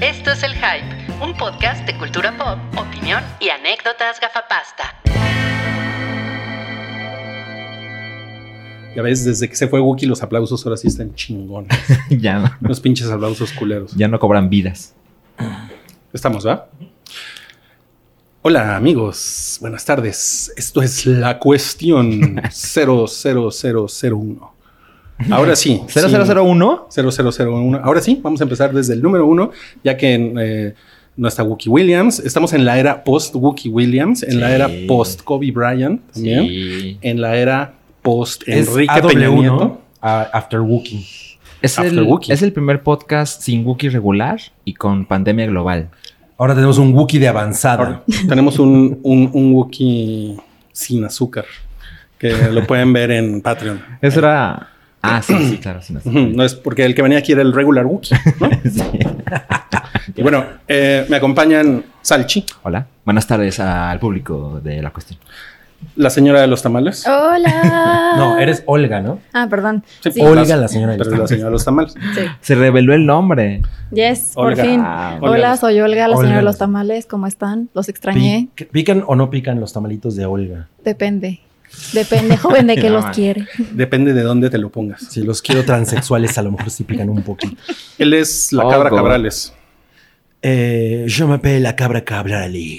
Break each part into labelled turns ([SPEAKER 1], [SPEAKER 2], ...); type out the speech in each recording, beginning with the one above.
[SPEAKER 1] Esto es El Hype, un podcast de cultura pop, opinión y anécdotas gafapasta.
[SPEAKER 2] Ya ves, desde que se fue Wookie, los aplausos ahora sí están chingones.
[SPEAKER 3] ya, no,
[SPEAKER 2] Los pinches aplausos culeros.
[SPEAKER 3] ya no cobran vidas.
[SPEAKER 2] Estamos, ¿va? Hola, amigos. Buenas tardes. Esto es la cuestión 00001. Ahora sí. sí.
[SPEAKER 3] 0001.
[SPEAKER 2] 0001. Ahora sí, vamos a empezar desde el número uno, ya que eh, no está Wookie Williams. Estamos en la era post-Wookie Williams, en la
[SPEAKER 3] Sí.
[SPEAKER 2] era post-Kobe Bryant también,
[SPEAKER 3] Sí.
[SPEAKER 2] en la era
[SPEAKER 4] Es
[SPEAKER 2] post-Enrique
[SPEAKER 4] AW,
[SPEAKER 2] Peña
[SPEAKER 4] ¿no?
[SPEAKER 2] Nieto.
[SPEAKER 4] A- After Wookie.
[SPEAKER 3] Es
[SPEAKER 2] After
[SPEAKER 3] el,
[SPEAKER 2] Wookiee.
[SPEAKER 3] es el primer podcast sin Wookiee regular y con pandemia global.
[SPEAKER 4] Ahora tenemos un Wookie de avanzada.
[SPEAKER 2] Ahora, tenemos un, un, un Wookiee sin azúcar, que lo pueden ver en Patreon.
[SPEAKER 3] Eso era. Ah, sí, sí, claro. sí, no sé.
[SPEAKER 2] Ujú, No es porque el que venía aquí era el regular Wookiee, ¿no? Y bueno, eh, me acompañan Salchi,
[SPEAKER 3] Hola. Buenas tardes al público de la cuestión.
[SPEAKER 2] la señora de los tamales.
[SPEAKER 5] Oh, Hola.
[SPEAKER 4] No, eres Olga, ¿no?
[SPEAKER 5] Ah, perdón.
[SPEAKER 2] Sí,
[SPEAKER 5] Sí.
[SPEAKER 4] Olga, la señora de los
[SPEAKER 2] Pero es la señora de los tamales.
[SPEAKER 5] Sí.
[SPEAKER 3] Se reveló el nombre.
[SPEAKER 5] Yes,
[SPEAKER 2] Olga.
[SPEAKER 5] por fin.
[SPEAKER 3] Ah,
[SPEAKER 2] Olga.
[SPEAKER 5] Hola, soy Olga, la
[SPEAKER 4] Olga.
[SPEAKER 5] señora de los tamales. ¿Cómo están? Los extrañé.
[SPEAKER 4] Pi- ¿Pican o no pican los tamalitos de Olga?
[SPEAKER 5] Depende. Depende, joven, de que
[SPEAKER 3] No,
[SPEAKER 5] los
[SPEAKER 3] man.
[SPEAKER 5] quiere.
[SPEAKER 2] Depende de dónde te lo pongas.
[SPEAKER 4] Si los quiero transexuales, a lo mejor sí pican un poquito.
[SPEAKER 2] Él es la
[SPEAKER 3] Oh,
[SPEAKER 2] cabra
[SPEAKER 3] God.
[SPEAKER 2] Cabrales.
[SPEAKER 4] Eh, yo me pego la cabra cabrales.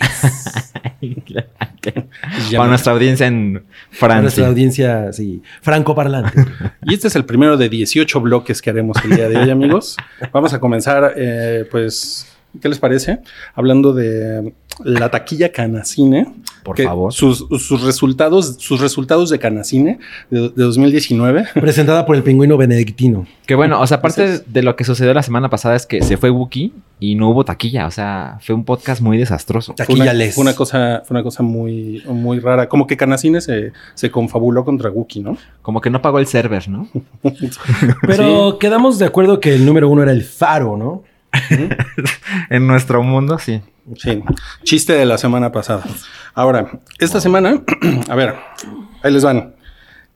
[SPEAKER 3] Para nuestra audiencia en
[SPEAKER 4] Para nuestra
[SPEAKER 3] Francia.
[SPEAKER 4] audiencia, sí, franco parlante.
[SPEAKER 2] Y este es el primero de 18 bloques que haremos el día de hoy, amigos. Vamos a comenzar, eh, pues, ¿qué les parece? Hablando de la taquilla Canacine.
[SPEAKER 3] Por
[SPEAKER 2] que
[SPEAKER 3] favor.
[SPEAKER 2] Sus, sus resultados, sus resultados de Canacine de, de 2019.
[SPEAKER 4] Presentada por el pingüino benedictino.
[SPEAKER 3] Que bueno, o sea, aparte
[SPEAKER 2] Entonces-
[SPEAKER 3] de lo que sucedió la semana pasada es que se fue Wookiee y no hubo taquilla. O sea, fue un podcast muy desastroso.
[SPEAKER 2] Fue una,
[SPEAKER 4] Taquillales.
[SPEAKER 2] fue una cosa, fue una cosa muy, muy rara. Como que Canacine se, se confabuló contra Wookie, ¿no?
[SPEAKER 3] Como que no pagó el server, ¿no?
[SPEAKER 4] Pero quedamos de acuerdo que el número uno era el faro, ¿no?
[SPEAKER 3] En nuestro mundo, sí.
[SPEAKER 2] Sí, chiste de la semana pasada. Ahora, esta semana, a ver, ahí les van.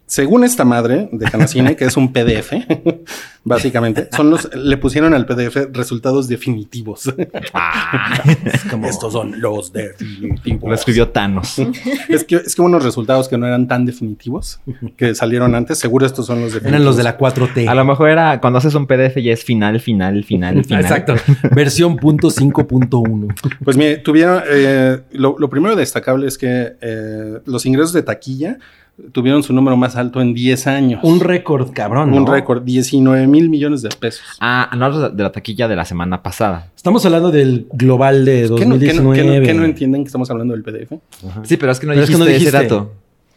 [SPEAKER 2] Según esta madre de Canacine, que es un PDF, básicamente, son los, le pusieron al PDF resultados definitivos.
[SPEAKER 4] Ah.
[SPEAKER 2] Estos son los definitivos.
[SPEAKER 3] Lo escribió Thanos.
[SPEAKER 2] Es que, es que hubo unos resultados que no eran tan definitivos, que salieron antes, seguro estos son los definitivos.
[SPEAKER 4] Eran los de la
[SPEAKER 3] A
[SPEAKER 4] 4T.
[SPEAKER 3] lo mejor era cuando haces un PDF ya es final, final, final, final.
[SPEAKER 4] Exacto. Versión punto 5.1.
[SPEAKER 2] Pues mire, tuvieron, eh, lo, lo primero destacable es que eh, los ingresos de taquilla tuvieron su número más alto en 10 años.
[SPEAKER 4] Un récord, cabrón.
[SPEAKER 2] Un
[SPEAKER 4] ¿no?
[SPEAKER 2] récord, 19 mil millones de pesos.
[SPEAKER 3] Ah, no de la taquilla de la semana pasada.
[SPEAKER 4] Estamos hablando del global de
[SPEAKER 2] ¿Qué no,
[SPEAKER 4] 2019.
[SPEAKER 2] qué no- qué no- qué no entienden que estamos hablando del PDF?
[SPEAKER 3] Sí, pero es que no
[SPEAKER 4] Pero es
[SPEAKER 3] dijiste
[SPEAKER 4] que no
[SPEAKER 3] ese
[SPEAKER 4] dijiste.
[SPEAKER 3] dato.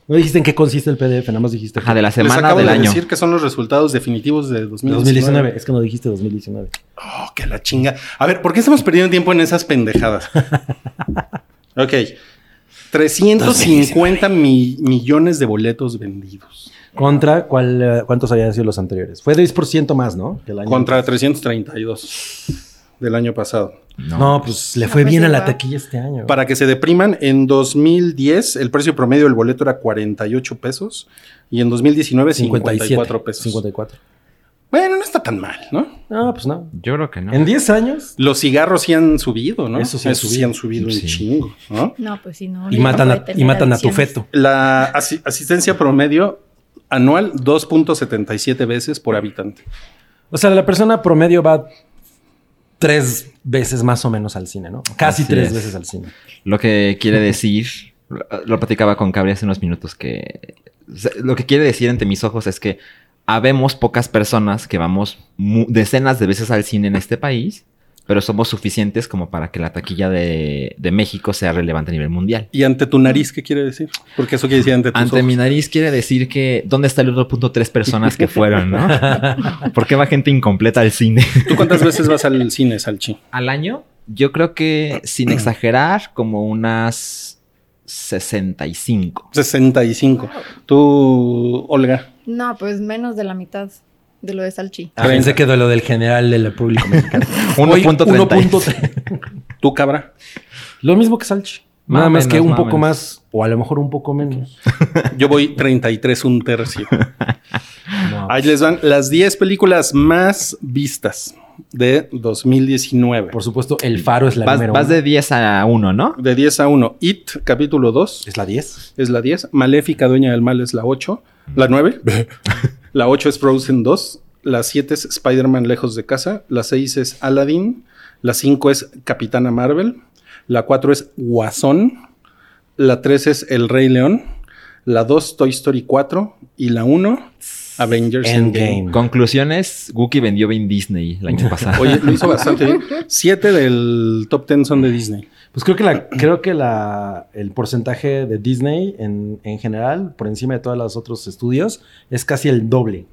[SPEAKER 4] No dijiste en qué consiste el PDF, nada más dijiste.
[SPEAKER 3] Ajá, de la
[SPEAKER 2] Les
[SPEAKER 3] semana
[SPEAKER 2] acabo
[SPEAKER 3] del
[SPEAKER 2] de
[SPEAKER 3] año.
[SPEAKER 2] decir que son los resultados definitivos de 2019.
[SPEAKER 4] 2019. Es que no dijiste 2019.
[SPEAKER 2] Oh, que la chinga. A ver, ¿por qué estamos perdiendo tiempo en esas pendejadas? ok. 350 mi- millones de boletos vendidos
[SPEAKER 4] ¿Contra cuál, eh, cuántos habían sido los anteriores? Fue 10% más, ¿no? Que el año-
[SPEAKER 2] contra 332 del año pasado.
[SPEAKER 4] No, pues le fue
[SPEAKER 5] No, pues
[SPEAKER 4] bien a
[SPEAKER 5] sí,
[SPEAKER 4] la
[SPEAKER 5] va.
[SPEAKER 4] taquilla este año.
[SPEAKER 2] Para que se depriman, en 2010 el precio promedio del boleto era 48 pesos y en 2019
[SPEAKER 4] 57,
[SPEAKER 2] 54 pesos.
[SPEAKER 4] 54.
[SPEAKER 2] Bueno, no está tan mal, ¿no?
[SPEAKER 4] No, pues no.
[SPEAKER 3] Yo creo que no.
[SPEAKER 4] En 10 años.
[SPEAKER 2] Los cigarros sí han subido, ¿no?
[SPEAKER 4] Eso sí han subido.
[SPEAKER 2] subido un
[SPEAKER 3] Sí.
[SPEAKER 2] chingo, ¿no?
[SPEAKER 5] No, pues si no.
[SPEAKER 4] Y
[SPEAKER 5] no
[SPEAKER 4] matan,
[SPEAKER 5] puede
[SPEAKER 4] a, y
[SPEAKER 5] tener
[SPEAKER 4] matan a tu
[SPEAKER 5] adicciones.
[SPEAKER 4] feto.
[SPEAKER 2] La asi- asistencia promedio anual 2.77 veces por habitante.
[SPEAKER 4] O sea, la persona promedio va tres veces más o menos al cine, ¿no? Casi
[SPEAKER 3] Así
[SPEAKER 4] tres
[SPEAKER 3] es.
[SPEAKER 4] veces al cine.
[SPEAKER 3] Lo que quiere decir, lo- lo platicaba con Cabri hace unos minutos, que se- lo que quiere decir ante mis ojos es que habemos pocas personas que vamos mu- decenas de veces al cine en este país, pero somos suficientes como para que la taquilla de, de México sea relevante a nivel mundial.
[SPEAKER 2] ¿Y ante tu nariz qué quiere decir? Porque eso quiere decir ante tus
[SPEAKER 3] Ante
[SPEAKER 2] ojos.
[SPEAKER 3] mi nariz quiere decir que ¿dónde está el 1.3 personas que fueron, no? ¿Por qué va gente incompleta al cine?
[SPEAKER 2] ¿Tú cuántas veces vas al cine, Salchi?
[SPEAKER 3] al año, yo creo que sin exagerar, como unas 65.
[SPEAKER 2] 65. Tú, Olga.
[SPEAKER 5] No, pues menos de la mitad de lo de Salchi.
[SPEAKER 4] Ah, pensé que de lo del general del público mexicano. Hoy,
[SPEAKER 3] 1.30.
[SPEAKER 4] 1.30.
[SPEAKER 2] Tú, cabra.
[SPEAKER 4] Lo mismo que Salch.
[SPEAKER 3] Más
[SPEAKER 4] Nada más
[SPEAKER 3] menos,
[SPEAKER 4] que un
[SPEAKER 3] más
[SPEAKER 4] poco
[SPEAKER 3] menos.
[SPEAKER 4] más, o a lo mejor un poco menos.
[SPEAKER 2] Yo voy 33 un tercio.
[SPEAKER 4] No.
[SPEAKER 2] Ahí les van las 10 películas más vistas de 2019.
[SPEAKER 4] Por supuesto, el faro es la
[SPEAKER 3] Vas,
[SPEAKER 4] número
[SPEAKER 3] vas
[SPEAKER 4] uno.
[SPEAKER 3] de 10 a 1, ¿no?
[SPEAKER 2] De 10 a 1. It, capítulo 2,
[SPEAKER 4] ¿Es la 10?
[SPEAKER 2] es la 10. Maléfica, dueña del mal, es la 8. La 9. la 8 es Frozen 2. La 7 es Spider-Man lejos de casa. La 6 es Aladdin. La 5 es Capitana Marvel. La 4 es Guasón. La 3 es El Rey León. La 2, Toy Story 4. Y la 1, Avengers Endgame.
[SPEAKER 4] Endgame.
[SPEAKER 3] Conclusiones, Wookie vendió bien Disney el año pasado.
[SPEAKER 2] Oye, lo hizo bastante bien. Siete del top ten son de Disney.
[SPEAKER 4] Pues creo que, la, creo que la, el porcentaje de Disney en, en general, por encima de todos los otros estudios, es casi el doble.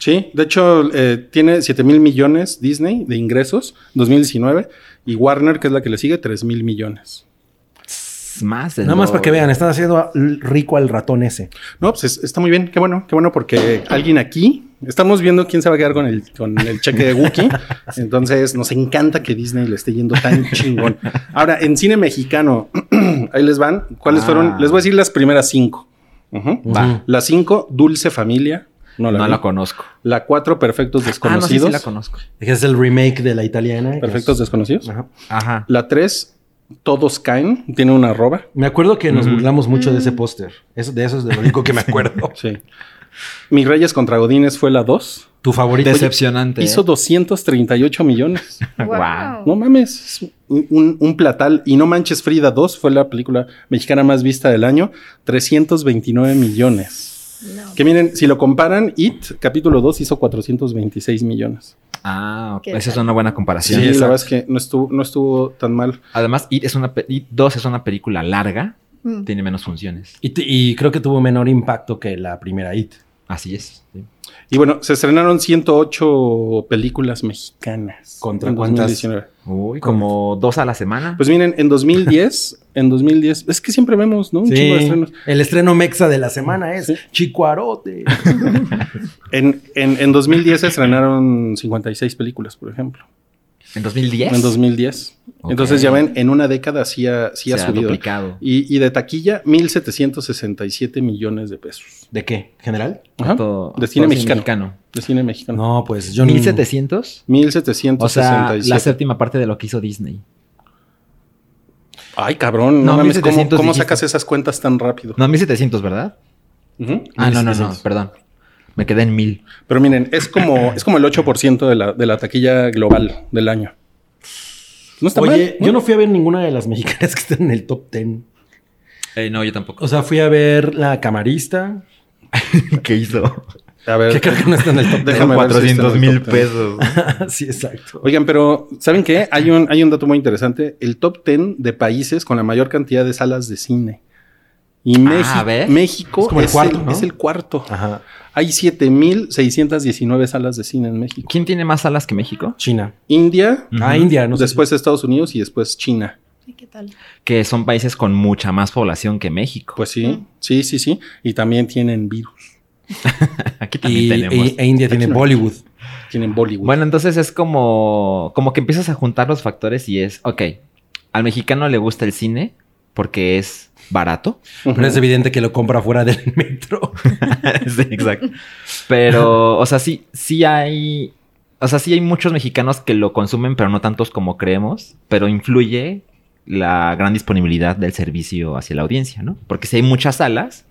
[SPEAKER 2] Sí, de hecho, eh, tiene 7 mil millones Disney de ingresos 2019 y Warner, que es la que le sigue, 3 mil millones.
[SPEAKER 3] Más del
[SPEAKER 4] Nada más para que
[SPEAKER 3] doble.
[SPEAKER 4] vean, están haciendo rico al ratón ese.
[SPEAKER 2] No, pues es- está muy bien, qué bueno, qué bueno, porque alguien aquí, estamos viendo quién se va a quedar con el, con el cheque de Wookiee. Entonces, nos encanta que Disney le esté yendo tan chingón. Ahora, en cine mexicano, ahí les van, ¿cuáles
[SPEAKER 3] Ah.
[SPEAKER 2] fueron? Les voy a decir las primeras cinco. Ujú.
[SPEAKER 3] Va.
[SPEAKER 4] Ujú.
[SPEAKER 2] La cinco, Dulce Familia. No la,
[SPEAKER 3] No
[SPEAKER 2] vi.
[SPEAKER 3] la conozco.
[SPEAKER 2] La 4, Perfectos
[SPEAKER 3] Ah, no, sí,
[SPEAKER 2] Desconocidos.
[SPEAKER 3] sí la conozco.
[SPEAKER 4] Es el remake de la italiana. que
[SPEAKER 2] Perfectos
[SPEAKER 4] es-
[SPEAKER 2] Desconocidos.
[SPEAKER 4] Ajá.
[SPEAKER 3] Ajá.
[SPEAKER 2] La 3, Todos Caen. Tiene una arroba.
[SPEAKER 4] Me acuerdo que nos
[SPEAKER 3] Ujú.
[SPEAKER 4] burlamos mucho de ese
[SPEAKER 5] Mm.
[SPEAKER 4] póster. Eso, de eso es de lo único que me acuerdo.
[SPEAKER 2] Sí. Mis Reyes contra Godines fue la 2.
[SPEAKER 4] Tu favorito.
[SPEAKER 3] Decepcionante. ¿eh?
[SPEAKER 2] Hizo 238 millones.
[SPEAKER 5] Guau.
[SPEAKER 2] No mames. es un, un- un platal. Y No Manches Frida 2 fue la película mexicana más vista del año. 329 millones.
[SPEAKER 5] No.
[SPEAKER 2] Que miren, si lo comparan, It, capítulo 2, hizo 426 millones.
[SPEAKER 3] Ah, ok.
[SPEAKER 5] ¿Qué
[SPEAKER 3] esa es
[SPEAKER 5] tal?
[SPEAKER 3] una buena
[SPEAKER 2] Sí,
[SPEAKER 3] comparación.
[SPEAKER 2] la verdad es que no estuvo, no estuvo tan mal.
[SPEAKER 3] Además, It, es una pe- It 2 es una película larga,
[SPEAKER 5] Mm.
[SPEAKER 3] tiene menos funciones.
[SPEAKER 4] Y, te- y creo que tuvo menor impacto que la primera IT.
[SPEAKER 3] Así es. sí.
[SPEAKER 2] Y bueno, se estrenaron 108 películas mexicanas.
[SPEAKER 4] ¿Contra
[SPEAKER 2] en
[SPEAKER 4] cuántas?
[SPEAKER 2] 2019.
[SPEAKER 3] Uy, como dos a la semana.
[SPEAKER 2] Pues miren, en 2010, en 2010, es que siempre vemos, ¿no? Un chingo de estrenos.
[SPEAKER 4] El estreno mexa de la semana es
[SPEAKER 2] Sí.
[SPEAKER 4] Chicuarote.
[SPEAKER 2] En, en, en 2010 se estrenaron 56 películas, por ejemplo.
[SPEAKER 3] en 2010.
[SPEAKER 2] En 2010.
[SPEAKER 3] Ok.
[SPEAKER 2] Entonces ya ven, en una década sí ha, sí
[SPEAKER 3] se
[SPEAKER 2] ha
[SPEAKER 3] ha
[SPEAKER 2] subido.
[SPEAKER 3] duplicado.
[SPEAKER 2] Y, y de taquilla, 1.767 millones de pesos.
[SPEAKER 4] ¿De qué? ¿General?
[SPEAKER 2] Ajá.
[SPEAKER 3] Todo-
[SPEAKER 2] de cine
[SPEAKER 3] todo
[SPEAKER 2] mexicano. De cine mexicano.
[SPEAKER 4] No, pues yo no-
[SPEAKER 3] 1700. O sea,
[SPEAKER 2] 1.767.
[SPEAKER 3] la séptima parte de lo que hizo Disney.
[SPEAKER 2] Ay, cabrón. No,
[SPEAKER 3] No,
[SPEAKER 2] mames, ¿cómo,
[SPEAKER 3] 1700
[SPEAKER 2] cómo
[SPEAKER 3] dijiste.
[SPEAKER 2] sacas esas cuentas tan rápido?
[SPEAKER 3] No, 1700, ¿verdad?
[SPEAKER 2] Ujú.
[SPEAKER 3] Ah, no, no, no,
[SPEAKER 4] 1700.
[SPEAKER 3] perdón. Me quedé en 1000.
[SPEAKER 2] Pero miren, es como, es como el 8% de la, de la taquilla global del año. No está mal.
[SPEAKER 4] Oye, yo no fui a ver ninguna de las mexicanas que están en el top 10.
[SPEAKER 3] Eh, no, yo tampoco.
[SPEAKER 4] O sea, fui a ver la camarista,
[SPEAKER 3] ¿Qué hizo?
[SPEAKER 2] A ver,
[SPEAKER 4] que creo que no está en el top
[SPEAKER 2] Déjame ver si está en
[SPEAKER 3] 400
[SPEAKER 2] el
[SPEAKER 3] mil
[SPEAKER 2] top ten.
[SPEAKER 3] pesos.
[SPEAKER 4] 10. sí, exacto.
[SPEAKER 2] Oigan, pero ¿saben qué? Hay un, hay un dato muy interesante. El top 10 de países con la mayor cantidad de salas de cine. Y México,
[SPEAKER 3] a ver.
[SPEAKER 2] México
[SPEAKER 4] Ah, Es como el cuarto,
[SPEAKER 2] el,
[SPEAKER 4] ¿no? Ah.
[SPEAKER 2] es el cuarto.
[SPEAKER 4] Ajá.
[SPEAKER 2] Hay 7.619 salas de cine en México.
[SPEAKER 3] ¿Quién tiene más salas que México?
[SPEAKER 4] China.
[SPEAKER 2] India,
[SPEAKER 3] Ujú.
[SPEAKER 4] Ah, India, no sé
[SPEAKER 2] después Estados Unidos y después China.
[SPEAKER 5] Ay, ¿Qué tal?
[SPEAKER 3] Que son países con mucha más población que México.
[SPEAKER 2] Pues sí, sí, sí, sí. Y también tienen virus,
[SPEAKER 3] Pues, Aquí
[SPEAKER 4] si-
[SPEAKER 3] también
[SPEAKER 4] y-
[SPEAKER 3] tenemos.
[SPEAKER 4] y- e India tiene
[SPEAKER 2] China.
[SPEAKER 4] Bollywood.
[SPEAKER 2] tienen Bollywood.
[SPEAKER 3] Bueno, entonces es como, como que empiezas a juntar los factores y es, ok, al mexicano le gusta el cine porque es barato.
[SPEAKER 2] Ujú.
[SPEAKER 4] Pero es evidente que lo compra fuera del metro.
[SPEAKER 3] Sí, exacto. Pero, o sea, sí, sí hay, o sea, sí hay muchos mexicanos que lo consumen, pero no tantos como creemos, pero influye la gran disponibilidad del servicio hacia la audiencia, ¿no? Porque si hay muchas salas,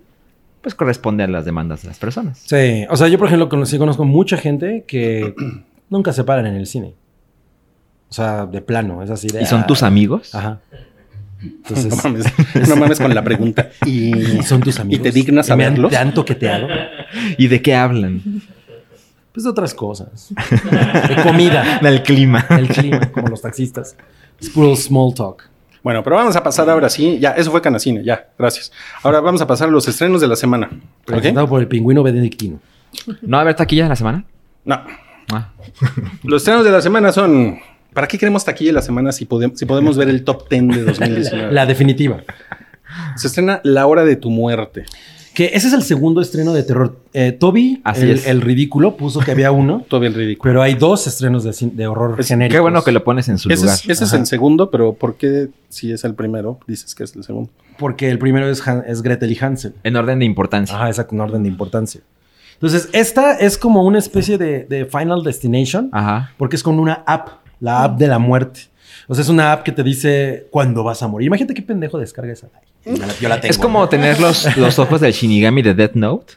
[SPEAKER 3] pues corresponde a las demandas de las personas.
[SPEAKER 4] Sí. O sea, yo, por ejemplo, conocí, conozco mucha gente que nunca se paran en el cine. O sea, de plano, es así de.
[SPEAKER 3] ¿Y son tus
[SPEAKER 4] ah,
[SPEAKER 3] amigos?
[SPEAKER 4] Ajá.
[SPEAKER 2] no
[SPEAKER 4] Entonces,
[SPEAKER 2] mames, no mames con la pregunta. Y
[SPEAKER 4] son tus amigos.
[SPEAKER 2] ¿Y te dignas a
[SPEAKER 4] me han
[SPEAKER 2] verlos?
[SPEAKER 4] tanto que te hago.
[SPEAKER 3] ¿Y de qué hablan?
[SPEAKER 4] Pues de otras cosas. De comida.
[SPEAKER 3] Del clima.
[SPEAKER 4] El clima, como los taxistas. Es puro small talk.
[SPEAKER 2] Bueno, pero vamos a pasar ahora sí. Ya, eso fue Canacine, ya, gracias. Ahora vamos a pasar a los estrenos de la semana. ¿ok?
[SPEAKER 4] Presentado por el pingüino benedictino.
[SPEAKER 3] ¿No va a haber taquilla de la semana?
[SPEAKER 2] No.
[SPEAKER 3] Ah.
[SPEAKER 2] Los estrenos de la semana son. ¿Para qué queremos taquilla de la semana si, podem- si podemos ver el top 10 de 2019?
[SPEAKER 4] La definitiva.
[SPEAKER 2] Se estrena La Hora de tu Muerte.
[SPEAKER 4] Que ese es el segundo estreno de terror. Eh, Toby,
[SPEAKER 3] Así
[SPEAKER 4] el,
[SPEAKER 3] es.
[SPEAKER 4] el ridículo, puso que había uno.
[SPEAKER 2] Todo bien ridículo.
[SPEAKER 4] Pero hay dos estrenos de, cin- de horror
[SPEAKER 2] Es-
[SPEAKER 4] genérico.
[SPEAKER 3] Pues, Qué bueno que lo pones en su
[SPEAKER 2] Ese,
[SPEAKER 3] lugar.
[SPEAKER 2] es, ese es el segundo, pero ¿por qué si es el primero dices que es el segundo?
[SPEAKER 4] Porque el primero es, Han- es Gretel y Hansel.
[SPEAKER 3] En orden de importancia.
[SPEAKER 4] Ajá, esa con orden de importancia. Entonces, esta es como una especie de, de Final Destination,
[SPEAKER 3] Ajá.
[SPEAKER 4] porque es con una app, la app de la muerte. O sea, es una app que te dice cuándo vas a morir. Imagínate qué pendejo descarga esa. Yo la, yo la tengo.
[SPEAKER 3] Es como tener los, los ojos del Shinigami de Death Note,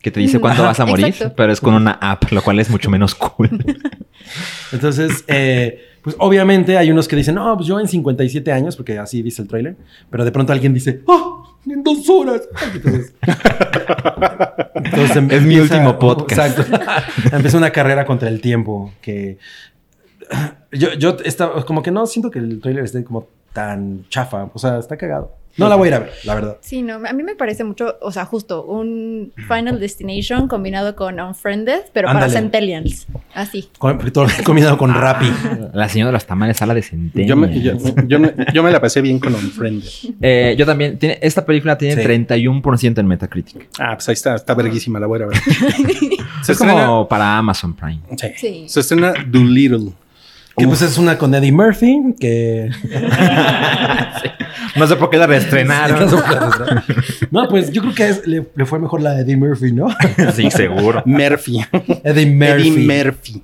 [SPEAKER 3] que te dice cuándo
[SPEAKER 5] Mm, Ajá,
[SPEAKER 3] vas a morir,
[SPEAKER 5] exacto.
[SPEAKER 3] pero es con una app, lo cual es mucho menos cool.
[SPEAKER 4] Entonces, eh, pues obviamente hay unos que dicen, no, pues yo en 57 años, porque así dice el tráiler, pero de pronto alguien dice, ¡ah! En dos horas. Entonces, entonces
[SPEAKER 3] Es mi último podcast.
[SPEAKER 4] Exacto. Empieza una carrera contra el tiempo que yo, yo estaba como que no siento que el tráiler esté como tan chafa, o sea, está cagado. No la voy a ir a ver, la verdad.
[SPEAKER 5] Sí, no, a mí me parece mucho, o sea, justo un Final Destination combinado con Unfriended, pero
[SPEAKER 4] Ándale.
[SPEAKER 5] para Centennials. Así.
[SPEAKER 4] Com- todo combinado con Rappi.
[SPEAKER 3] La señora de los tamales habla de centenias.
[SPEAKER 2] Yo me, yo, yo me, yo me la pasé bien con Unfriended.
[SPEAKER 3] Eh, yo también. Tiene, esta película tiene
[SPEAKER 4] Sí.
[SPEAKER 3] 31% en Metacritic.
[SPEAKER 2] Ah, pues ahí está, está verguísima, la voy a ir a ver. Se
[SPEAKER 3] es
[SPEAKER 2] estrena,
[SPEAKER 3] como para Amazon Prime.
[SPEAKER 2] sí.
[SPEAKER 5] Sí.
[SPEAKER 2] Se estrena Doolittle.
[SPEAKER 4] Que pues es una con Eddie Murphy, que
[SPEAKER 3] No sé por qué la reestrenaron.
[SPEAKER 4] Ah, No, pues yo creo que es- le, le fue mejor la de Eddie Murphy, ¿no?
[SPEAKER 3] sí, seguro.
[SPEAKER 2] Murphy.
[SPEAKER 4] Eddie Murphy.
[SPEAKER 2] Eddie Murphy.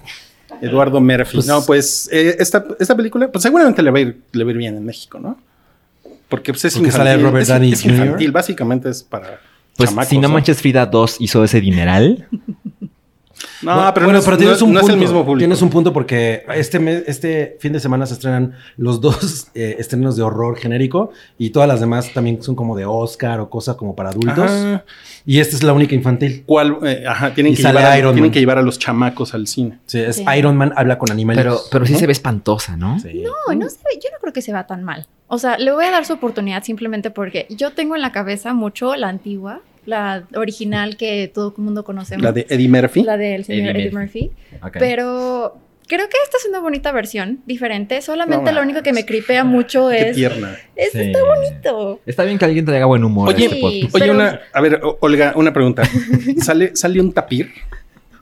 [SPEAKER 2] Eduardo Murphy.
[SPEAKER 4] Pues-
[SPEAKER 2] no, pues eh, esta, esta película, pues seguramente le va, a ir, le va a ir bien en México, ¿no? Porque pues, es
[SPEAKER 4] Porque
[SPEAKER 2] infantil,
[SPEAKER 4] sale Robert
[SPEAKER 2] es-
[SPEAKER 4] Downey
[SPEAKER 2] es infantil,
[SPEAKER 4] Jr..
[SPEAKER 2] básicamente es para
[SPEAKER 3] Pues
[SPEAKER 2] chamacos,
[SPEAKER 3] si no
[SPEAKER 2] ¿no?
[SPEAKER 3] manches Frida 2 hizo ese dineral.
[SPEAKER 2] No,
[SPEAKER 4] Bueno,
[SPEAKER 2] pero,
[SPEAKER 4] bueno,
[SPEAKER 2] no, es-
[SPEAKER 4] pero tienes
[SPEAKER 2] no-
[SPEAKER 4] un
[SPEAKER 2] no
[SPEAKER 4] punto.
[SPEAKER 2] es el mismo público.
[SPEAKER 4] Tienes un punto porque este, mes, este fin de semana se estrenan los dos eh, estrenos de horror genérico y todas las demás también son como de Oscar o cosa como para adultos.
[SPEAKER 2] Ajá.
[SPEAKER 4] Y esta es la única infantil.
[SPEAKER 2] ¿Cuál? Eh, ajá, tienen,
[SPEAKER 4] Y
[SPEAKER 2] que
[SPEAKER 4] sale
[SPEAKER 2] llevar, a,
[SPEAKER 4] Iron
[SPEAKER 2] tienen
[SPEAKER 4] Man.
[SPEAKER 2] que llevar a los chamacos al cine.
[SPEAKER 4] Sí, es
[SPEAKER 5] Sí.
[SPEAKER 4] Iron Man habla con animales.
[SPEAKER 3] Pero, pero sí se ve espantosa, ¿no?
[SPEAKER 5] No,
[SPEAKER 2] Mm.
[SPEAKER 5] no se ve- yo no creo que se vea tan mal. O sea, le voy a dar su oportunidad simplemente porque yo tengo en la cabeza mucho la antigua, la original que todo el mundo conocemos.
[SPEAKER 2] La de Eddie Murphy.
[SPEAKER 5] La del señor
[SPEAKER 3] Eddie
[SPEAKER 5] Eddie Murphy.
[SPEAKER 3] Ok.
[SPEAKER 5] Pero creo que esta es una bonita versión, diferente. Solamente
[SPEAKER 2] No
[SPEAKER 5] lo único que
[SPEAKER 2] mames.
[SPEAKER 5] me cripea mucho
[SPEAKER 2] Qué
[SPEAKER 5] es...
[SPEAKER 2] tierna.
[SPEAKER 5] es
[SPEAKER 3] Sí.
[SPEAKER 5] Está bonito.
[SPEAKER 3] Está bien que alguien traiga buen humor
[SPEAKER 2] Oye,
[SPEAKER 3] a este podcast.
[SPEAKER 2] Oye,
[SPEAKER 5] Pero-
[SPEAKER 2] una, a ver, o- Olga, una pregunta. ¿Sale, ¿Sale un tapir?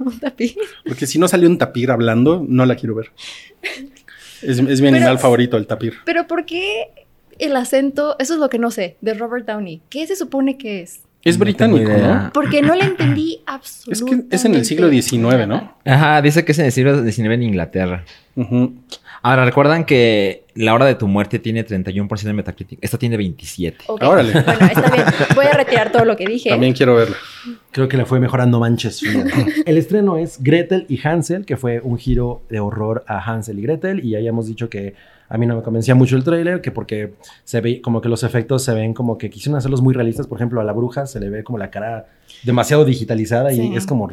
[SPEAKER 5] Un tapiz.
[SPEAKER 2] Porque si no sale un tapir hablando, no la quiero ver. Es, es mi
[SPEAKER 5] Pero-
[SPEAKER 2] animal favorito, el tapir.
[SPEAKER 5] Pero ¿por qué el acento? Eso es lo que no sé, de Robert Downey. ¿Qué se supone que es?
[SPEAKER 2] Es
[SPEAKER 3] No tengo
[SPEAKER 2] británico,
[SPEAKER 3] idea.
[SPEAKER 2] ¿no?
[SPEAKER 5] Porque no le entendí
[SPEAKER 2] Es
[SPEAKER 5] absolutamente.
[SPEAKER 2] que es en el siglo XIX, ¿no?
[SPEAKER 3] Ajá, dice que es en el siglo XIX en Inglaterra.
[SPEAKER 2] Ujú.
[SPEAKER 3] Ahora, recuerdan que La Hora de tu Muerte tiene 31% de Metacritic. Esta tiene 27.
[SPEAKER 5] Ok,
[SPEAKER 2] Órale.
[SPEAKER 5] Bueno, está bien. Voy a retirar todo lo que dije.
[SPEAKER 2] También quiero verla.
[SPEAKER 4] Creo que le fue mejorando manches. Frida. El estreno es Gretel y Hansel, que fue un giro de horror a Hansel y Gretel. Y ya habíamos dicho que a mí no me convencía mucho el tráiler, que porque se ve como que los efectos se ven como que quisieron hacerlos muy realistas. Por ejemplo, a la bruja se le ve como la cara demasiado digitalizada
[SPEAKER 5] Sí.
[SPEAKER 4] y es como,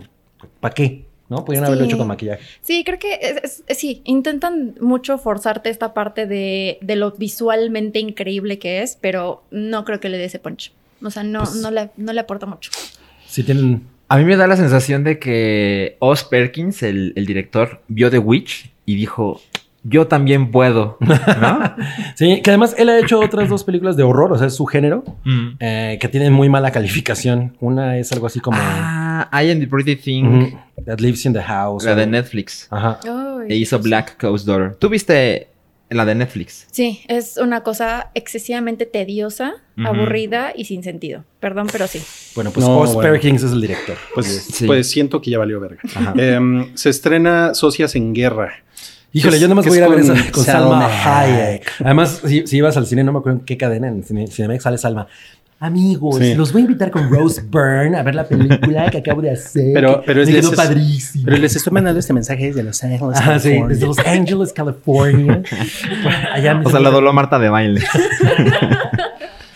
[SPEAKER 4] ¿para qué? ¿No? Podrían haberlo
[SPEAKER 5] Sí.
[SPEAKER 4] hecho con maquillaje.
[SPEAKER 5] Sí, creo que es- es- es- sí, intentan mucho forzarte esta parte de, de lo visualmente increíble que es, pero no creo que le dé ese punch. O sea, no,
[SPEAKER 4] Pues-
[SPEAKER 5] no, le, no le aporta mucho.
[SPEAKER 4] Si tienen...
[SPEAKER 3] A mí me da la sensación de que Oz Perkins, el, el director, vio The Witch y dijo, yo también puedo, ¿no?
[SPEAKER 4] Sí, que además él ha hecho otras dos películas de horror, o sea, es su género,
[SPEAKER 3] Mm.
[SPEAKER 4] eh, que tienen muy mala calificación. Una es algo así como...
[SPEAKER 3] Ah, I am the Pretty Thing,
[SPEAKER 4] Ujú, That lives in the house.
[SPEAKER 3] la
[SPEAKER 4] o-
[SPEAKER 3] de Netflix.
[SPEAKER 4] Ajá.
[SPEAKER 3] E hizo Black Coast Daughter. ¿Tú viste la de Netflix?
[SPEAKER 5] Sí, es una cosa excesivamente tediosa,
[SPEAKER 3] Ujú.
[SPEAKER 5] aburrida y sin sentido. Perdón, pero sí.
[SPEAKER 4] Bueno, pues
[SPEAKER 2] No,
[SPEAKER 4] Oz
[SPEAKER 2] bueno.
[SPEAKER 4] Perkins es el director.
[SPEAKER 2] Pues,
[SPEAKER 3] Sí.
[SPEAKER 2] pues siento que ya valió verga.
[SPEAKER 4] Ajá.
[SPEAKER 2] Em, se estrena Socias en Guerra.
[SPEAKER 4] Híjole, yo nomás
[SPEAKER 2] que
[SPEAKER 4] voy a ir a
[SPEAKER 2] es
[SPEAKER 4] ver
[SPEAKER 2] con
[SPEAKER 4] esa con
[SPEAKER 2] Salma
[SPEAKER 4] Salma Hayek. Además, si, si ibas al cine, no me acuerdo en qué cadena, en cine, Cinemex sale Salma. Amigos,
[SPEAKER 2] Sí.
[SPEAKER 4] los voy a invitar con Rose Byrne a ver la película que acabo de hacer.
[SPEAKER 2] Pero-
[SPEAKER 4] que
[SPEAKER 2] pero es
[SPEAKER 4] me
[SPEAKER 2] de
[SPEAKER 4] quedó
[SPEAKER 2] esos-
[SPEAKER 4] padrísimo.
[SPEAKER 2] les estoy mandando este mensaje desde Los Ángeles.
[SPEAKER 4] Ajá, sí, desde Los Ángeles, California. Allá me-
[SPEAKER 3] O sea, la dobló Marta de baile.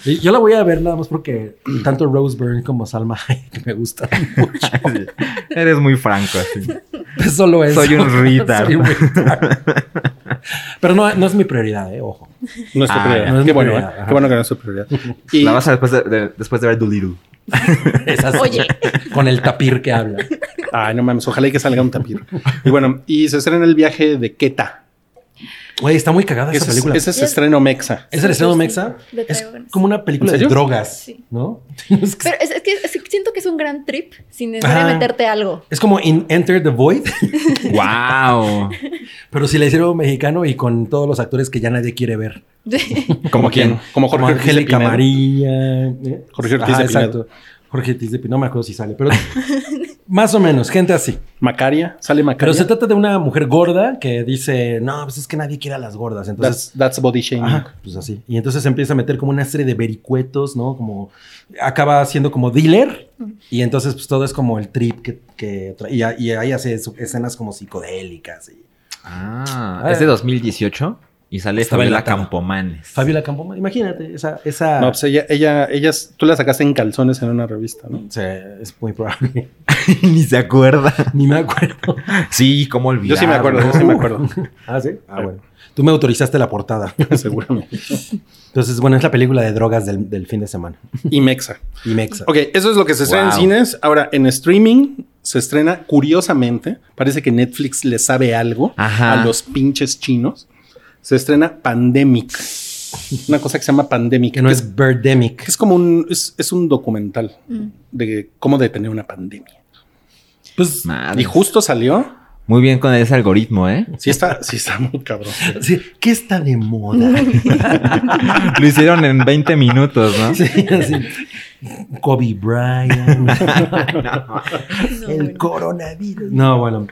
[SPEAKER 4] Y Yo la voy a ver nada más porque tanto Rose Byrne como Salma Hayek me gustan mucho.
[SPEAKER 3] Eres muy franco, así.
[SPEAKER 4] Pues Solo eso.
[SPEAKER 3] Soy un retard.
[SPEAKER 4] Soy un retard. Pero no, no es mi prioridad, eh, ojo.
[SPEAKER 2] No es tu
[SPEAKER 3] Ah,
[SPEAKER 2] prioridad.
[SPEAKER 4] no es
[SPEAKER 2] qué,
[SPEAKER 4] mi
[SPEAKER 2] bueno,
[SPEAKER 4] prioridad,
[SPEAKER 2] ¿eh?
[SPEAKER 4] ajá.
[SPEAKER 2] qué bueno que no es tu prioridad. Y
[SPEAKER 3] La vas a después de, de- después de ver Doolittle.
[SPEAKER 4] Es así,
[SPEAKER 5] Oye.
[SPEAKER 4] Con el tapir que habla.
[SPEAKER 2] Ay, no mames, ojalá y que salga un tapir. Y bueno, y se estrena el viaje de Keta.
[SPEAKER 4] Güey, está muy cagada Ah, esa
[SPEAKER 2] Ese, es-
[SPEAKER 4] película.
[SPEAKER 2] ese es
[SPEAKER 5] Yes.
[SPEAKER 2] estreno mexa.
[SPEAKER 4] ¿Es el estreno mexa?
[SPEAKER 5] Le
[SPEAKER 4] Es
[SPEAKER 5] traigo ganas.
[SPEAKER 4] como una película
[SPEAKER 2] ¿En
[SPEAKER 4] de
[SPEAKER 2] serio?
[SPEAKER 4] drogas,
[SPEAKER 5] Sí.
[SPEAKER 4] ¿no? Es, que-
[SPEAKER 5] Pero es, es que es que siento que es un gran trip sin necesidad de
[SPEAKER 4] Ajá.
[SPEAKER 5] meterte algo.
[SPEAKER 4] es como in Enter the Void,
[SPEAKER 3] ¡Wow!
[SPEAKER 4] pero si la hicieron mexicano y con todos los actores que ya nadie quiere ver.
[SPEAKER 3] ¿Como quién?
[SPEAKER 2] Como Jorge
[SPEAKER 4] Como
[SPEAKER 2] Ortiz de
[SPEAKER 4] Angélica
[SPEAKER 2] Pinedo.
[SPEAKER 4] María. ¿eh?
[SPEAKER 2] Jorge Ortiz de Pinedo.
[SPEAKER 4] Jorge Ortiz de Pinedo. No me acuerdo si sale, pero Más o menos, gente así.
[SPEAKER 2] Macaria, sale
[SPEAKER 4] Pero
[SPEAKER 2] Macaria.
[SPEAKER 4] se trata de una mujer gorda que dice, no, pues es que nadie quiere a las gordas. Entonces,
[SPEAKER 2] that's, that's body shaming.
[SPEAKER 4] Ajá, pues así. Y entonces empieza a meter como una serie de vericuetos, ¿no? Como acaba siendo como dealer. Y entonces, pues todo es como el trip que, que trae. Y, a- y ahí hace su- escenas como psicodélicas. y-
[SPEAKER 3] Ah,
[SPEAKER 4] Ah.
[SPEAKER 3] es de 2018 y sale
[SPEAKER 4] Estaba
[SPEAKER 3] Fabiola
[SPEAKER 4] enlatado.
[SPEAKER 3] Campomanes.
[SPEAKER 4] Fabiola Campo, imagínate, esa. esa
[SPEAKER 2] No, pues ella, ella, ellas, tú la sacaste en calzones en una revista, ¿no?
[SPEAKER 4] se- es muy probable.
[SPEAKER 3] Ni se acuerda.
[SPEAKER 4] Ni me acuerdo.
[SPEAKER 3] Sí, cómo olvidar.
[SPEAKER 2] Yo sí me acuerdo, yo sí me acuerdo,
[SPEAKER 4] Ah, sí. Ah, bueno. Tú me autorizaste la portada.
[SPEAKER 2] seguramente.
[SPEAKER 4] Entonces, bueno, es la película de drogas del, del fin de semana.
[SPEAKER 2] Y Mexa.
[SPEAKER 4] Y Mexa.
[SPEAKER 2] Ok, eso es lo que se estrena en
[SPEAKER 3] Wow.
[SPEAKER 2] cines. Ahora, en streaming se estrena curiosamente. Parece que Netflix le sabe algo
[SPEAKER 3] Ajá.
[SPEAKER 2] a los pinches chinos. Se estrena Pandemic. Una cosa que se llama Pandemic.
[SPEAKER 4] Que no
[SPEAKER 2] que
[SPEAKER 4] es Birdemic.
[SPEAKER 2] que es como un, es, es un documental
[SPEAKER 5] Mm.
[SPEAKER 2] de cómo detener una pandemia. Pues,
[SPEAKER 3] Madres.
[SPEAKER 2] y justo salió.
[SPEAKER 3] Muy bien con ese algoritmo, ¿eh?
[SPEAKER 2] Sí está, sí está muy cabrón.
[SPEAKER 4] Sí, ¿Qué está de moda?
[SPEAKER 3] Lo hicieron en 20 minutos, ¿no?
[SPEAKER 4] Sí, así. Kobe Bryant.
[SPEAKER 5] No,
[SPEAKER 4] el
[SPEAKER 5] bueno.
[SPEAKER 4] coronavirus. No, bueno.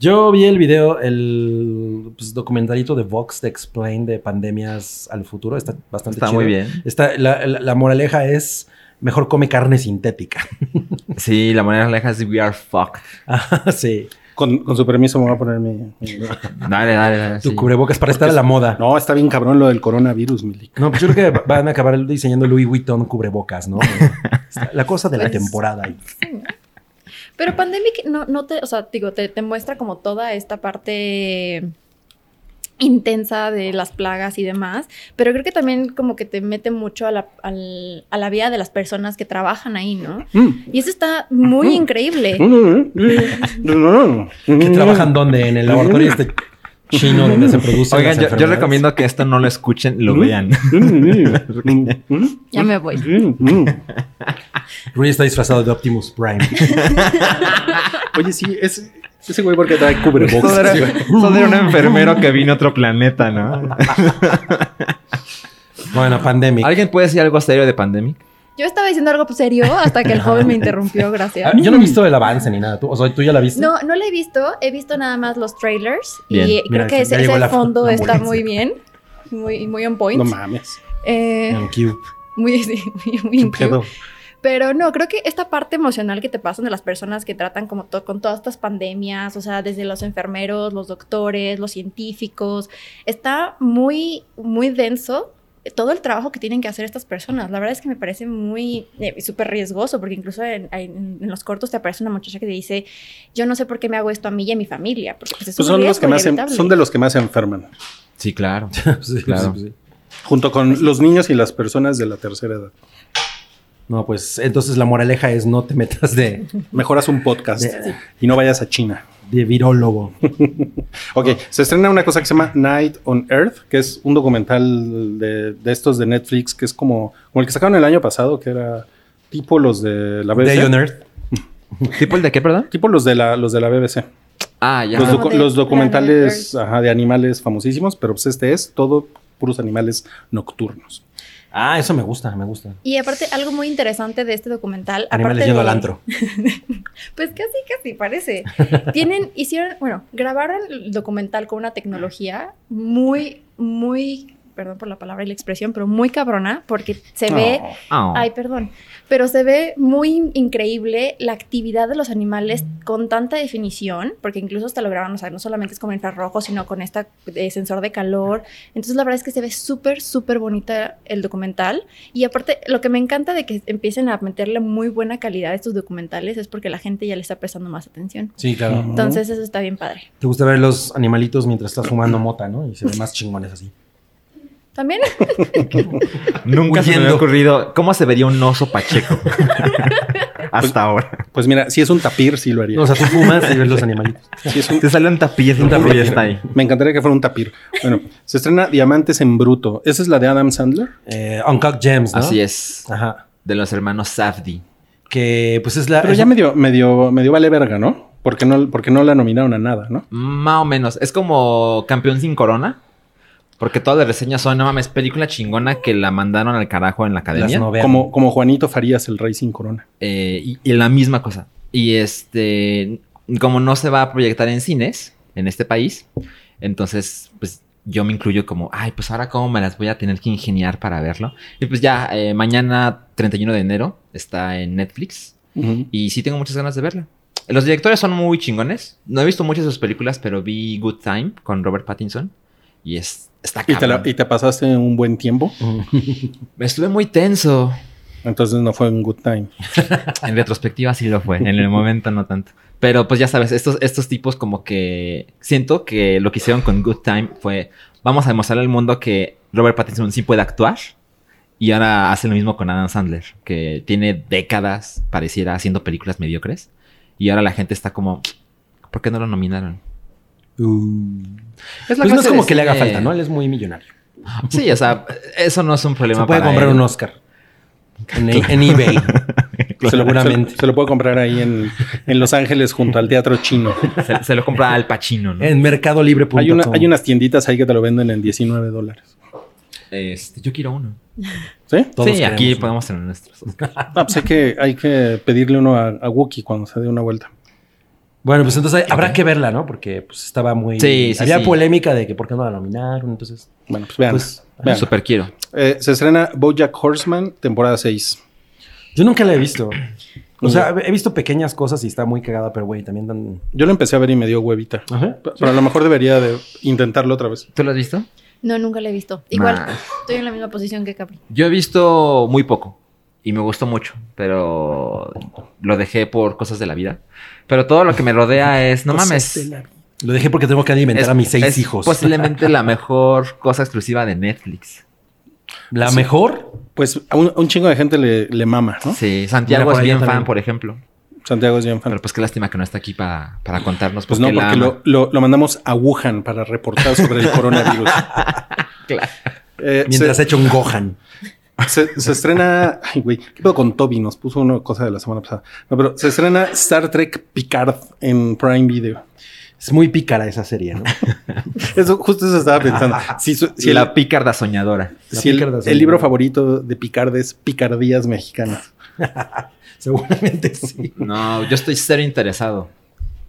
[SPEAKER 4] Yo vi el video, el pues, documentalito de Vox de Explain de pandemias al futuro. Está bastante
[SPEAKER 3] Está
[SPEAKER 4] chido.
[SPEAKER 3] muy bien.
[SPEAKER 4] Está, la, la- la moraleja es mejor come carne sintética.
[SPEAKER 3] Sí, la manera leja es We Are Fucked.
[SPEAKER 4] Ah, sí.
[SPEAKER 2] Con, con su permiso me voy a poner mi... mi-
[SPEAKER 3] Dale, dale, dale.
[SPEAKER 4] Tu
[SPEAKER 3] sí.
[SPEAKER 4] cubrebocas para estar a la moda. No.
[SPEAKER 2] No, está bien cabrón lo del coronavirus, Milik.
[SPEAKER 4] pues yo creo que van a acabar diseñando Louis Vuitton cubrebocas, ¿no? Está La cosa de la
[SPEAKER 5] Pues-
[SPEAKER 4] temporada.
[SPEAKER 5] Sí, ¿no? Pero Pandemic no, no te, o sea, digo, te, te muestra como toda esta parte intensa de las plagas y demás, pero creo que también como que te mete mucho a la, al- a la vida de las personas que trabajan ahí, ¿no?
[SPEAKER 2] Mm.
[SPEAKER 5] Y eso está muy increíble.
[SPEAKER 4] ¿Que
[SPEAKER 2] ¿Qué
[SPEAKER 4] trabajan dónde? En el laboratorio este chino donde se produce.
[SPEAKER 3] Oigan, yo, yo recomiendo que esto no lo escuchen, lo
[SPEAKER 2] Mm.
[SPEAKER 3] vean.
[SPEAKER 5] Ya me voy.
[SPEAKER 4] Rui está disfrazado de Optimus Prime.
[SPEAKER 2] Oye, sí, es, ese güey porque trae cubrebocas.
[SPEAKER 3] Todo era,
[SPEAKER 2] sí, güey.
[SPEAKER 3] todo era un enfermero que vino a otro planeta, ¿no?
[SPEAKER 4] Bueno, pandemia.
[SPEAKER 3] ¿Alguien puede decir algo serio de Pandemic?
[SPEAKER 5] Yo estaba diciendo algo pues, serio hasta que el joven me interrumpió,
[SPEAKER 4] Ah,
[SPEAKER 5] gracias.
[SPEAKER 4] Yo no he visto el avance ni nada. ¿Tú, o sea, ¿tú ya la viste?
[SPEAKER 5] No, no la he visto, he visto nada más los trailers
[SPEAKER 3] Bien.
[SPEAKER 5] y eh, creo
[SPEAKER 4] Mira,
[SPEAKER 5] que
[SPEAKER 4] ya
[SPEAKER 5] ese,
[SPEAKER 4] llegó
[SPEAKER 5] ese
[SPEAKER 4] la-
[SPEAKER 5] fondo
[SPEAKER 4] la
[SPEAKER 5] está
[SPEAKER 4] ambulancia.
[SPEAKER 5] muy bien, muy, muy on point.
[SPEAKER 2] No mames.
[SPEAKER 5] Eh,
[SPEAKER 4] En Q.
[SPEAKER 5] muy, sí, muy, muy
[SPEAKER 4] ¿Qué
[SPEAKER 5] in tune.
[SPEAKER 4] pedo?
[SPEAKER 5] Pero no, creo que esta parte emocional que te pasan de las personas que tratan como to- con todas estas pandemias, o sea, desde los enfermeros, los doctores, los científicos, está muy, muy denso todo el trabajo que tienen que hacer estas personas. La verdad es que me parece muy, eh, súper riesgoso, porque incluso en, en- en los cortos te aparece una muchacha que dice, yo no sé por qué me hago esto a mí y a mi familia, porque pues, es
[SPEAKER 2] Pues
[SPEAKER 5] un
[SPEAKER 2] son los
[SPEAKER 5] riesgo
[SPEAKER 2] que más se-
[SPEAKER 5] inevitable.
[SPEAKER 2] son de los que más se enferman,
[SPEAKER 3] Sí, claro.
[SPEAKER 4] Sí,
[SPEAKER 3] Claro.
[SPEAKER 4] sí, sí.
[SPEAKER 2] junto con los niños y las personas de la tercera edad.
[SPEAKER 4] No, pues entonces la moraleja es no te metas de,
[SPEAKER 2] Mejoras un podcast
[SPEAKER 4] De-
[SPEAKER 2] y no vayas a China.
[SPEAKER 4] de virólogo.
[SPEAKER 2] Ok, se estrena una cosa que se llama Night on Earth, que es un documental de, de estos de Netflix, que es como, como el que sacaron el año pasado, que era tipo los de la BBC.
[SPEAKER 4] Day on Earth.
[SPEAKER 3] ¿Tipo el de qué, perdón?
[SPEAKER 2] Tipo los de la, los de la BBC.
[SPEAKER 3] Ah, ya.
[SPEAKER 2] Los,
[SPEAKER 5] Como
[SPEAKER 2] docu-
[SPEAKER 5] de
[SPEAKER 2] los documentales
[SPEAKER 5] Planet
[SPEAKER 2] ajá, de animales famosísimos, pero pues este es todo puros animales nocturnos.
[SPEAKER 4] Ah, eso me gusta, me gusta.
[SPEAKER 5] Y aparte, algo muy interesante de este documental,
[SPEAKER 4] Animales
[SPEAKER 5] aparte
[SPEAKER 4] yendo al
[SPEAKER 5] de-
[SPEAKER 4] antro.
[SPEAKER 5] Pues casi, casi parece. Tienen, hicieron, bueno, grabaron el documental con una tecnología muy, muy, perdón por la palabra y la expresión, pero muy cabrona, porque se ve,
[SPEAKER 3] Ah.
[SPEAKER 5] ay, perdón, pero se ve muy increíble la actividad de los animales con tanta definición, porque incluso hasta lo grabaron, o sea, no solamente es con infrarrojo, sino con este sensor de calor. Entonces, la verdad es que se ve súper, súper bonita el documental. Y aparte, lo que me encanta de que empiecen a meterle muy buena calidad a estos documentales es porque la gente ya le está prestando más atención.
[SPEAKER 4] Sí, claro.
[SPEAKER 5] Entonces, eso está bien padre.
[SPEAKER 4] Te gusta ver los animalitos mientras estás fumando mota, ¿no? Y se ven más chingones así.
[SPEAKER 5] También,
[SPEAKER 3] Nunca se me había
[SPEAKER 4] Huyendo.
[SPEAKER 3] ocurrido cómo se vería un oso pacheco. Hasta ahora.
[SPEAKER 2] Pues mira, si es un tapir, sí lo haría.
[SPEAKER 4] No, o sea, tú fumas y ves los animalitos.
[SPEAKER 2] Si es un-
[SPEAKER 3] Te sale un tapiz, un tapiz está ahí.
[SPEAKER 2] me encantaría que fuera un tapir. Bueno, se estrena Diamantes en Bruto. Esa es la de Adam Sandler.
[SPEAKER 4] Eh, Uncut Gems, ¿no?
[SPEAKER 3] Así es.
[SPEAKER 4] Ajá.
[SPEAKER 3] De los hermanos Safdie.
[SPEAKER 4] Que pues es la.
[SPEAKER 2] Pero
[SPEAKER 4] es-
[SPEAKER 2] ya medio, medio, medio vale verga, ¿no? Porque no, porque no la nominaron a nada, ¿no?
[SPEAKER 3] Más o menos. Es como campeón sin corona. Porque todas las reseñas son, no mames, película chingona que la mandaron al carajo en la
[SPEAKER 4] las
[SPEAKER 3] academia.
[SPEAKER 4] novelas.
[SPEAKER 2] Como, como Juanito Farías, el rey sin corona.
[SPEAKER 3] Eh, y, y la misma cosa. Y este, como no se va a proyectar en cines en este país, entonces, pues yo me incluyo como, ay, pues ahora cómo me las voy a tener que ingeniar para verlo. Y pues ya, eh, mañana 31 de enero está en Netflix
[SPEAKER 2] Ujú.
[SPEAKER 3] y sí tengo muchas ganas de verla. Los directores son muy chingones. No he visto muchas de sus películas, pero vi Good Time con Robert Pattinson y es, está
[SPEAKER 2] ¿Y, te la-
[SPEAKER 3] Ah, cabrón.
[SPEAKER 2] y te pasaste un buen tiempo.
[SPEAKER 3] Estuve muy tenso.
[SPEAKER 2] Entonces no fue un good time.
[SPEAKER 3] En retrospectiva sí lo fue, en el momento no tanto. Pero pues ya sabes, estos, estos tipos como que siento que lo que hicieron con Good Time fue, vamos a demostrarle al mundo que Robert Pattinson sí puede actuar. Y ahora hace lo mismo con Adam Sandler, que tiene décadas, pareciera, haciendo películas mediocres. Y ahora la gente está como, ¿por qué no lo nominaron? Uh.
[SPEAKER 4] Pues
[SPEAKER 3] la
[SPEAKER 4] no es
[SPEAKER 3] clase
[SPEAKER 4] como
[SPEAKER 3] de
[SPEAKER 4] que le haga
[SPEAKER 3] cine-
[SPEAKER 4] falta, ¿no? Él es muy millonario.
[SPEAKER 3] Sí, o sea, eso no es un problema.
[SPEAKER 4] Se puede
[SPEAKER 3] para
[SPEAKER 4] comprar
[SPEAKER 3] él.
[SPEAKER 4] un Oscar. En, E- en eBay.
[SPEAKER 2] Se lo,
[SPEAKER 4] Seguramente.
[SPEAKER 2] se, se lo puedo comprar ahí en, en Los Ángeles junto al Teatro Chino.
[SPEAKER 3] Se, se lo compra al Pacino, ¿no?
[SPEAKER 4] En mercadolibre.com.
[SPEAKER 2] Hay, una- hay unas tienditas ahí que te lo venden en 19 dólares.
[SPEAKER 3] Este, yo quiero uno.
[SPEAKER 2] ¿Sí?
[SPEAKER 4] Todos
[SPEAKER 3] sí, aquí
[SPEAKER 4] queremos uno.
[SPEAKER 3] podemos tener nuestros. Oscars.
[SPEAKER 2] Ah, pues hay que, hay que pedirle uno a, a Wookie cuando se dé una vuelta.
[SPEAKER 4] Bueno, pues entonces habrá que verla, ¿no? Porque pues estaba muy...
[SPEAKER 3] Sí, sí,
[SPEAKER 4] Había
[SPEAKER 3] sí.
[SPEAKER 4] polémica de que por qué no la nominaron, entonces...
[SPEAKER 2] Bueno, pues vean.
[SPEAKER 4] Pues,
[SPEAKER 2] vean.
[SPEAKER 3] Súper quiero.
[SPEAKER 2] Eh, se estrena Bojack Horseman, temporada 6.
[SPEAKER 4] Yo nunca la he visto. O sea, he visto pequeñas cosas y está muy cagada, pero güey, también tan...
[SPEAKER 2] Yo lo empecé a ver y me dio huevita.
[SPEAKER 4] Ajá.
[SPEAKER 2] P- Pero a lo mejor debería de intentarlo otra vez.
[SPEAKER 3] ¿Tú lo has visto?
[SPEAKER 5] No, nunca la he visto. Igual,
[SPEAKER 3] Nah.
[SPEAKER 5] estoy en la misma posición que Capri.
[SPEAKER 3] Yo he visto muy poco y me gustó mucho, pero lo dejé por cosas de la vida. Pero todo lo que me rodea es, no mames.
[SPEAKER 4] Lo dejé porque tengo que alimentar
[SPEAKER 3] es-
[SPEAKER 4] a mis seis
[SPEAKER 3] es
[SPEAKER 4] hijos.
[SPEAKER 3] Posiblemente la mejor cosa exclusiva de Netflix.
[SPEAKER 4] ¿La
[SPEAKER 2] Sí.
[SPEAKER 4] mejor?
[SPEAKER 2] Pues a un, a un chingo de gente le, le mama, ¿no?
[SPEAKER 3] Sí, Santiago
[SPEAKER 4] Mira, por
[SPEAKER 3] es
[SPEAKER 4] ahí
[SPEAKER 3] bien
[SPEAKER 4] yo también.
[SPEAKER 3] fan, por ejemplo.
[SPEAKER 2] Santiago es bien fan.
[SPEAKER 3] Pero pues qué lástima que no está aquí para, para contarnos.
[SPEAKER 2] Pues
[SPEAKER 3] por
[SPEAKER 2] no,
[SPEAKER 3] qué la
[SPEAKER 2] porque
[SPEAKER 3] ama.
[SPEAKER 2] lo, lo- lo mandamos a Wuhan para reportar sobre el coronavirus.
[SPEAKER 3] Claro.
[SPEAKER 2] Eh,
[SPEAKER 4] Mientras
[SPEAKER 2] se,
[SPEAKER 4] he hecho un Gohan.
[SPEAKER 2] se- se estrena. Ay, güey. ¿Qué pedo con Toby? Nos puso una cosa de la semana pasada. No, pero se estrena Star Trek Picard en Prime Video.
[SPEAKER 4] Es muy pícara esa serie, ¿no?
[SPEAKER 2] Eso, justo eso estaba pensando. Si, su- si el,
[SPEAKER 3] la pícarda soñadora.
[SPEAKER 4] la
[SPEAKER 2] si el-
[SPEAKER 4] Picard es
[SPEAKER 2] el
[SPEAKER 4] un-
[SPEAKER 2] libro favorito de Picard es Picardías Mexicanas.
[SPEAKER 4] Seguramente sí.
[SPEAKER 3] No, yo estoy cero interesado.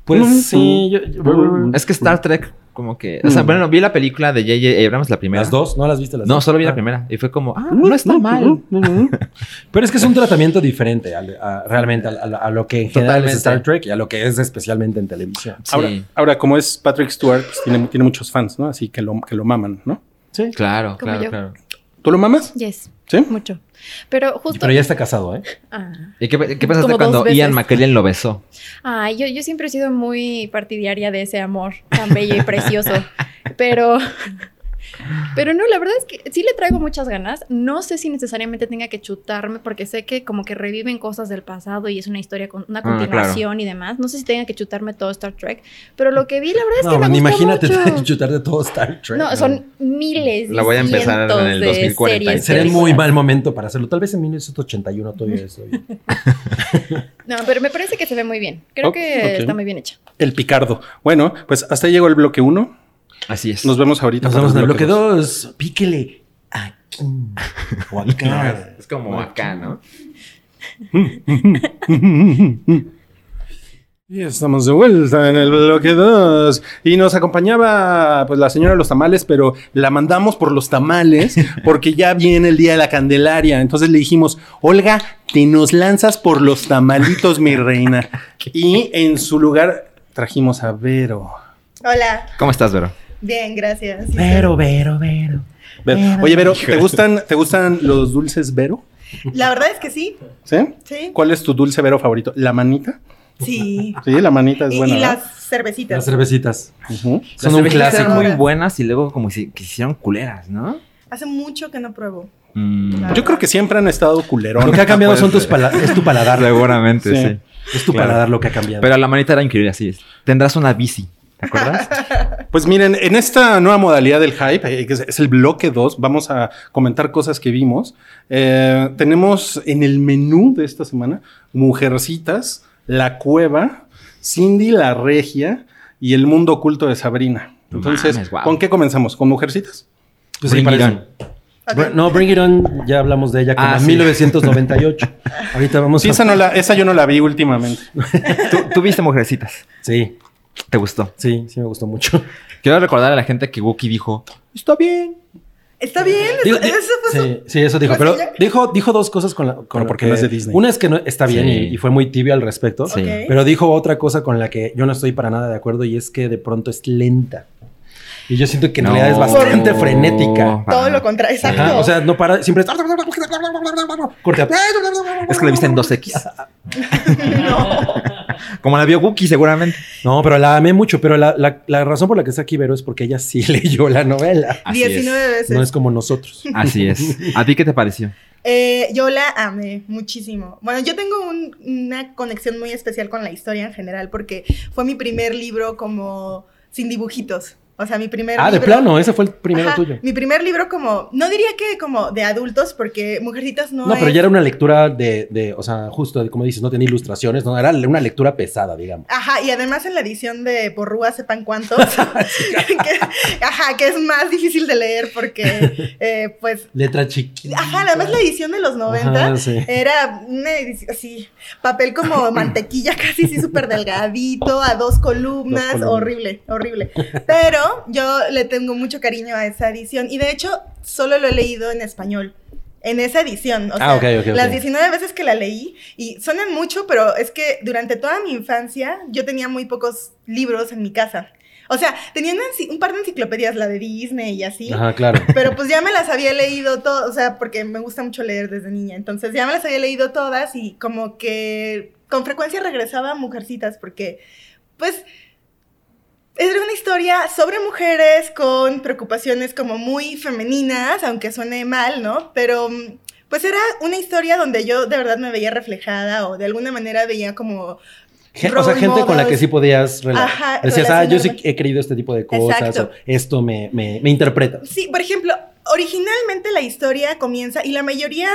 [SPEAKER 4] Pues sí, yo- yo-
[SPEAKER 3] Es que Star Trek, como que. O sea, bueno, vi la película de J.J. Abrams, la primera.
[SPEAKER 4] ¿Las dos? Ah. ¿No las viste las
[SPEAKER 3] No,
[SPEAKER 4] dos?
[SPEAKER 3] solo vi
[SPEAKER 4] Ah.
[SPEAKER 3] la primera. Y fue como, ah, no está mal.
[SPEAKER 4] Pero es que es un tratamiento diferente al- a- realmente al- al- a, lo que en general
[SPEAKER 3] Totalmente.
[SPEAKER 4] es Star Trek y a lo que es especialmente en televisión.
[SPEAKER 3] Sí,
[SPEAKER 2] Ahora, ahora, como es Patrick Stewart, pues tiene, tiene muchos fans, ¿no? Así que lo, que lo maman, ¿no?
[SPEAKER 4] Sí.
[SPEAKER 3] claro,
[SPEAKER 5] Como
[SPEAKER 3] claro,
[SPEAKER 5] yo.
[SPEAKER 3] claro.
[SPEAKER 2] ¿Tú lo mamas?
[SPEAKER 5] Yes,
[SPEAKER 2] ¿Sí?
[SPEAKER 5] mucho. Pero justo...
[SPEAKER 4] Pero ya está casado, ¿eh?
[SPEAKER 5] Ah.
[SPEAKER 3] ¿Y qué, qué
[SPEAKER 5] Como
[SPEAKER 3] pensaste
[SPEAKER 5] dos
[SPEAKER 3] cuando
[SPEAKER 5] veces.
[SPEAKER 3] Ian McKellen lo besó?
[SPEAKER 5] Ay, yo, yo siempre he sido muy partidaria de ese amor tan bello y precioso. Pero. Pero no, la verdad es que sí le traigo muchas ganas. No sé si necesariamente tenga que chutarme, porque sé que como que reviven cosas del pasado y es una historia con una
[SPEAKER 3] Ah, claro.
[SPEAKER 5] continuación y demás. No sé si tenga que chutarme todo Star Trek, pero lo que vi, la verdad es que
[SPEAKER 4] no,
[SPEAKER 5] me
[SPEAKER 4] man,
[SPEAKER 5] gusta
[SPEAKER 4] imagínate
[SPEAKER 5] mucho.
[SPEAKER 4] chutar de todo Star Trek.
[SPEAKER 5] No, son miles. y
[SPEAKER 3] La voy a empezar en
[SPEAKER 5] cientos
[SPEAKER 3] el
[SPEAKER 5] de
[SPEAKER 3] 2040.
[SPEAKER 5] series.
[SPEAKER 4] Sería un muy mal momento para hacerlo. Tal vez en 1981 todavía es hoy.
[SPEAKER 5] No, pero me parece que se ve muy bien. Creo
[SPEAKER 2] Ok,
[SPEAKER 5] que
[SPEAKER 2] ok.
[SPEAKER 5] está muy bien hecha.
[SPEAKER 2] El Picardo. Bueno, pues hasta ahí llegó el bloque 1.
[SPEAKER 3] Así es.
[SPEAKER 2] Nos vemos ahorita.
[SPEAKER 4] Nos
[SPEAKER 2] para
[SPEAKER 4] vemos en el bloque
[SPEAKER 2] dos.
[SPEAKER 4] 2. Píquele aquí o acá.
[SPEAKER 3] Ah, es como acá, ¿no?
[SPEAKER 2] Y estamos de vuelta en el bloque 2. Y nos acompañaba pues la señora de los tamales, pero la mandamos por los tamales porque ya viene el día de la Candelaria. Entonces le dijimos, Olga, te nos lanzas por los tamalitos, mi reina. Y en su lugar trajimos a Vero.
[SPEAKER 6] Hola,
[SPEAKER 3] ¿Cómo estás, Vero?
[SPEAKER 6] bien, gracias.
[SPEAKER 4] Vero, Vero, Vero.
[SPEAKER 2] Vero. Oye, Vero, ¿te gustan, ¿te gustan los dulces Vero?
[SPEAKER 6] La verdad es que sí,
[SPEAKER 2] ¿Sí?
[SPEAKER 6] sí,
[SPEAKER 2] ¿Cuál es tu dulce Vero favorito? ¿La manita?
[SPEAKER 6] sí.
[SPEAKER 2] Sí, la manita es
[SPEAKER 6] Y,
[SPEAKER 2] buena.
[SPEAKER 6] y
[SPEAKER 2] ¿verdad?
[SPEAKER 6] las cervecitas.
[SPEAKER 4] Las cervecitas.
[SPEAKER 2] Ujú.
[SPEAKER 4] Son
[SPEAKER 3] Las
[SPEAKER 4] un
[SPEAKER 3] cervezas
[SPEAKER 4] clásico.
[SPEAKER 3] eran muy buenas y luego como si que hicieron culeras, ¿no?
[SPEAKER 6] Hace mucho que no pruebo.
[SPEAKER 3] Mm,
[SPEAKER 6] Claro.
[SPEAKER 2] Yo creo que siempre han estado culerones.
[SPEAKER 4] Lo que ha cambiado
[SPEAKER 3] puede
[SPEAKER 4] son tus
[SPEAKER 3] ser.
[SPEAKER 4] pala- es tu paladar.
[SPEAKER 3] Seguramente,
[SPEAKER 2] Sí.
[SPEAKER 3] sí.
[SPEAKER 4] Es tu
[SPEAKER 3] Claro.
[SPEAKER 4] paladar lo que ha cambiado.
[SPEAKER 3] Pero la manita era increíble, así es. Tendrás una bici, ¿te acuerdas?
[SPEAKER 2] Pues miren, en esta nueva modalidad del hype, eh, que es- es el bloque 2, vamos a comentar cosas que vimos. Eh, tenemos en el menú de esta semana Mujercitas, La Cueva, Cindy la Regia y El Mundo Oculto de Sabrina.
[SPEAKER 3] No
[SPEAKER 2] Entonces,
[SPEAKER 3] mames, guau.
[SPEAKER 2] ¿con qué comenzamos? ¿Con Mujercitas?
[SPEAKER 4] Pues sí,
[SPEAKER 3] Bring it
[SPEAKER 4] parece.
[SPEAKER 3] on.
[SPEAKER 6] Ok.
[SPEAKER 4] Br- No, Bring It On, ya hablamos de ella como
[SPEAKER 3] Ah,
[SPEAKER 4] en
[SPEAKER 3] sí.
[SPEAKER 4] 1998. Ahorita vamos
[SPEAKER 2] Sí,
[SPEAKER 4] a...
[SPEAKER 2] esa, no la, esa yo no la vi últimamente.
[SPEAKER 3] ¿Tú, tú viste Mujercitas.
[SPEAKER 4] Sí,
[SPEAKER 3] Te gustó.
[SPEAKER 4] sí, sí me gustó mucho.
[SPEAKER 3] Quiero recordar a la gente que Wookie dijo, está bien.
[SPEAKER 6] Está bien,
[SPEAKER 4] Digo, di-
[SPEAKER 6] eso, eso fue su-
[SPEAKER 4] sí, sí, eso dijo. Pero
[SPEAKER 6] ¿Reseña?
[SPEAKER 4] dijo, dijo dos cosas con la... Con
[SPEAKER 2] Pero
[SPEAKER 4] la
[SPEAKER 2] porque
[SPEAKER 4] que-
[SPEAKER 2] no es de Disney.
[SPEAKER 4] Una es que no, está bien
[SPEAKER 3] Sí.
[SPEAKER 4] y, y fue muy tibia al respecto.
[SPEAKER 3] Sí.
[SPEAKER 6] Ok.
[SPEAKER 4] Pero dijo otra cosa con la que yo no estoy para nada de acuerdo y es que de pronto es lenta. Y yo siento que en realidad es bastante frenética.
[SPEAKER 6] Todo lo contrario, exacto.
[SPEAKER 4] Ajá, O sea, no para, siempre es... Corte a-
[SPEAKER 3] Es que la viste en 2X.
[SPEAKER 6] no.
[SPEAKER 3] Como la vio Wookie, seguramente.
[SPEAKER 4] No, pero la amé mucho. Pero la, la- la razón por la que está aquí Vero es porque ella sí leyó la novela.
[SPEAKER 3] Así es.
[SPEAKER 6] 19 veces.
[SPEAKER 4] No es como nosotros.
[SPEAKER 3] Así es. ¿A ti qué te pareció?
[SPEAKER 6] Eh, yo la amé muchísimo. Bueno, yo tengo un- una conexión muy especial con la historia en general porque fue mi primer libro como sin dibujitos. O sea, mi primer
[SPEAKER 4] Ah, de
[SPEAKER 6] libro-
[SPEAKER 4] plano, ese fue el primero
[SPEAKER 6] Ajá,
[SPEAKER 4] tuyo.
[SPEAKER 6] Mi primer libro como, no diría que como de adultos porque Mujercitas no
[SPEAKER 4] No, pero
[SPEAKER 6] es-
[SPEAKER 4] ya era una lectura de, de, o sea, justo de- como dices, no tenía ilustraciones, no, era una lectura pesada, digamos.
[SPEAKER 6] Ajá, y además en la edición de Porrúa sepan cuántos. que, ajá, que es más difícil de leer porque, eh, pues,
[SPEAKER 4] Letra chiquita.
[SPEAKER 6] ajá, además la edición de los 90
[SPEAKER 4] Ajá, sí.
[SPEAKER 6] era una edición así, papel como mantequilla casi, sí, súper delgadito, a dos
[SPEAKER 4] Dos
[SPEAKER 6] columnas,
[SPEAKER 4] columnas.
[SPEAKER 6] horrible, horrible. Pero yo le tengo mucho cariño a esa edición y de hecho solo lo he leído en español. En esa edición, o sea,
[SPEAKER 4] Ah, ok, ok, ok.
[SPEAKER 6] las 19 veces que la leí, y suenan mucho, pero es que durante toda mi infancia yo tenía muy pocos libros en mi casa. O sea, tenía una enci- un par de enciclopedias, la de Disney y así,
[SPEAKER 4] Ajá, claro.
[SPEAKER 6] pero pues ya me las había leído todas, o sea, porque me gusta mucho leer desde niña, entonces ya me las había leído todas y como que con frecuencia regresaba a Mujercitas porque pues era una historia sobre mujeres con preocupaciones como muy femeninas, aunque suene mal, ¿no? Pero mm, pues era una historia donde yo de verdad me veía reflejada o de alguna manera veía como
[SPEAKER 4] Gen- o sea,
[SPEAKER 6] Role
[SPEAKER 4] gente con la que
[SPEAKER 6] models.
[SPEAKER 4] sí podías relacionar.
[SPEAKER 6] Ajá,
[SPEAKER 4] Decías, ah, yo sí
[SPEAKER 6] relacionarme".
[SPEAKER 4] he creído este tipo de cosas,
[SPEAKER 6] Exacto.
[SPEAKER 4] o esto me, me, me interpreta.
[SPEAKER 6] Sí, por ejemplo, originalmente la historia comienza y la mayoría,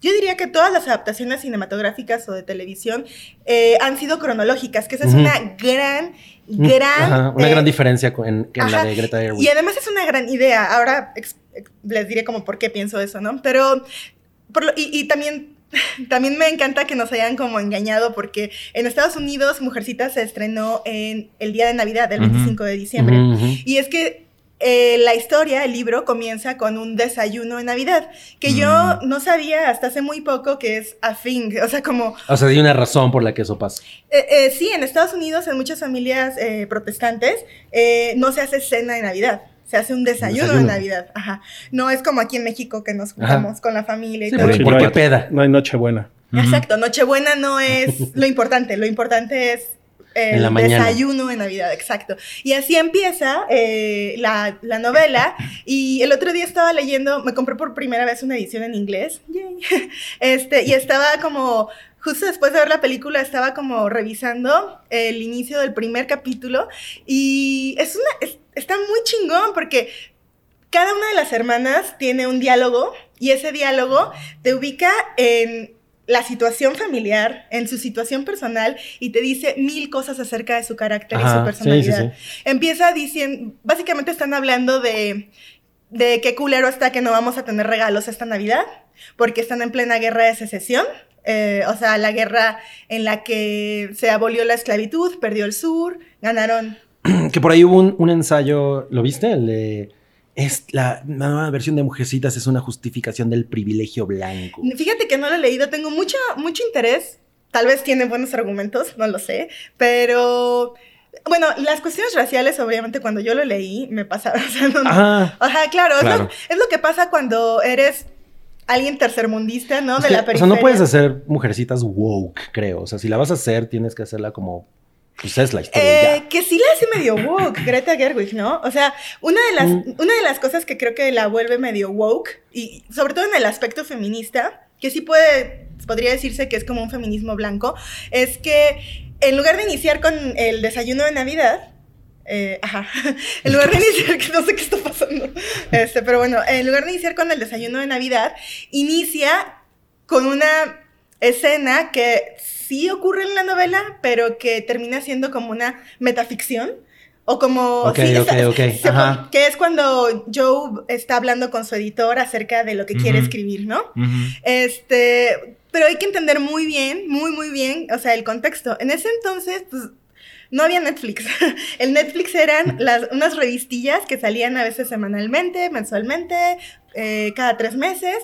[SPEAKER 6] yo diría que todas las adaptaciones cinematográficas o de televisión eh, han sido cronológicas, que esa es
[SPEAKER 4] Ujú.
[SPEAKER 6] una gran,
[SPEAKER 4] Mm,
[SPEAKER 6] gran...
[SPEAKER 4] ajá, una
[SPEAKER 6] eh,
[SPEAKER 4] gran diferencia con, en, que en la
[SPEAKER 6] ajá,
[SPEAKER 4] de Greta Gerwig.
[SPEAKER 6] y además es una gran idea. Ahora ex- ex- les diré como por qué pienso eso, ¿no? Pero, por lo- y, y también, también me encanta que nos hayan como engañado porque en Estados Unidos Mujercita se estrenó en el día de Navidad, el
[SPEAKER 3] Ujú.
[SPEAKER 6] 25 de diciembre.
[SPEAKER 4] Ujú, ujú.
[SPEAKER 6] Y es que eh, la historia, el libro, comienza con un desayuno en Navidad, que yo
[SPEAKER 3] Mm.
[SPEAKER 6] no sabía hasta hace muy poco que es a thing. O sea, como,
[SPEAKER 4] O sea, hay una razón por la que eso pasa.
[SPEAKER 6] eh, eh, sí, en Estados Unidos, en muchas familias eh, protestantes, eh, no se hace cena de Navidad. Se hace un desayuno,
[SPEAKER 4] Desayuno.
[SPEAKER 6] de Navidad. Ajá. No es como aquí en México que nos juntamos con la familia y
[SPEAKER 4] Sí,
[SPEAKER 6] todo.
[SPEAKER 4] porque,
[SPEAKER 2] Sí,
[SPEAKER 4] porque
[SPEAKER 2] no hay-
[SPEAKER 4] peda.
[SPEAKER 2] No hay Nochebuena.
[SPEAKER 6] Exacto. Nochebuena no es lo importante. Lo importante es el
[SPEAKER 4] En la mañana.
[SPEAKER 6] desayuno de Navidad, exacto. Y así empieza eh, la, la novela. Y el otro día estaba leyendo, me compré por primera vez una edición en inglés. Yay. Este, y estaba como, justo después de ver la película, estaba como revisando el inicio del primer capítulo. Y es una, es- está muy chingón porque cada una de las hermanas tiene un diálogo y ese diálogo te ubica en la situación familiar, en su situación personal y te dice mil cosas acerca de su carácter y su
[SPEAKER 4] Ajá, sí, sí,
[SPEAKER 6] personalidad.
[SPEAKER 4] sí.
[SPEAKER 6] Empieza diciendo, básicamente están hablando de, de qué culero está que no vamos a tener regalos esta Navidad, porque están en plena guerra de secesión, eh, o sea, la guerra en la que se abolió la esclavitud, perdió el sur, ganaron.
[SPEAKER 4] Que por ahí hubo un, un ensayo, ¿lo viste? El de, es la, la nueva versión de Mujercitas es una justificación del privilegio blanco.
[SPEAKER 6] Fíjate que no lo he leído, tengo mucho, mucho interés, tal vez tiene buenos argumentos, no lo sé, pero... Bueno, las cuestiones raciales, obviamente, cuando yo lo leí, me pasaron. O sea, no- no-
[SPEAKER 4] Ajá.
[SPEAKER 6] Ajá, claro. es lo-
[SPEAKER 3] Claro.
[SPEAKER 6] Es, lo, que pasa cuando eres alguien tercermundista, ¿no?
[SPEAKER 4] Es
[SPEAKER 6] de
[SPEAKER 4] que,
[SPEAKER 6] la
[SPEAKER 4] o
[SPEAKER 6] periferia.
[SPEAKER 4] sea, no puedes hacer mujercitas woke, creo. O sea, si la vas a hacer, tienes que hacerla como, pues es la historia. y
[SPEAKER 6] Eh, que sí la hace medio woke, Greta Gerwig, ¿no? O sea, una de, las,
[SPEAKER 4] Mm.
[SPEAKER 6] una de las cosas que creo que la vuelve medio woke, y sobre todo en el aspecto feminista, que sí puede, podría decirse que es como un feminismo blanco, es que en lugar de iniciar con el desayuno de Navidad, eh, ajá, en lugar de iniciar, que no sé qué está pasando, este, pero bueno, en lugar de iniciar con el desayuno de Navidad, inicia con una escena que sí ocurre en la novela, pero que termina siendo como una metaficción. O como...
[SPEAKER 4] Ok,
[SPEAKER 6] sí,
[SPEAKER 4] ok,
[SPEAKER 6] esa-
[SPEAKER 4] ok,
[SPEAKER 6] se-
[SPEAKER 4] ajá.
[SPEAKER 6] Que es cuando Joe está hablando con su editor acerca de lo que quiere
[SPEAKER 3] Ujú.
[SPEAKER 6] escribir, ¿no?
[SPEAKER 3] Ujú.
[SPEAKER 6] Este, pero hay que entender muy bien, muy, muy bien, o sea, el contexto. En ese entonces, pues, no había Netflix. El Netflix eran las, unas revistillas que salían a veces semanalmente, mensualmente, eh, cada tres meses,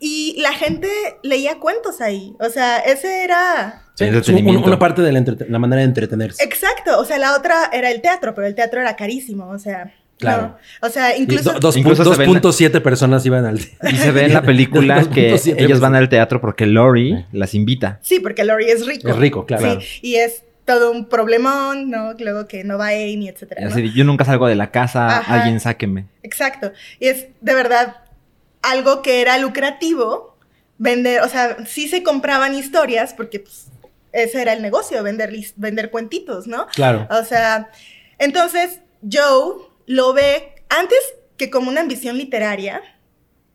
[SPEAKER 6] y la gente leía cuentos ahí. O sea, ese era...
[SPEAKER 4] Sí, es un-
[SPEAKER 3] Entretenimiento.
[SPEAKER 4] una parte de la, entrete- la manera de entretenerse.
[SPEAKER 6] Exacto, o sea, la otra era el teatro, pero el teatro era carísimo, o sea...
[SPEAKER 4] Claro.
[SPEAKER 6] no. O sea, incluso...
[SPEAKER 4] Do- dos pu-
[SPEAKER 3] Incluso se ven-
[SPEAKER 4] 2.7 personas iban al...
[SPEAKER 3] Y se ve en la película que
[SPEAKER 4] 2.7
[SPEAKER 3] ellos van al teatro porque Lori las invita.
[SPEAKER 6] Sí, porque Lori es rico.
[SPEAKER 4] Es rico,
[SPEAKER 6] Sí,
[SPEAKER 4] claro.
[SPEAKER 6] y es todo un problemón, ¿no? Luego que no va Amy, etcétera,
[SPEAKER 3] Y
[SPEAKER 6] ¿no?
[SPEAKER 3] así de, yo nunca salgo de la casa,
[SPEAKER 6] Ajá.
[SPEAKER 3] alguien sáqueme.
[SPEAKER 6] Exacto. Y es de verdad algo que era lucrativo vender, o sea, sí se compraban historias porque pues, ese era el negocio, vender, lis- vender cuentitos, ¿no?
[SPEAKER 4] Claro.
[SPEAKER 6] O sea, entonces Joe lo ve antes que como una ambición literaria.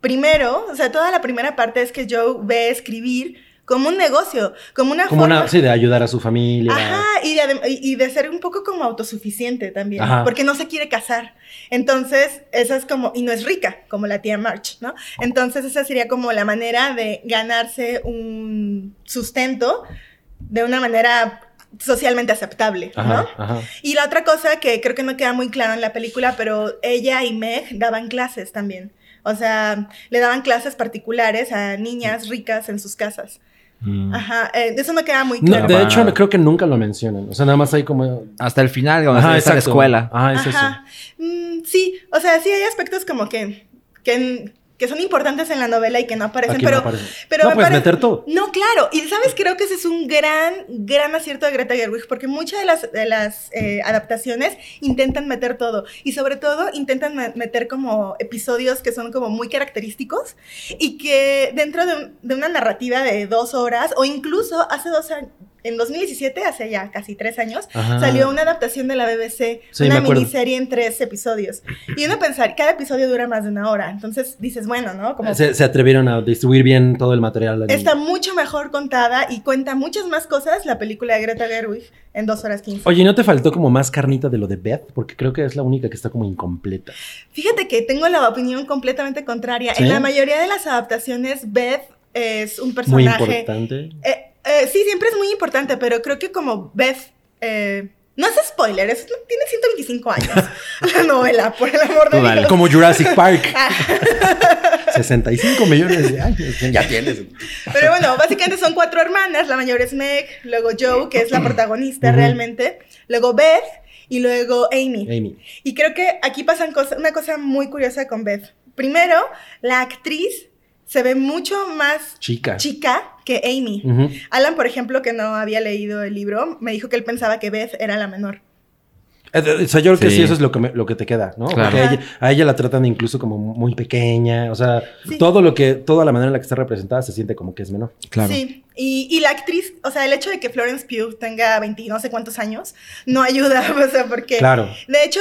[SPEAKER 6] Primero, o sea, toda la primera parte es que Joe ve escribir como un negocio, como una
[SPEAKER 4] Como
[SPEAKER 6] forma...
[SPEAKER 4] una... Sí, de ayudar a su familia.
[SPEAKER 6] Ajá, y de, adem- y y de ser un poco como autosuficiente también,
[SPEAKER 4] Ajá.
[SPEAKER 6] porque no se quiere casar. Entonces, esa es como, y no es rica, como la tía March, ¿no? Entonces, esa sería como la manera de ganarse un sustento de una manera socialmente aceptable, ¿no?
[SPEAKER 4] Ajá, ajá.
[SPEAKER 6] Y la otra cosa que creo que no queda muy claro en la película, pero ella y Meg daban clases también. O sea, le daban clases particulares a niñas ricas en sus casas.
[SPEAKER 3] Mm.
[SPEAKER 6] Ajá, eh, eso no queda muy
[SPEAKER 4] No,
[SPEAKER 6] claro.
[SPEAKER 4] de
[SPEAKER 3] Para-
[SPEAKER 4] hecho, no- creo que nunca lo mencionan. O sea, nada más hay como...
[SPEAKER 3] Hasta el final, cuando
[SPEAKER 4] Ajá,
[SPEAKER 3] está en la
[SPEAKER 4] exacto.
[SPEAKER 3] escuela.
[SPEAKER 4] Ajá, Ah, es
[SPEAKER 6] Ajá. Mm, sí, o sea, sí hay aspectos como que, que, que son importantes en la novela y que no
[SPEAKER 4] eso.
[SPEAKER 6] aparecen,
[SPEAKER 4] Aquí
[SPEAKER 6] pero...
[SPEAKER 4] no aparece.
[SPEAKER 6] pero
[SPEAKER 4] no
[SPEAKER 6] me
[SPEAKER 4] puedes
[SPEAKER 6] parece-
[SPEAKER 4] meter todo.
[SPEAKER 6] No, claro. Y, ¿sabes? Creo que ese es un gran, gran acierto de Greta Gerwig, porque muchas de las, de las eh,
[SPEAKER 4] Mm.
[SPEAKER 6] adaptaciones intentan meter todo. Y sobre todo, intentan me- meter como episodios que son como muy característicos y que dentro de, un- de una narrativa de dos horas, o incluso hace dos años, en 2017, hace ya casi tres años,
[SPEAKER 4] Ajá.
[SPEAKER 6] Salió una adaptación de la BBC,
[SPEAKER 4] Ah. Sí, me
[SPEAKER 6] una
[SPEAKER 4] acuerdo.
[SPEAKER 6] miniserie en tres episodios. Y uno pensar, cada episodio dura más de una hora. Entonces dices, bueno, ¿no? Como
[SPEAKER 4] Se, se atrevieron a distribuir bien todo el material. en-
[SPEAKER 6] está mucho mejor contada y cuenta muchas más cosas la película de Greta Gerwig en dos horas quince.
[SPEAKER 4] Oye, ¿y ¿no te faltó como más carnita de lo de Beth? Porque creo que es la única que está como incompleta.
[SPEAKER 6] Fíjate que tengo la opinión completamente contraria.
[SPEAKER 4] ¿Sí?
[SPEAKER 6] En la mayoría de las adaptaciones, Beth es un
[SPEAKER 4] Muy
[SPEAKER 6] personaje.
[SPEAKER 4] importante.
[SPEAKER 6] Eh, eh, sí, siempre es muy importante, pero creo que como Beth. eh, no es spoiler, es- tiene 125 años la novela, por el amor de
[SPEAKER 3] Tú dale.
[SPEAKER 6] Dios.
[SPEAKER 4] Como Jurassic Park. 65 millones de años. Ya tienes.
[SPEAKER 6] Pero bueno, básicamente son cuatro hermanas, la mayor es Meg, luego Joe, que es la protagonista
[SPEAKER 4] Ujú.
[SPEAKER 6] realmente, luego Beth y luego Amy.
[SPEAKER 4] Amy.
[SPEAKER 6] Y creo que aquí pasan cosas, una cosa muy curiosa con Beth. Primero, la actriz se ve mucho más
[SPEAKER 4] Chica.
[SPEAKER 6] chica que Amy.
[SPEAKER 4] Ujú. Eh,
[SPEAKER 6] Alan, por ejemplo, que no había leído el libro, me dijo que él pensaba que Beth era la menor.
[SPEAKER 4] Eh, eh, O sea, yo creo que
[SPEAKER 3] Sí.
[SPEAKER 4] sí, eso es lo que, me- lo que te queda, ¿no?
[SPEAKER 3] Claro.
[SPEAKER 4] Porque a
[SPEAKER 6] Ajá.
[SPEAKER 4] ella, a ella la tratan incluso como muy pequeña, o sea,
[SPEAKER 6] Sí.
[SPEAKER 4] todo lo que, toda la manera en la que está representada se siente como que es menor.
[SPEAKER 3] Claro.
[SPEAKER 6] Sí, y, y la actriz, o sea, el hecho de que Florence Pugh tenga 20 y no sé cuántos años, no ayuda, o sea, porque...
[SPEAKER 4] Claro.
[SPEAKER 6] De hecho,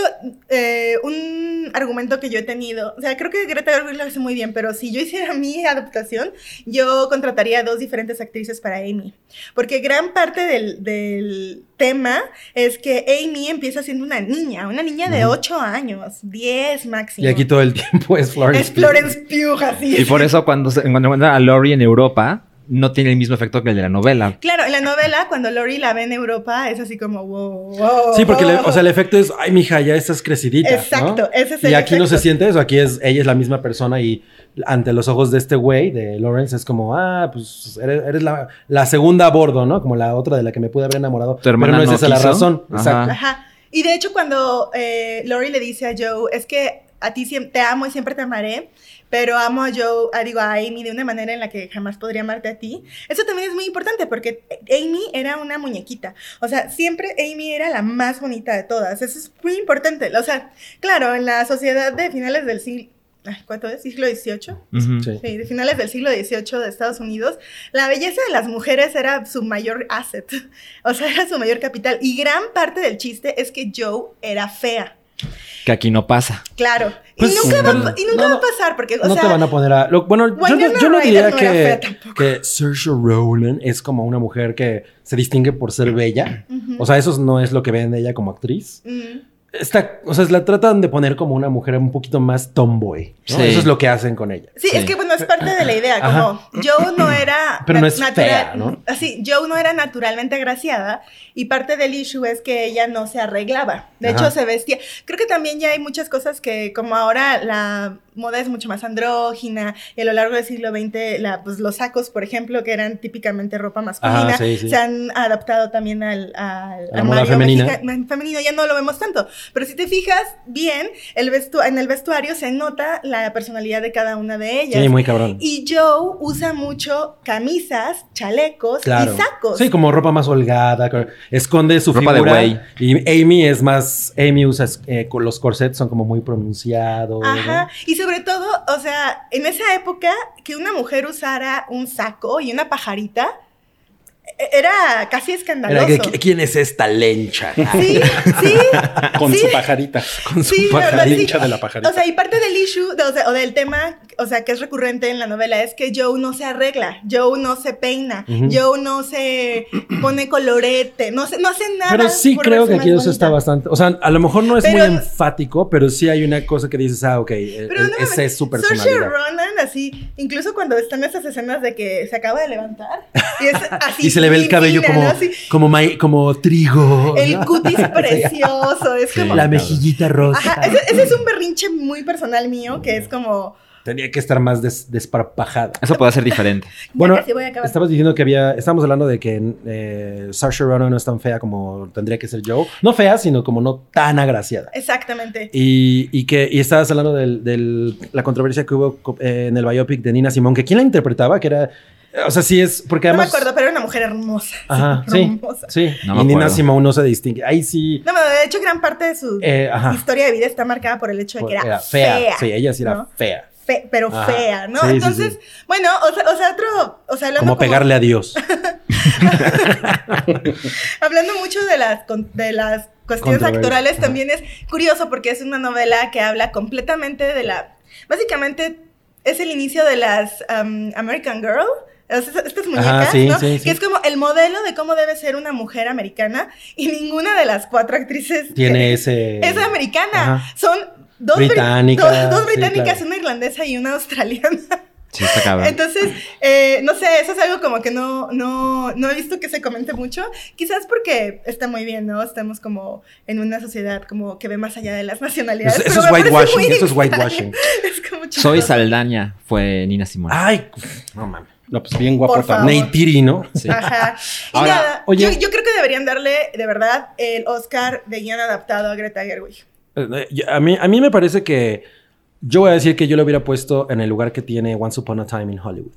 [SPEAKER 6] eh, un argumento que yo he tenido, o sea, creo que Greta Gerwig lo hace muy bien, pero si yo hiciera mi adaptación, yo contrataría a dos diferentes actrices para Amy. Porque gran parte del, del tema es que Amy empieza siendo una niña, una niña de 8 años, 10 máximo.
[SPEAKER 4] Y aquí todo el tiempo es Florence.
[SPEAKER 6] es Florence Pugh, así.
[SPEAKER 3] Y por eso cuando se cuando encuentran a Lori en Europa, no tiene el mismo efecto que el de la novela.
[SPEAKER 6] Claro, en la novela, cuando Lori la ve en Europa, es así como, wow, wow.
[SPEAKER 4] Sí, porque le- o sea,
[SPEAKER 6] wow".
[SPEAKER 4] el efecto es, ay, mija, ya estás crecidita. ¿no?
[SPEAKER 6] Exacto, ese es
[SPEAKER 4] Y
[SPEAKER 6] el
[SPEAKER 4] aquí no se
[SPEAKER 6] efecto.
[SPEAKER 4] siente eso, aquí es, ella es la misma persona y ante los ojos de este güey, de Lawrence, es como, ah, pues eres, eres la, la segunda a bordo, ¿no? Como la otra de la que me pude haber enamorado.
[SPEAKER 3] Tu hermana
[SPEAKER 4] Pero no es
[SPEAKER 3] no
[SPEAKER 4] esa la
[SPEAKER 3] quiso.
[SPEAKER 4] razón.
[SPEAKER 3] Ajá.
[SPEAKER 4] Exacto.
[SPEAKER 6] Ajá. Y de hecho, cuando eh, Lori le dice a Joe, es que a ti siem- te amo y siempre te amaré, pero amo a Joe, ah, digo, a Amy de una manera en la que jamás podría amarte a ti. Eso también es muy importante porque Amy era una muñequita. O sea, siempre Amy era la más bonita de todas. Eso es muy importante. O sea, claro, en la sociedad de finales del siglo. ay, ¿Cuánto es? ¿Siglo XVIII?
[SPEAKER 3] Ujú.
[SPEAKER 4] Sí.
[SPEAKER 6] Sí, de finales del siglo XVIII de Estados Unidos, la belleza de las mujeres era su mayor asset, o sea, era su mayor capital. Y gran parte del chiste es que Joe era fea,
[SPEAKER 3] Que aquí no pasa.
[SPEAKER 6] claro.
[SPEAKER 4] Pues,
[SPEAKER 6] y nunca, va,
[SPEAKER 4] pero-
[SPEAKER 6] y nunca
[SPEAKER 4] no,
[SPEAKER 6] va
[SPEAKER 4] no.
[SPEAKER 6] a pasar, porque, o
[SPEAKER 4] no
[SPEAKER 6] sea,
[SPEAKER 4] te van a poner a. lo- bueno, yo no- yo no,
[SPEAKER 6] Winona Ryder
[SPEAKER 4] diría
[SPEAKER 6] no era
[SPEAKER 4] que,
[SPEAKER 6] fea tampoco.
[SPEAKER 4] que Saoirse Ronan es como una mujer que se distingue por ser bella.
[SPEAKER 6] ujú,
[SPEAKER 4] O sea, eso no es lo que ven de ella como actriz.
[SPEAKER 6] mm,
[SPEAKER 4] Está, o sea, la tratan de poner como una mujer un poquito más tomboy. ¿no?
[SPEAKER 3] Sí.
[SPEAKER 4] Eso es lo que hacen con ella.
[SPEAKER 6] Sí,
[SPEAKER 3] Sí.
[SPEAKER 6] es que bueno, es parte de la idea, como
[SPEAKER 4] Ajá.
[SPEAKER 6] Joe no era
[SPEAKER 4] Pero no es fea,
[SPEAKER 6] natural,
[SPEAKER 4] ¿no?
[SPEAKER 6] así, Joe no era naturalmente agraciada y parte del issue es que ella no se arreglaba. De
[SPEAKER 4] Ajá.
[SPEAKER 6] hecho se vestía. Creo que también ya hay muchas cosas que como ahora la moda es mucho más andrógina y a lo largo del siglo XX la- pues, los sacos, por ejemplo, que eran típicamente ropa masculina,
[SPEAKER 4] Ajá, sí, sí.
[SPEAKER 6] se han adaptado también al, al
[SPEAKER 4] A la moda
[SPEAKER 6] armario
[SPEAKER 4] femenina.
[SPEAKER 6] mexica- men- femenino, ya no lo vemos tanto. Pero si te fijas bien, el vestu- en el vestuario se nota la personalidad de cada una de ellas.
[SPEAKER 4] Sí, muy cabrón.
[SPEAKER 6] Y Joe usa mucho camisas, chalecos
[SPEAKER 4] Claro.
[SPEAKER 6] y sacos.
[SPEAKER 4] Sí, como ropa más holgada, co- esconde su
[SPEAKER 3] Ropa de
[SPEAKER 4] figura.
[SPEAKER 3] güey.
[SPEAKER 4] y Amy es más, Amy usa eh, con los corsets, son como muy pronunciados. ¿no?
[SPEAKER 6] Ajá, y sobre todo, o sea, en esa época que una mujer usara un saco y una pajarita e- era casi
[SPEAKER 4] Era
[SPEAKER 6] escandaloso.
[SPEAKER 4] que, "¿Qui- ¿Quién es esta lencha?
[SPEAKER 6] Sí, sí,
[SPEAKER 2] Con
[SPEAKER 6] Sí.
[SPEAKER 2] su pajarita.
[SPEAKER 4] Con su
[SPEAKER 6] sí, la verdad,
[SPEAKER 4] pajarita.
[SPEAKER 6] sí.
[SPEAKER 2] Hincha de la pajarita.
[SPEAKER 6] O sea, y parte del issue, de- o, sea, o del tema, o sea, que es recurrente en la novela, es que Joe no se arregla, Joe no se peina,
[SPEAKER 4] Ujú.
[SPEAKER 6] Joe no se pone colorete, no, se, no hace nada.
[SPEAKER 4] Pero sí
[SPEAKER 6] por
[SPEAKER 4] creo
[SPEAKER 6] verse
[SPEAKER 4] que aquí
[SPEAKER 6] más
[SPEAKER 4] eso está
[SPEAKER 6] bonita.
[SPEAKER 4] bastante. O sea, a lo mejor no es
[SPEAKER 6] Pero-
[SPEAKER 4] muy enfático, pero sí hay una cosa que dices, ah, ok, eh,
[SPEAKER 6] Pero
[SPEAKER 4] eh,
[SPEAKER 6] no
[SPEAKER 4] esa
[SPEAKER 6] mames,
[SPEAKER 4] es su
[SPEAKER 6] Saoirse
[SPEAKER 4] personalidad.
[SPEAKER 6] Ronan, así, incluso cuando están esas escenas de que se acaba de levantar y es así.
[SPEAKER 4] Y se le ve el
[SPEAKER 6] divina,
[SPEAKER 4] cabello
[SPEAKER 6] ¿no?
[SPEAKER 4] como,
[SPEAKER 6] Así,
[SPEAKER 4] como, maíz- como trigo.
[SPEAKER 6] el
[SPEAKER 4] ¿no?
[SPEAKER 6] cutis precioso, es
[SPEAKER 3] Sí.
[SPEAKER 6] como.
[SPEAKER 4] La mejillita rosa.
[SPEAKER 6] Ajá, ese, ese es un berrinche muy personal mío que es como.
[SPEAKER 4] Tenía que estar más des- desparpajada.
[SPEAKER 3] Eso puede ser diferente.
[SPEAKER 6] ya
[SPEAKER 4] Bueno,
[SPEAKER 6] casi voy a acabar.
[SPEAKER 4] Estabas diciendo que había, estábamos hablando de que eh, Saoirse Ronan no es tan fea como tendría que ser Joe. No fea, sino como no tan agraciada.
[SPEAKER 6] Exactamente.
[SPEAKER 4] Y, y que y estabas hablando del- del- la controversia que hubo co- eh, en el biopic de Nina Simón, que quién la interpretaba, que era, o sea, sí es, porque
[SPEAKER 6] No me
[SPEAKER 4] además...
[SPEAKER 6] acuerdo, pero era una mujer hermosa.
[SPEAKER 4] Ajá,
[SPEAKER 6] sí,
[SPEAKER 4] sí,
[SPEAKER 6] hermosa.
[SPEAKER 4] sí.
[SPEAKER 3] No me
[SPEAKER 4] y Nina
[SPEAKER 3] acuerdo.
[SPEAKER 4] Simón no se distingue. Ahí sí,
[SPEAKER 6] No, pero de hecho, gran parte de su
[SPEAKER 4] eh, ajá.
[SPEAKER 6] historia de vida está marcada por el hecho de que era,
[SPEAKER 4] Era
[SPEAKER 6] fea.
[SPEAKER 4] Sí, ella sí era
[SPEAKER 6] ¿no?
[SPEAKER 4] fea.
[SPEAKER 6] Fe- pero
[SPEAKER 4] Ajá.
[SPEAKER 6] fea, ¿no?
[SPEAKER 4] Sí, sí,
[SPEAKER 6] Entonces, bueno, o sea, o sea, otro, o sea, hablando
[SPEAKER 4] Como pegarle a Dios.
[SPEAKER 6] Hablando mucho de las, con- de las cuestiones
[SPEAKER 4] Controversia.
[SPEAKER 6] actorales,
[SPEAKER 4] Ajá.
[SPEAKER 6] también es curioso porque es una novela que habla completamente de la... Básicamente es el inicio de las um, American Girl. es- es- Estas muñecas,
[SPEAKER 4] sí,
[SPEAKER 6] ¿no?
[SPEAKER 4] sí,
[SPEAKER 6] que
[SPEAKER 4] sí.
[SPEAKER 6] es como el modelo de cómo debe ser una mujer americana y ninguna de las cuatro actrices
[SPEAKER 4] Tiene ese...
[SPEAKER 6] es americana.
[SPEAKER 4] Ajá.
[SPEAKER 6] Son dos bri-
[SPEAKER 4] Británica,
[SPEAKER 6] dos- dos
[SPEAKER 4] sí,
[SPEAKER 6] británicas,
[SPEAKER 4] claro.
[SPEAKER 6] una irlandesa y una australiana.
[SPEAKER 3] Sí, está
[SPEAKER 4] Ah.
[SPEAKER 3] cabrón.
[SPEAKER 6] Entonces, eh, no sé, eso es algo como que no, no, no he visto que se comente mucho. Quizás porque está muy bien, ¿no? Estamos como en una sociedad como que ve más allá de las nacionalidades.
[SPEAKER 4] Eso, eso
[SPEAKER 6] pero
[SPEAKER 4] es
[SPEAKER 6] me
[SPEAKER 4] whitewashing,
[SPEAKER 6] parece muy
[SPEAKER 4] eso es
[SPEAKER 6] extraño.
[SPEAKER 4] whitewashing.
[SPEAKER 6] Es como chistoso.
[SPEAKER 3] Soy Saldaña, fue Nina Simón.
[SPEAKER 4] Ay, no mames.
[SPEAKER 2] No, pues bien guapo
[SPEAKER 6] Por favor.
[SPEAKER 2] también.
[SPEAKER 4] Neytiri, ¿no?
[SPEAKER 3] Sí.
[SPEAKER 6] Ajá. Y
[SPEAKER 2] Ahora,
[SPEAKER 6] nada,
[SPEAKER 4] oye-
[SPEAKER 6] yo, yo creo que deberían darle de verdad el Oscar de guión adaptado a Greta Gerwig.
[SPEAKER 4] Eh, yo- A mí, a mí me parece que. Yo voy a decir que yo lo hubiera puesto en el lugar que tiene Once Upon a Time in Hollywood.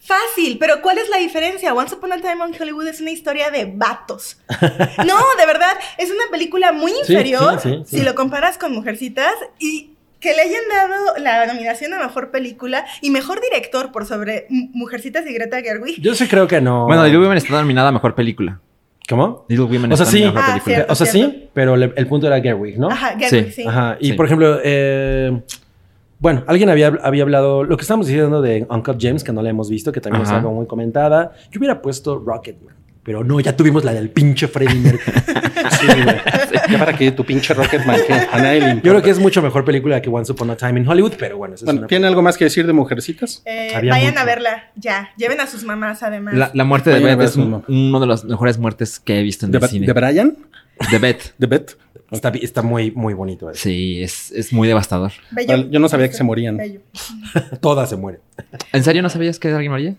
[SPEAKER 6] Fácil, pero ¿cuál es la diferencia? Once Upon a Time in Hollywood es una historia de vatos. No, de verdad, es una película muy
[SPEAKER 4] sí,
[SPEAKER 6] inferior
[SPEAKER 4] sí, sí.
[SPEAKER 6] si lo comparas con Mujercitas y que le hayan dado la nominación a mejor película y mejor director por sobre M- Mujercitas y Greta Gerwig.
[SPEAKER 4] Yo sí creo que no.
[SPEAKER 3] Bueno, Little Women está nominada a mejor película.
[SPEAKER 4] ¿Cómo?
[SPEAKER 3] Little Women
[SPEAKER 4] O sea,
[SPEAKER 3] está
[SPEAKER 4] sí.
[SPEAKER 3] nominada a mejor
[SPEAKER 6] Ah,
[SPEAKER 3] película.
[SPEAKER 6] cierto.
[SPEAKER 4] o sea, sí, pero le- el punto era Gerwig, ¿no?
[SPEAKER 6] Ajá, Gerwig, sí.
[SPEAKER 3] Sí,
[SPEAKER 4] Ajá. Y
[SPEAKER 3] Sí.
[SPEAKER 4] por ejemplo, eh, bueno, alguien había, había hablado, lo que estamos diciendo de Uncle James, que no la hemos visto, que también es
[SPEAKER 3] Ajá.
[SPEAKER 4] algo muy comentada. Yo hubiera puesto Rocketman, pero no, ya tuvimos la del pinche Freddy Mercury.
[SPEAKER 2] Sí, güey. Ya para que tu pinche Rocketman, que a nadie le
[SPEAKER 4] Yo creo
[SPEAKER 2] importa.
[SPEAKER 4] que es mucho mejor película que Once Upon a Time in Hollywood, pero bueno, eso es
[SPEAKER 2] Bueno,
[SPEAKER 4] una-
[SPEAKER 2] ¿tiene algo más que decir de mujercitas?
[SPEAKER 6] Eh,
[SPEAKER 4] Había
[SPEAKER 6] vayan
[SPEAKER 4] mucho.
[SPEAKER 6] a verla, ya. Lleven a sus mamás, además.
[SPEAKER 3] La, la muerte de
[SPEAKER 2] Vayan a
[SPEAKER 3] Beth
[SPEAKER 2] ver
[SPEAKER 3] es
[SPEAKER 2] su
[SPEAKER 3] un-
[SPEAKER 2] mamá.
[SPEAKER 3] uno de las mejores muertes que he visto en
[SPEAKER 2] ¿De,
[SPEAKER 3] el
[SPEAKER 2] Ba-
[SPEAKER 3] cine.
[SPEAKER 2] de Brian?
[SPEAKER 3] De Beth.
[SPEAKER 2] ¿De Beth?
[SPEAKER 4] está, bi- está muy, muy bonito. eso.
[SPEAKER 3] Sí, es, es muy devastador.
[SPEAKER 6] Bello.
[SPEAKER 2] Vale, yo no sabía que se morían.
[SPEAKER 6] Bello.
[SPEAKER 4] Todas se mueren.
[SPEAKER 3] ¿En serio no sabías que alguien moría?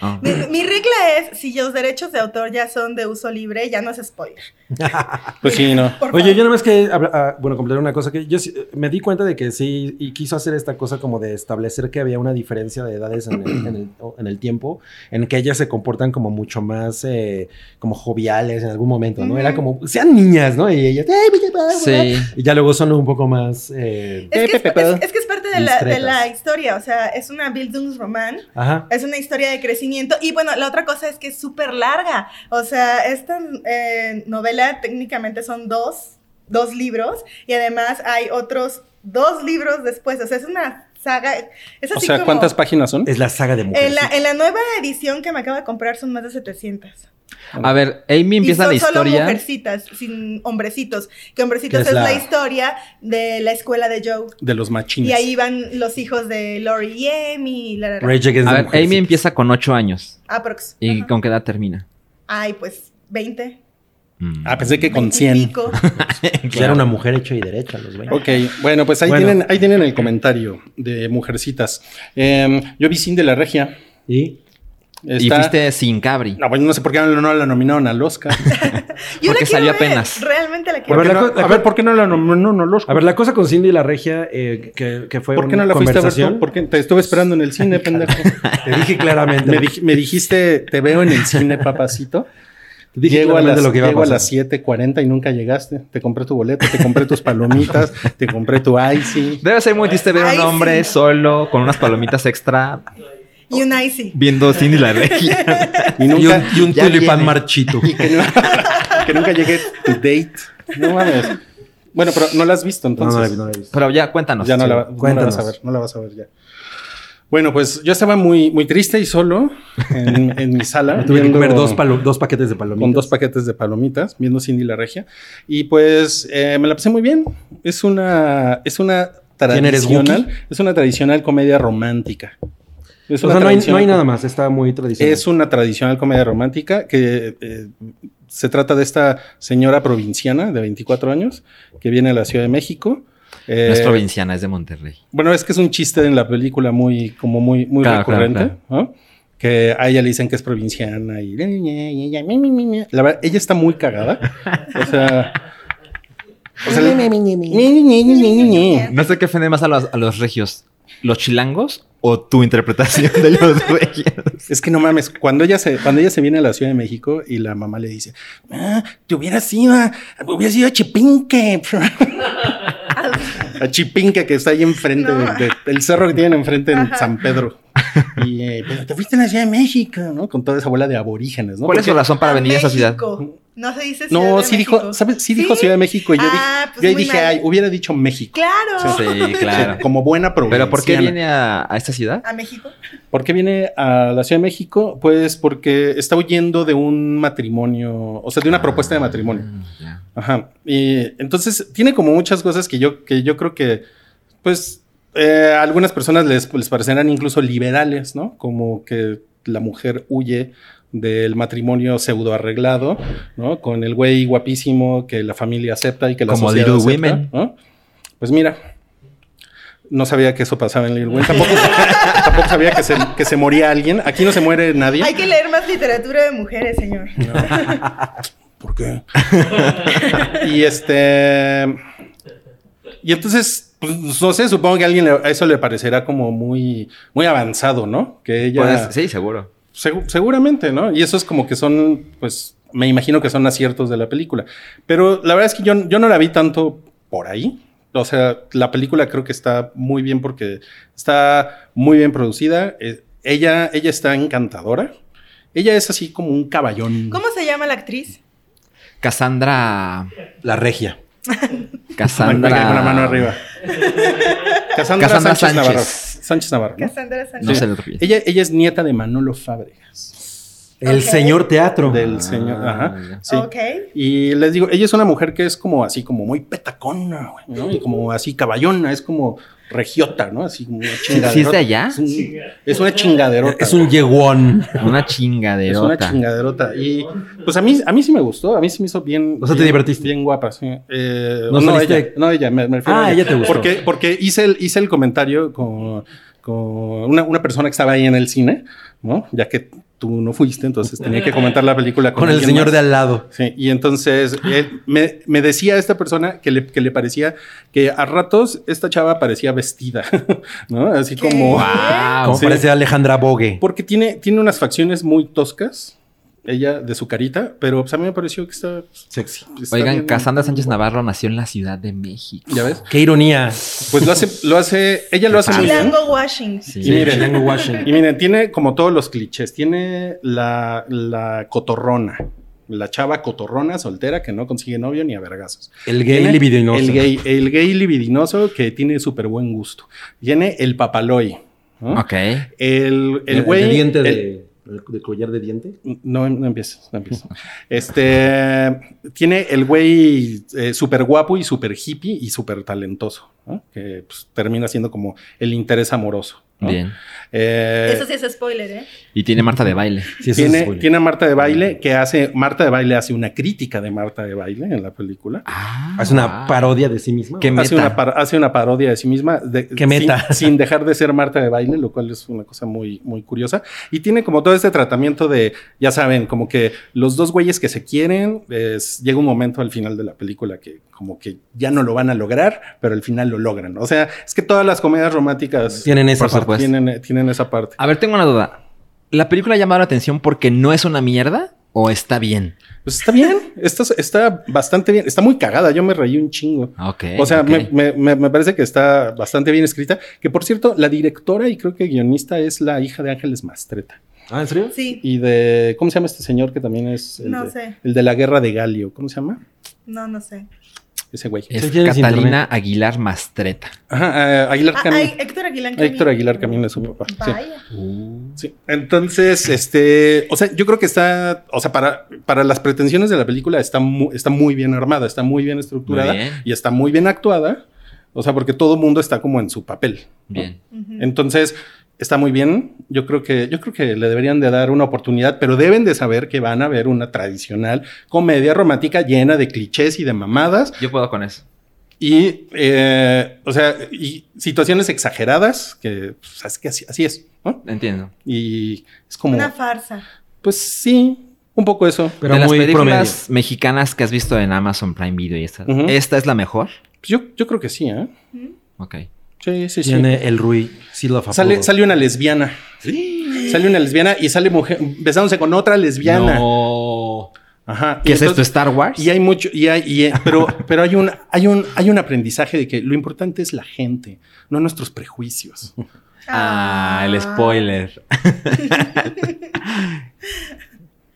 [SPEAKER 3] Ah.
[SPEAKER 6] Mi, mi regla es, si los derechos de autor ya son de uso libre, ya no es spoiler. Ah.
[SPEAKER 2] Pues sí, no.
[SPEAKER 6] Por
[SPEAKER 4] Oye, yo
[SPEAKER 6] favor.
[SPEAKER 4] nada más que, habla- ah, bueno, completar una cosa que yo sí, eh, me di cuenta de que sí, y quiso hacer esta cosa como de establecer que había una diferencia de edades en el, en el- o- en el tiempo, en que ellas se comportan como mucho más, eh, como joviales en algún momento, ¿no? Era
[SPEAKER 6] Ujú.
[SPEAKER 4] como, sean niñas, ¿no? Y ellas, "Ay, mira, bla, bla, bla".
[SPEAKER 3] Sí.
[SPEAKER 4] Y ya luego son un poco más, eh,
[SPEAKER 6] Es que es,
[SPEAKER 2] Pe, pe, pe.
[SPEAKER 6] es- es que es parte de la, de la
[SPEAKER 4] Discretas.
[SPEAKER 6] historia, o sea, es una Bildungsroman,
[SPEAKER 4] ajá.
[SPEAKER 6] es una historia de crecimiento. Y bueno, la otra cosa es que es súper larga, o sea, esta eh, novela técnicamente son dos, dos libros y además hay otros dos libros después, o sea, es una saga, es
[SPEAKER 2] O
[SPEAKER 6] así
[SPEAKER 2] sea,
[SPEAKER 6] como-
[SPEAKER 2] ¿cuántas páginas son?
[SPEAKER 4] Es la saga de mujeres.
[SPEAKER 6] En la, en la nueva edición que me acabo de comprar son más de 700.
[SPEAKER 3] A ver, Amy empieza la
[SPEAKER 6] y son solo
[SPEAKER 3] historia.
[SPEAKER 6] mujercitas, sin hombrecitos. Que hombrecitos
[SPEAKER 2] Que es
[SPEAKER 6] es la...
[SPEAKER 2] la-
[SPEAKER 6] historia de la escuela de Joe.
[SPEAKER 2] De los machines.
[SPEAKER 6] Y ahí van los hijos de Lori y Amy. y la, la, la.
[SPEAKER 4] Rage Against
[SPEAKER 3] A
[SPEAKER 4] the
[SPEAKER 3] ver,
[SPEAKER 4] Machine.
[SPEAKER 3] Amy empieza con 8 años.
[SPEAKER 6] Aprox.
[SPEAKER 3] ¿Y
[SPEAKER 6] Ajá.
[SPEAKER 3] con qué edad termina?
[SPEAKER 6] Ay, pues 20.
[SPEAKER 3] Mm.
[SPEAKER 2] Ah, pensé que con
[SPEAKER 6] 20 y
[SPEAKER 2] 100.
[SPEAKER 6] pico.
[SPEAKER 4] Pues Era una mujer hecha y derecha, los güeyes.
[SPEAKER 2] Ok, bueno, pues ahí,
[SPEAKER 4] Bueno.
[SPEAKER 2] Tienen, ahí tienen el comentario de Mujercitas. Em, yo vi Sin de la Regia.
[SPEAKER 4] Y
[SPEAKER 3] Y
[SPEAKER 2] Está-
[SPEAKER 3] fuiste sin cabri.
[SPEAKER 2] No, bueno, no sé por qué no, no la nominaron al Oscar.
[SPEAKER 6] Yo la
[SPEAKER 3] Porque
[SPEAKER 6] quiero
[SPEAKER 3] salió
[SPEAKER 6] ver,
[SPEAKER 3] apenas.
[SPEAKER 6] Realmente la
[SPEAKER 4] A
[SPEAKER 6] quiero
[SPEAKER 4] ver,
[SPEAKER 6] ver.
[SPEAKER 4] la
[SPEAKER 2] ¿Por qué no-
[SPEAKER 4] co- la
[SPEAKER 2] a ver, ¿por qué no la nominaron al Oscar?
[SPEAKER 4] A ver, la cosa con Cindy y la regia, eh, que, que fue
[SPEAKER 2] ¿Por qué
[SPEAKER 4] una
[SPEAKER 2] no la fuiste a ver
[SPEAKER 4] conversación.
[SPEAKER 2] tú? Porque te estuve esperando en el cine, pendejo.
[SPEAKER 4] Te dije claramente.
[SPEAKER 2] me, dij- me dijiste, te veo en el cine, papacito.
[SPEAKER 4] te dije
[SPEAKER 2] llego a
[SPEAKER 4] claramente
[SPEAKER 2] las,
[SPEAKER 4] lo que iba a
[SPEAKER 2] llego a
[SPEAKER 4] pasar.
[SPEAKER 2] las 7.40 y nunca llegaste. Te compré tu boleto, te compré tus palomitas, te compré tu icy.
[SPEAKER 3] Debe ser muy triste ver a
[SPEAKER 6] Ay,
[SPEAKER 3] un hombre
[SPEAKER 6] sí.
[SPEAKER 3] solo con unas palomitas extra
[SPEAKER 6] Y un Icy.
[SPEAKER 3] viendo Cindy la regia.
[SPEAKER 2] Y nunca,
[SPEAKER 4] y un, y un
[SPEAKER 3] ya
[SPEAKER 4] tulipán
[SPEAKER 3] viene.
[SPEAKER 4] marchito.
[SPEAKER 2] y que, no- que nunca llegué tu date. No mames. Bueno, pero no la has visto
[SPEAKER 4] No,
[SPEAKER 2] entonces.
[SPEAKER 4] no la vi, no la vi.
[SPEAKER 3] Pero ya, cuéntanos.
[SPEAKER 2] ya no,
[SPEAKER 3] Sí.
[SPEAKER 2] la, no la
[SPEAKER 4] cuéntanos.
[SPEAKER 2] vas a ver, no la vas a ver ya. Bueno, pues yo estaba muy, muy triste y solo en, en mi sala.
[SPEAKER 4] Me tuve que
[SPEAKER 2] viendo-
[SPEAKER 4] comer dos, palo- dos paquetes de palomitas.
[SPEAKER 2] Ah, con dos paquetes de palomitas, viendo Cindy la Regia. Y pues eh, me la pasé muy bien. Es una, es una
[SPEAKER 4] ¿Quién eres,
[SPEAKER 2] tradicional, es una tradicional comedia romántica.
[SPEAKER 4] O
[SPEAKER 2] Es
[SPEAKER 4] sea,
[SPEAKER 2] una
[SPEAKER 4] no hay, no
[SPEAKER 2] tradicional-
[SPEAKER 4] hay nada más. Está muy tradicional.
[SPEAKER 2] Es una tradicional comedia romántica que eh, se trata de esta señora provinciana de 24 años que viene a la Ciudad de México. Eh,
[SPEAKER 3] No es provinciana, es de Monterrey.
[SPEAKER 2] bueno, es que es un chiste en la película muy, como muy, muy
[SPEAKER 3] Claro, claro,
[SPEAKER 2] recurrente, ¿no? Que a ella le dicen que es provinciana y... y ella, mi, mi, mi, mi. La verdad, ella está muy cagada. O sea... o sea, le- Ni, ni, ni, ni, ni, ni.
[SPEAKER 3] No sé qué ofende más a los, a los regios. ¿Los chilangos o tu interpretación de los regios?
[SPEAKER 2] Es que no mames, cuando ella se, cuando ella se viene a la Ciudad de México y la mamá le dice, ah, te hubieras ido, a- hubieras ido a Chipinque. a Chipinque, que está ahí enfrente,
[SPEAKER 6] No.
[SPEAKER 2] de- de- el cerro que tienen enfrente en
[SPEAKER 6] Ajá.
[SPEAKER 2] San Pedro. Y eh, pero te fuiste a la Ciudad de México, ¿no? Con toda esa bola de aborígenes, ¿no?
[SPEAKER 3] ¿Cuál es
[SPEAKER 2] Porque-
[SPEAKER 3] su razón para venir a esa ciudad?
[SPEAKER 6] México. No se dice Ciudad
[SPEAKER 2] No,
[SPEAKER 6] de
[SPEAKER 2] sí
[SPEAKER 6] México.
[SPEAKER 2] dijo, ¿sabes? Sí dijo
[SPEAKER 6] ¿Sí?
[SPEAKER 2] Ciudad de México. Y yo
[SPEAKER 6] Ah,
[SPEAKER 2] dije,
[SPEAKER 6] pues
[SPEAKER 2] yo ahí
[SPEAKER 6] muy
[SPEAKER 2] dije,
[SPEAKER 6] mal.
[SPEAKER 2] ay, hubiera dicho México.
[SPEAKER 6] Claro.
[SPEAKER 3] Sí, claro.
[SPEAKER 2] Como buena provincia.
[SPEAKER 3] ¿Pero por qué viene a, a esta ciudad?
[SPEAKER 6] A México.
[SPEAKER 2] ¿Por qué viene a la Ciudad de México? Pues porque está huyendo de un matrimonio, o sea, de una propuesta de matrimonio.
[SPEAKER 3] Ah,
[SPEAKER 2] Ajá. Y entonces tiene como muchas cosas que yo, que yo creo que, pues, eh, a algunas personas les, les parecerán incluso liberales, ¿no? Como que la mujer huye del matrimonio pseudo arreglado, ¿no? Con el güey guapísimo que la familia acepta y que la
[SPEAKER 3] Como
[SPEAKER 2] sociedad
[SPEAKER 3] Little
[SPEAKER 2] acepta,
[SPEAKER 3] Women.
[SPEAKER 2] ¿no? Pues mira, no sabía que eso pasaba en Little Women. Tampoco, tampoco sabía que se, que se moría alguien. Aquí no se muere nadie.
[SPEAKER 6] Hay que leer más literatura de mujeres, señor.
[SPEAKER 2] ¿Por qué? y este. Y entonces, pues, no sé, supongo que a alguien le- a eso le parecerá como muy, muy avanzado, ¿no? Que
[SPEAKER 3] ya.
[SPEAKER 2] ella.
[SPEAKER 3] Pues, sí, seguro.
[SPEAKER 2] Segu- seguramente, ¿no? Y eso es como que son, pues, me imagino que son aciertos de la película. Pero la verdad es que yo, yo no la vi tanto por ahí. O sea, la película creo que está muy bien porque está muy bien producida. Eh, ella, ella está encantadora. Ella es así como un caballón.
[SPEAKER 6] ¿Cómo se llama la actriz?
[SPEAKER 3] Cassandra.
[SPEAKER 4] La regia.
[SPEAKER 3] Cassandra.
[SPEAKER 2] Venga, Con la mano arriba. Cassandra,
[SPEAKER 3] Cassandra
[SPEAKER 2] Sánchez,
[SPEAKER 3] Sánchez.
[SPEAKER 2] Navarro. Sánchez Navarro. ¿no?
[SPEAKER 6] Cassandra Sánchez.
[SPEAKER 3] No sé el otro apellido.
[SPEAKER 2] Ella, ella es nieta de Manolo Fábregas.
[SPEAKER 4] El
[SPEAKER 6] Ok.
[SPEAKER 4] señor teatro.
[SPEAKER 2] Del señor. Ajá.
[SPEAKER 3] Ah, ya.
[SPEAKER 2] Sí. Ah,
[SPEAKER 6] Ok.
[SPEAKER 2] Y les digo, ella es una mujer que es como así, como muy petacona, güey, ¿no? Y como así caballona, es como regiota, ¿no? Así como una chingaderota.
[SPEAKER 3] ¿Sí es de allá?
[SPEAKER 2] Es, un- es una chingaderota.
[SPEAKER 4] Es un yeguón.
[SPEAKER 3] Una
[SPEAKER 2] Es una
[SPEAKER 3] chingaderota.
[SPEAKER 2] chingaderota. Y pues a mí, a mí sí me gustó, a mí sí me hizo bien.
[SPEAKER 4] O sea, te
[SPEAKER 2] bien-
[SPEAKER 4] divertiste.
[SPEAKER 2] Bien guapa, sí. Eh,
[SPEAKER 4] ¿No
[SPEAKER 2] no,
[SPEAKER 4] saliste-
[SPEAKER 2] ella, no ella, me, me refiero
[SPEAKER 4] Ah,
[SPEAKER 2] a
[SPEAKER 4] ella te gustó.
[SPEAKER 2] Porque, porque hice, el, hice el comentario con, con una, una persona que estaba ahí en el cine, ¿no? Ya que tú no fuiste, entonces tenía que comentar la película con,
[SPEAKER 4] Con el
[SPEAKER 2] alguien
[SPEAKER 4] señor
[SPEAKER 2] más.
[SPEAKER 4] de al lado.
[SPEAKER 2] Sí, y entonces él- me, me decía esta persona que le, que le parecía que a ratos esta chava parecía vestida, ¿no? Así
[SPEAKER 6] ¿Qué?
[SPEAKER 2] como...
[SPEAKER 3] Guau.
[SPEAKER 4] Como
[SPEAKER 2] sí.
[SPEAKER 4] parece Alejandra Bogue.
[SPEAKER 2] Porque tiene, tiene unas facciones muy toscas, ella de su carita, pero pues, a mí me pareció que está.
[SPEAKER 4] Sexy.
[SPEAKER 2] está
[SPEAKER 3] Oigan,
[SPEAKER 2] bien.
[SPEAKER 3] Cassandra Sánchez Navarro nació en la Ciudad de México.
[SPEAKER 2] ¿Ya ves?
[SPEAKER 4] Qué ironía.
[SPEAKER 2] Pues lo hace, lo hace, ella lo hace muy bien.
[SPEAKER 6] Chilango Washington.
[SPEAKER 3] Sí.
[SPEAKER 2] Y miren,
[SPEAKER 4] Django Washington.
[SPEAKER 2] Y miren, tiene como todos los clichés. Tiene la, la cotorrona. La chava cotorrona, soltera, que no consigue novio ni a vergazos.
[SPEAKER 4] El gay
[SPEAKER 2] Tiene
[SPEAKER 4] libidinoso.
[SPEAKER 2] El gay, el gay libidinoso que tiene súper buen gusto. Tiene el papaloy. ¿no?
[SPEAKER 3] Ok.
[SPEAKER 2] El,
[SPEAKER 4] El-
[SPEAKER 2] el
[SPEAKER 4] el
[SPEAKER 2] güey.
[SPEAKER 4] diente de-
[SPEAKER 2] el-
[SPEAKER 4] ¿El de collar de diente?
[SPEAKER 2] No, no empieces, no empieces. Este tiene el güey eh, súper guapo y súper hippie y súper talentoso, ¿no? que pues, termina siendo como el interés amoroso. ¿no?
[SPEAKER 3] Bien.
[SPEAKER 2] Eh,
[SPEAKER 6] Eso sí es spoiler, ¿eh?
[SPEAKER 3] Y tiene Marta de baile.
[SPEAKER 4] Sí, eso es
[SPEAKER 2] tiene,
[SPEAKER 4] spoiler.
[SPEAKER 2] tiene a Marta de baile que hace Marta de baile hace una crítica de Marta de baile en la película.
[SPEAKER 3] Ah,
[SPEAKER 4] Hace una
[SPEAKER 3] wow.
[SPEAKER 4] parodia de sí misma.
[SPEAKER 3] Qué
[SPEAKER 4] ¿no?
[SPEAKER 2] Hace
[SPEAKER 3] meta.
[SPEAKER 2] una, par- hace una parodia de sí misma de-
[SPEAKER 4] Qué meta.
[SPEAKER 2] Sin, sin dejar de ser Marta de baile, lo cual es una cosa muy, muy curiosa. Y tiene como todo este tratamiento de, ya saben, como que los dos güeyes que se quieren, es- llega un momento al final de la película que como que ya no lo van a lograr, pero al final lo logran. O sea, es que todas las comedias románticas
[SPEAKER 4] Tienen esa
[SPEAKER 3] Por
[SPEAKER 4] parte.
[SPEAKER 3] supuesto.
[SPEAKER 2] tienen, eh, tienen esa parte.
[SPEAKER 3] A ver, tengo una duda. ¿La película ha llamado la atención porque no es una mierda o está bien?
[SPEAKER 2] Pues está bien, está, está bastante bien, está muy cagada, yo me reí un chingo.
[SPEAKER 3] Ok.
[SPEAKER 2] O sea,
[SPEAKER 3] ok.
[SPEAKER 2] me- me, me- me parece que está bastante bien escrita. Que por cierto, la directora y creo que guionista es la hija de Ángeles Mastreta.
[SPEAKER 4] Ah, ¿en serio?
[SPEAKER 6] Sí,
[SPEAKER 2] Y de. ¿Cómo se llama este señor que también es. El,
[SPEAKER 6] No
[SPEAKER 2] de,
[SPEAKER 6] sé.
[SPEAKER 2] el de la guerra de Galio. ¿Cómo se llama?
[SPEAKER 6] no, no sé.
[SPEAKER 2] Ese güey.
[SPEAKER 3] Es
[SPEAKER 4] Si quieres
[SPEAKER 3] Catalina
[SPEAKER 4] internet.
[SPEAKER 3] Aguilar Mastreta.
[SPEAKER 2] Ajá, eh, Aguilar
[SPEAKER 6] Ah,
[SPEAKER 2] Camín.
[SPEAKER 6] ay, Héctor Aguilar Camín.
[SPEAKER 2] Héctor Aguilar Camín es su papá. sí.
[SPEAKER 6] Vaya.
[SPEAKER 2] Sí. Entonces, este, o sea, yo creo que está, o sea, para, para las pretensiones de la película está, mu- está muy bien armada, está muy bien estructurada
[SPEAKER 3] Muy bien.
[SPEAKER 2] y está muy bien actuada, o sea, porque todo el mundo está como en su papel. ¿no?
[SPEAKER 3] Bien.
[SPEAKER 6] Ujú.
[SPEAKER 2] Entonces, está muy bien. Yo creo que, yo creo que le deberían de dar una oportunidad, pero deben de saber que van a ver una tradicional comedia romántica llena de clichés y de mamadas
[SPEAKER 3] Yo puedo con eso.
[SPEAKER 2] y, eh, o sea, y situaciones exageradas que, pues, es que así, así es, ¿no?
[SPEAKER 3] Entiendo.
[SPEAKER 2] Y es como,
[SPEAKER 6] Una farsa.
[SPEAKER 2] pues sí, un poco eso.
[SPEAKER 4] Pero
[SPEAKER 3] de las
[SPEAKER 4] muy promedio.
[SPEAKER 3] películas mexicanas que has visto en Amazon Prime Video y esta,
[SPEAKER 2] Ujú.
[SPEAKER 3] ¿esta es la mejor?
[SPEAKER 2] Pues yo, yo creo que sí, ¿eh?
[SPEAKER 6] ¿Mm?
[SPEAKER 3] Ok.
[SPEAKER 2] Sí, sí, sí.
[SPEAKER 4] Tiene el Rui. Sí, lo
[SPEAKER 2] Sale, sale una lesbiana. Sale una lesbiana y sale mujer besándose con otra lesbiana.
[SPEAKER 4] No.
[SPEAKER 2] Ajá.
[SPEAKER 3] ¿Qué
[SPEAKER 2] Y
[SPEAKER 3] es
[SPEAKER 2] entonces-
[SPEAKER 3] esto? ¿Star Wars?
[SPEAKER 2] Y hay mucho, y hay, y, eh, pero, pero hay un, hay un, hay un aprendizaje de que lo importante es la gente, no nuestros prejuicios.
[SPEAKER 3] Ah, el spoiler.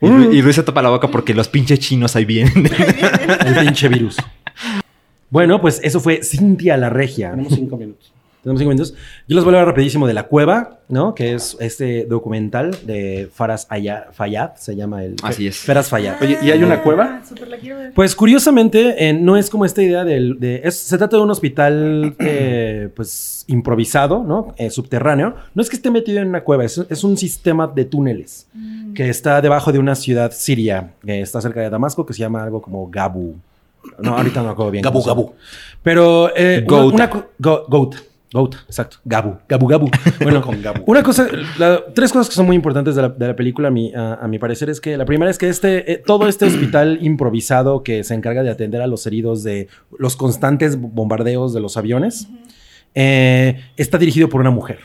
[SPEAKER 2] Mm.
[SPEAKER 3] Y, Ru- y Ruiz se topa la boca porque los pinches chinos ahí vienen.
[SPEAKER 4] El pinche virus. Bueno, pues eso fue Cintia la Regia.
[SPEAKER 2] Tenemos cinco minutos.
[SPEAKER 4] Tenemos cinco minutos. Yo les voy a hablar rapidísimo de La Cueva, ¿no? Que es este documental de Faras Aya- Fayad, se llama el...
[SPEAKER 3] Así es.
[SPEAKER 4] Faras Fayad. Eh,
[SPEAKER 2] Oye, ¿y hay una cueva?
[SPEAKER 6] Ah, súper la quiero ver.
[SPEAKER 4] Pues curiosamente, eh, no es como esta idea del- de... es- se trata de un hospital, eh, pues, improvisado, ¿no? Eh, subterráneo. No es que esté metido en una cueva, es, es un sistema de túneles
[SPEAKER 6] Mm.
[SPEAKER 4] que está debajo de una ciudad siria, que está cerca de Damasco, que se llama algo como Gabu. No, ahorita no me acuerdo bien.
[SPEAKER 2] Gabu,
[SPEAKER 4] cómo se llama.
[SPEAKER 2] gabu.
[SPEAKER 4] Pero eh, una-
[SPEAKER 3] Gouta.
[SPEAKER 4] una co- go- Gouta. Gouta, exacto. Gabu, Gabu, Gabu. Bueno,
[SPEAKER 2] Con gabu.
[SPEAKER 4] una cosa, la- tres cosas que son muy importantes de la, de la película, a mi, a, a mi parecer, es que la primera es que este, eh, todo este hospital improvisado que se encarga de atender a los heridos de los constantes bombardeos de los aviones, eh, está dirigido por una mujer.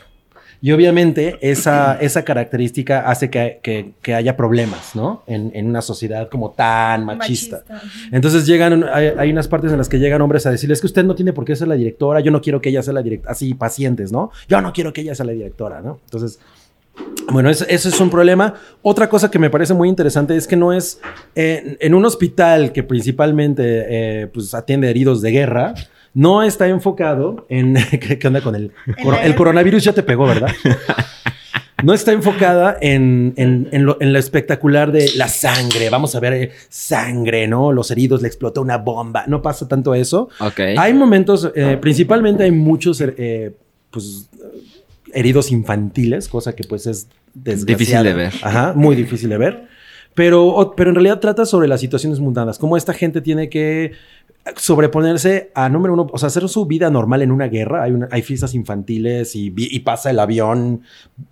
[SPEAKER 4] Y obviamente esa, esa característica hace que, que- que haya problemas, ¿no? En, en una sociedad como tan machista.
[SPEAKER 6] Ujú.
[SPEAKER 4] Entonces llegan, hay, hay unas partes en las que llegan hombres a decirles que usted no tiene por qué ser la directora, yo no quiero que ella sea la directora, así pacientes, ¿no? Yo no quiero que ella sea la directora, ¿no? Entonces, bueno, eso, eso es un problema. Otra cosa que me parece muy interesante es que no es eh, en un hospital que principalmente eh, pues, atiende heridos de guerra. No está enfocado en... ¿Qué, qué onda con el, cor- el coronavirus? Ya te pegó, ¿verdad? No está enfocada en, en- en lo, en lo espectacular de la sangre. Vamos a ver eh, sangre, ¿no? Los heridos, le explotó una bomba. No pasa tanto eso.
[SPEAKER 3] Ok.
[SPEAKER 4] Hay momentos, eh, principalmente hay muchos eh, pues, eh, heridos infantiles, cosa que pues es desgraciado.
[SPEAKER 3] Difícil de ver.
[SPEAKER 4] Ajá, muy difícil de ver. Pero, o- pero en realidad trata sobre las situaciones mundanas, cómo esta gente tiene que sobreponerse a número uno, o sea, hacer su vida normal en una guerra. Hay, una- hay fiestas infantiles y, vi- y pasa el avión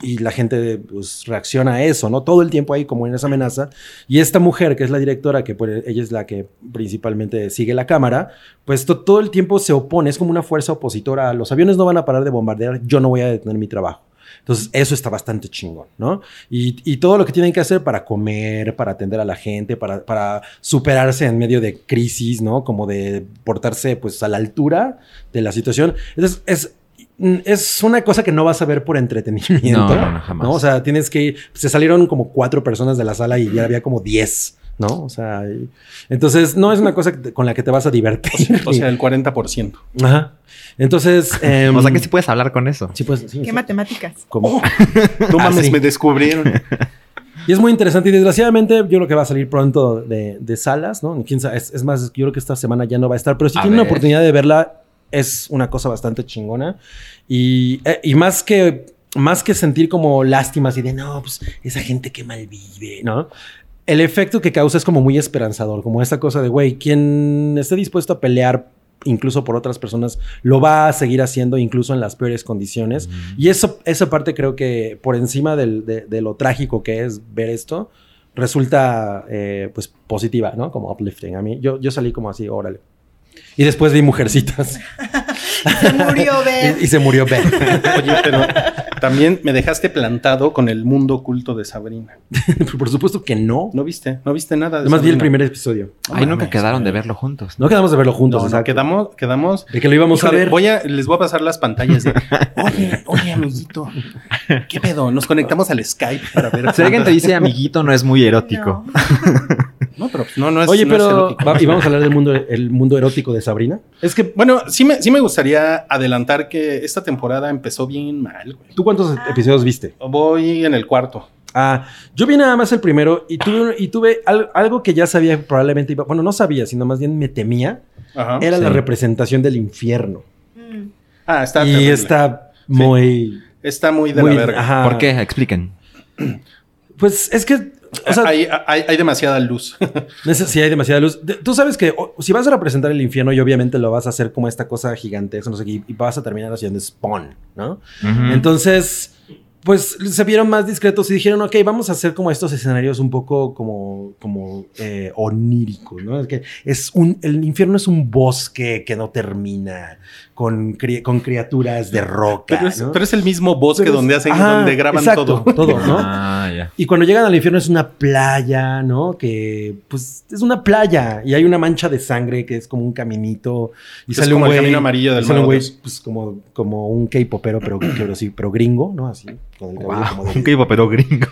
[SPEAKER 4] y la gente pues, reacciona a eso, ¿no? Todo el tiempo ahí como en esa amenaza. Y esta mujer, que es la directora, que pues, ella es la que principalmente sigue la cámara, pues to- todo el tiempo se opone, es como una fuerza opositora. Los aviones no van a parar de bombardear, yo no voy a detener mi trabajo. Entonces, eso está bastante chingón, ¿no? Y, y todo lo que tienen que hacer para comer, para atender a la gente, para, para superarse en medio de crisis, ¿no? Como de portarse pues a la altura de la situación. Entonces, es, mm, es una cosa que no vas a ver por entretenimiento.
[SPEAKER 3] No, no, no, jamás.
[SPEAKER 4] O sea, tienes que... Se salieron como cuatro personas de la sala y ya había como diez, ¿no? O sea, y- entonces no es una cosa que te- con la que te vas a divertir.
[SPEAKER 2] O sea, el 40%.
[SPEAKER 4] Ajá. Entonces... em,
[SPEAKER 3] o sea, que sí puedes hablar con eso.
[SPEAKER 4] sí, pues... sí,
[SPEAKER 6] ¿Qué
[SPEAKER 4] sí.
[SPEAKER 6] matemáticas?
[SPEAKER 4] Como-
[SPEAKER 2] No
[SPEAKER 4] Ah,
[SPEAKER 2] mames,
[SPEAKER 4] sí.
[SPEAKER 2] me descubrieron.
[SPEAKER 4] Y es muy interesante y desgraciadamente yo creo que va a salir pronto de, de salas, ¿no? Quién sabe, es, es más, yo creo que esta semana ya no va a estar, pero si
[SPEAKER 3] A
[SPEAKER 4] tienen una
[SPEAKER 3] ver.
[SPEAKER 4] oportunidad de verla, es una cosa bastante chingona. Y, eh, y más que más que sentir como lástimas y de no, pues esa gente que mal vive, ¿no? El efecto que causa es como muy esperanzador, como esta cosa de, güey, quien esté dispuesto a pelear incluso por otras personas, lo va a seguir haciendo incluso en las peores condiciones. Y eso, esa parte creo que por encima del- de, de lo trágico que es ver esto, resulta eh, pues positiva, ¿no? Como uplifting. A mí, yo, yo salí como así, órale. Y después vi Mujercitas
[SPEAKER 6] Se murió, ¿ves?
[SPEAKER 4] y, y se murió Ben.
[SPEAKER 2] Oye, pero también me dejaste plantado con el mundo oculto de Sabrina.
[SPEAKER 4] por supuesto que no.
[SPEAKER 2] No viste, no viste nada. de
[SPEAKER 4] Además vi el
[SPEAKER 2] Sabrina.
[SPEAKER 4] primer episodio.
[SPEAKER 3] Ahí nunca
[SPEAKER 2] mames,
[SPEAKER 3] quedaron de
[SPEAKER 2] güey.
[SPEAKER 3] verlo juntos.
[SPEAKER 4] No quedamos de verlo juntos.
[SPEAKER 2] No, no,
[SPEAKER 4] exacto.
[SPEAKER 2] quedamos, quedamos.
[SPEAKER 4] De que lo íbamos
[SPEAKER 2] Híjole,
[SPEAKER 4] a ver.
[SPEAKER 2] Voy a, les voy a pasar las pantallas de. Oye, oye, amiguito. ¿Qué pedo? Nos conectamos al Skype para ver.
[SPEAKER 3] Si alguien te dice amiguito, no es muy erótico.
[SPEAKER 6] No.
[SPEAKER 2] No, pero pues, no, no es.
[SPEAKER 4] Oye,
[SPEAKER 2] no es
[SPEAKER 4] pero
[SPEAKER 2] erótico.
[SPEAKER 4] va- y vamos a hablar del mundo, el mundo erótico de Sabrina.
[SPEAKER 2] Es que, bueno, sí me, sí me gustaría adelantar que esta temporada empezó bien mal, güey.
[SPEAKER 4] ¿Tú cuántos episodios viste?
[SPEAKER 2] Voy en el cuarto.
[SPEAKER 4] Ah, yo vi nada más el primero y tuve, y tuve al- algo que ya sabía que probablemente iba, bueno, no sabía, sino más bien me temía,
[SPEAKER 2] Ajá.
[SPEAKER 4] era la
[SPEAKER 3] Sí.
[SPEAKER 4] representación del infierno.
[SPEAKER 6] Mm.
[SPEAKER 2] Ah, está.
[SPEAKER 4] y
[SPEAKER 2] terrible.
[SPEAKER 4] está muy...
[SPEAKER 2] Está muy de
[SPEAKER 4] muy-
[SPEAKER 2] la verga.
[SPEAKER 4] ajá.
[SPEAKER 3] ¿Por qué? Expliquen.
[SPEAKER 4] Pues es que... O sea,
[SPEAKER 2] hay, hay- hay demasiada luz.
[SPEAKER 4] neces- sí hay demasiada luz. De- Tú sabes que o- si vas a representar el infierno y obviamente lo vas a hacer como esta cosa gigantesca, no sé qué, y y vas a terminar haciendo spawn, ¿no?
[SPEAKER 3] Mm.
[SPEAKER 4] Entonces, pues se vieron más discretos y dijeron, ok, vamos a hacer como estos escenarios un poco como, como eh, oníricos, ¿no? Es que es un, el infierno es un bosque que no termina con, cri- con criaturas de roca.
[SPEAKER 2] Pero es,
[SPEAKER 4] ¿no?
[SPEAKER 2] pero es el mismo bosque
[SPEAKER 4] Pero es-
[SPEAKER 2] donde hacen,
[SPEAKER 4] ajá,
[SPEAKER 2] donde graban
[SPEAKER 4] exacto,
[SPEAKER 2] todo.
[SPEAKER 4] Todo, ¿no?
[SPEAKER 3] Ah, ya.
[SPEAKER 4] Y cuando llegan al infierno es una playa, ¿no? Que pues es una playa y hay una mancha de sangre que es como un caminito y
[SPEAKER 2] Es
[SPEAKER 4] sale
[SPEAKER 2] como
[SPEAKER 4] un
[SPEAKER 2] el
[SPEAKER 4] güey,
[SPEAKER 2] camino amarillo del
[SPEAKER 4] y sale
[SPEAKER 2] Mago
[SPEAKER 4] un güey,
[SPEAKER 2] Dios.
[SPEAKER 4] pues como como un K-popero pero pero sí, pero gringo, ¿no? Así con el cabello como de-
[SPEAKER 3] un equipo pero gringo.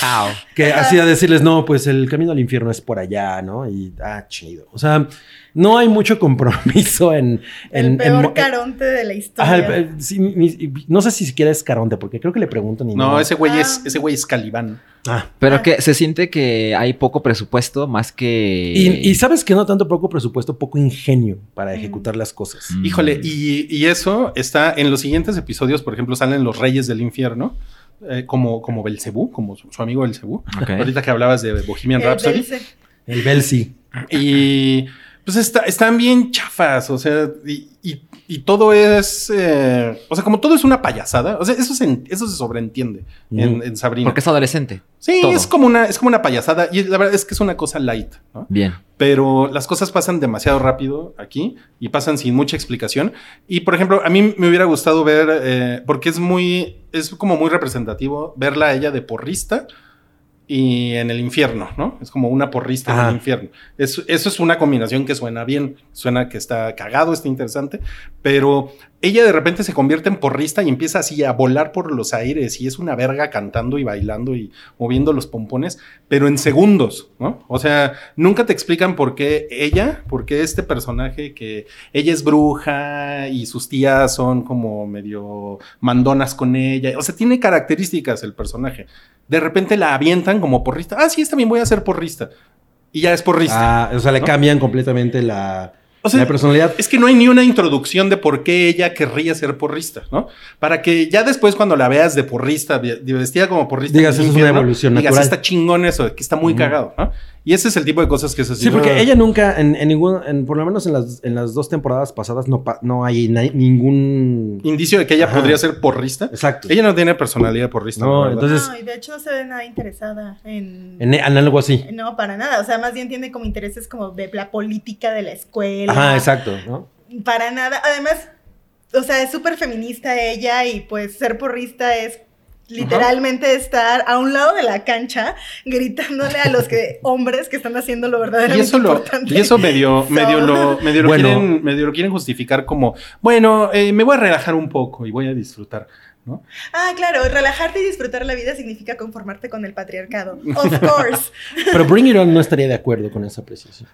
[SPEAKER 3] How.
[SPEAKER 4] que hacía decirles, "No, pues el camino al infierno es por allá", ¿no? Y ah, chido. O sea, no hay mucho compromiso en en
[SPEAKER 6] el
[SPEAKER 4] en
[SPEAKER 6] peor
[SPEAKER 4] mo-
[SPEAKER 6] caronte de la historia.
[SPEAKER 4] Ajá, el- el- sí, ni- no sé si siquiera es Caronte, porque creo que le preguntan y
[SPEAKER 2] No, ese güey
[SPEAKER 6] Ah.
[SPEAKER 2] es, ese güey es Calibán.
[SPEAKER 4] Ah,
[SPEAKER 3] Pero que se siente que hay poco presupuesto más que.
[SPEAKER 2] Eh,
[SPEAKER 4] Y, y sabes que no tanto poco presupuesto, poco ingenio para
[SPEAKER 6] Mm.
[SPEAKER 4] ejecutar las cosas.
[SPEAKER 3] Mm.
[SPEAKER 2] Híjole, y, y eso está en los siguientes episodios, por ejemplo, salen los reyes del infierno, eh, como, como Belcebú, como su, su amigo Belcebú.
[SPEAKER 3] Ok.
[SPEAKER 2] Ahorita que hablabas de Bohemian
[SPEAKER 6] El
[SPEAKER 2] Rhapsody.
[SPEAKER 6] Belce.
[SPEAKER 4] El Belsi.
[SPEAKER 2] Y pues está- están bien chafas, o sea, y, y- y todo es, eh, o sea, como todo es una payasada, o sea, eso se, en- eso se sobreentiende en,
[SPEAKER 4] Mm.
[SPEAKER 2] en Sabrina.
[SPEAKER 3] Porque es adolescente.
[SPEAKER 2] sí,
[SPEAKER 3] todo.
[SPEAKER 2] es como, una, es como una payasada y la verdad es que es una cosa light, ¿no?
[SPEAKER 3] Bien.
[SPEAKER 2] pero las cosas pasan demasiado rápido aquí y pasan sin mucha explicación. Y por ejemplo, a mí me hubiera gustado ver, eh, porque es muy, es como muy representativo verla a ella de porrista y en el infierno, ¿no? Es como una porrista en
[SPEAKER 4] Ajá.
[SPEAKER 2] el infierno. Es- eso es una combinación que suena bien, suena que está cagado, está interesante, pero ella de repente se convierte en porrista y empieza así a volar por los aires y es una verga cantando y bailando y moviendo los pompones, pero en segundos, ¿no? O sea, nunca te explican por qué ella, por qué este personaje que ella es bruja y sus tías son como medio mandonas con ella, o sea, tiene características el personaje. De repente la avientan como porrista. Ah, sí, está bien, voy a ser porrista. Y ya es porrista.
[SPEAKER 4] Ah, o sea, le
[SPEAKER 2] ¿No?
[SPEAKER 4] cambian completamente la,
[SPEAKER 2] o sea,
[SPEAKER 4] la personalidad.
[SPEAKER 2] es que no hay ni una introducción de por qué ella querría ser porrista, ¿no? Para que ya después cuando la veas de porrista, vi- de vestida como porrista,
[SPEAKER 4] Digas,
[SPEAKER 2] en el
[SPEAKER 4] "Eso es una
[SPEAKER 2] infierno",
[SPEAKER 4] evolución
[SPEAKER 2] digas,
[SPEAKER 4] natural.
[SPEAKER 2] está chingón eso, que está muy
[SPEAKER 4] Ujú.
[SPEAKER 2] cagado, ¿no? Y ese es el tipo de cosas que se
[SPEAKER 4] Sí, porque ella nunca, en, en ningún, en- por lo menos en las, en las dos temporadas pasadas, no, pa- no hay na- ningún.
[SPEAKER 2] indicio de que ella
[SPEAKER 4] Ajá.
[SPEAKER 2] podría ser porrista.
[SPEAKER 4] Exacto.
[SPEAKER 2] Ella no tiene personalidad porrista.
[SPEAKER 4] No,
[SPEAKER 2] la verdad.
[SPEAKER 4] entonces-
[SPEAKER 6] No, y de hecho no se ve nada interesada en...
[SPEAKER 4] En, en algo así.
[SPEAKER 6] No, para nada. O sea, más bien tiene como intereses como de la política de la escuela.
[SPEAKER 4] Ajá, exacto. ¿no?
[SPEAKER 6] Para nada. Además, o sea, es súper feminista ella y pues ser porrista es literalmente estar a un lado de la cancha gritándole a los que hombres que están haciendo lo
[SPEAKER 2] y
[SPEAKER 6] verdaderamente
[SPEAKER 2] eso lo,
[SPEAKER 6] importante.
[SPEAKER 2] y eso medio, medio lo, medio lo
[SPEAKER 4] Bueno.
[SPEAKER 2] quieren, medio lo quieren justificar como, bueno, eh, me voy a relajar un poco y voy a disfrutar.
[SPEAKER 6] Ah, claro, relajarte y disfrutar la vida significa conformarte con el patriarcado. Of course.
[SPEAKER 4] Pero Bring It On no estaría de acuerdo con esa apreciación.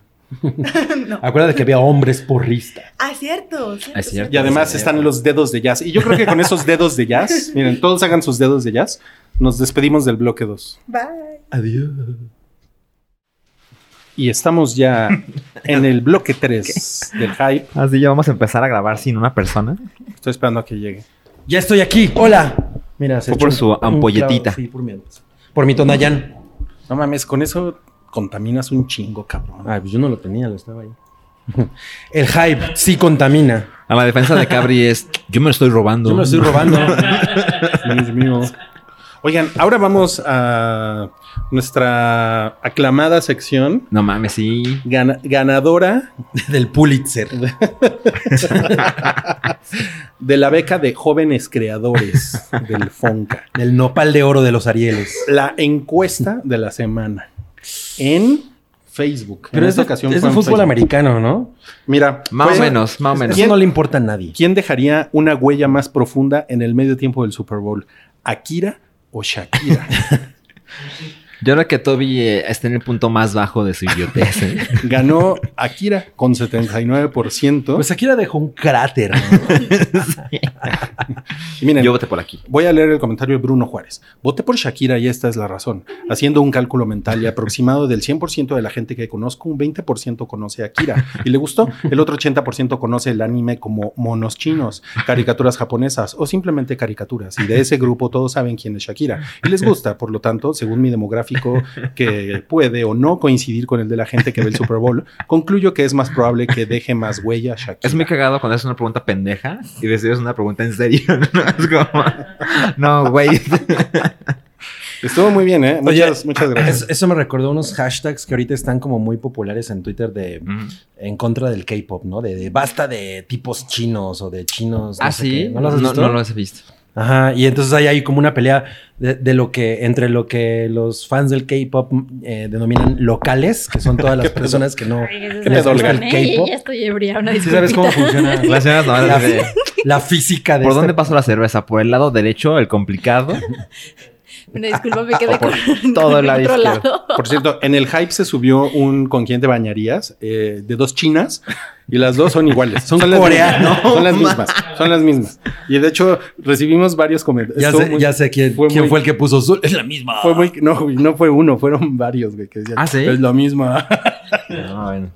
[SPEAKER 6] no.
[SPEAKER 4] Acuérdate que había hombres porristas.
[SPEAKER 6] Ah, cierto. cierto,
[SPEAKER 3] Es cierto.
[SPEAKER 2] Y además están los dedos de jazz. Y yo creo que con esos dedos de jazz, miren, todos hagan sus dedos de jazz. Nos despedimos del bloque 2.
[SPEAKER 6] Bye.
[SPEAKER 4] Adiós.
[SPEAKER 2] Y estamos ya en el bloque 3 del hype.
[SPEAKER 3] Así ya vamos a empezar a grabar sin una persona.
[SPEAKER 2] Estoy esperando a que llegue.
[SPEAKER 4] Ya estoy aquí. Hola. Mira, se
[SPEAKER 3] Fue por
[SPEAKER 4] echó
[SPEAKER 3] su
[SPEAKER 4] un clavo-
[SPEAKER 3] ampolletita.
[SPEAKER 4] Sí, por mi, por mi Tonayán.
[SPEAKER 2] No mames, con eso contaminas un chingo, cabrón.
[SPEAKER 4] Ay, pues yo no lo tenía, lo estaba ahí. El hype sí contamina.
[SPEAKER 3] A la defensa de Cabri es, yo me lo estoy robando.
[SPEAKER 4] Yo me lo estoy robando.
[SPEAKER 2] Dios mío. Oigan, ahora vamos a nuestra aclamada sección
[SPEAKER 3] No mames, sí.
[SPEAKER 2] gana- ganadora
[SPEAKER 4] Del Pulitzer.
[SPEAKER 2] de la beca de jóvenes creadores del Fonca.
[SPEAKER 4] Del nopal de oro de los Arieles.
[SPEAKER 2] La encuesta de la semana en Facebook. en esta ocasión
[SPEAKER 4] es
[SPEAKER 2] fue
[SPEAKER 4] de
[SPEAKER 2] en
[SPEAKER 4] fútbol
[SPEAKER 2] Facebook.
[SPEAKER 4] americano, ¿no?
[SPEAKER 2] Mira,
[SPEAKER 3] Más
[SPEAKER 4] Pues,
[SPEAKER 2] fue-
[SPEAKER 3] o menos, más o menos.
[SPEAKER 4] Eso no le importa a nadie.
[SPEAKER 2] ¿Quién dejaría una huella más profunda en el medio tiempo del Super Bowl? ¿Akira o Shakira?
[SPEAKER 3] Yo creo que Toby eh, está en el punto más bajo de su idiotez. ¿eh?
[SPEAKER 2] Ganó Akira con 79%.
[SPEAKER 4] Pues aquí la dejó un cráter. ¿no?
[SPEAKER 2] Y miren,
[SPEAKER 3] Yo voté por aquí.
[SPEAKER 2] Voy a leer el comentario de Bruno Juárez. Voté por Shakira y esta es la razón. Haciendo un cálculo mental y aproximado del 100% de la gente que conozco, un 20% conoce a Akira y le gustó. El otro 80% conoce el anime como monos chinos, caricaturas japonesas o simplemente caricaturas. Y de ese grupo todos saben quién es Shakira y les gusta. Por lo tanto, según mi demográfico, que puede o no coincidir con el de la gente que ve el Super Bowl, concluyo que es más probable que deje más huella Shakira.
[SPEAKER 3] Es muy cagado cuando haces una pregunta pendeja y decides una pregunta en serio. No, es como, no güey.
[SPEAKER 2] Estuvo muy bien, ¿eh?
[SPEAKER 4] Oye,
[SPEAKER 2] Muchas, muchas gracias.
[SPEAKER 4] Es- eso me recordó unos hashtags que ahorita están como muy populares en Twitter de
[SPEAKER 3] Mm.
[SPEAKER 4] en contra del K-pop, ¿no? De, de basta de tipos chinos o de chinos. no
[SPEAKER 3] ah,
[SPEAKER 4] sé
[SPEAKER 3] sí.
[SPEAKER 4] qué.
[SPEAKER 3] No,
[SPEAKER 4] ¿No los has visto?
[SPEAKER 3] no los he visto.
[SPEAKER 4] Ajá, y entonces ahí hay como una pelea de, de lo que, entre lo que los fans del K-pop eh, denominan locales, que son todas las personas que no.
[SPEAKER 5] ¿Qué
[SPEAKER 4] ¿Qué
[SPEAKER 2] pedo,
[SPEAKER 4] Olga? ¿El K-pop?
[SPEAKER 5] Ya estoy ebria, una
[SPEAKER 4] ¿Sí
[SPEAKER 5] disculpita.
[SPEAKER 4] sabes cómo funciona
[SPEAKER 3] Las
[SPEAKER 4] la,
[SPEAKER 3] señoras nomás de-
[SPEAKER 4] la física de
[SPEAKER 3] ¿Por
[SPEAKER 4] esta-
[SPEAKER 3] dónde pasó la cerveza? ¿Por el lado derecho, el complicado?
[SPEAKER 5] Una disculpa, me quedé con,
[SPEAKER 3] todo
[SPEAKER 5] con
[SPEAKER 3] el lado
[SPEAKER 5] otro
[SPEAKER 3] izquierdo.
[SPEAKER 5] lado.
[SPEAKER 2] Por cierto, en el hype se subió un con quién te bañarías eh, de dos chinas y las dos son iguales. Son, las
[SPEAKER 4] coreanos.
[SPEAKER 2] mismas, Son las mismas. Son las mismas. Y de hecho recibimos varios comentarios.
[SPEAKER 4] Ya
[SPEAKER 2] Estuvo
[SPEAKER 4] sé,
[SPEAKER 2] muy-
[SPEAKER 4] ya sé quién,
[SPEAKER 2] fue
[SPEAKER 4] quién
[SPEAKER 2] muy-
[SPEAKER 4] fue el que puso azul. Es la misma.
[SPEAKER 2] Fue muy, no, güey, no fue uno, fueron varios, güey, que decían,
[SPEAKER 3] Ah, ¿sí?
[SPEAKER 2] es lo mismo.
[SPEAKER 3] No, bueno.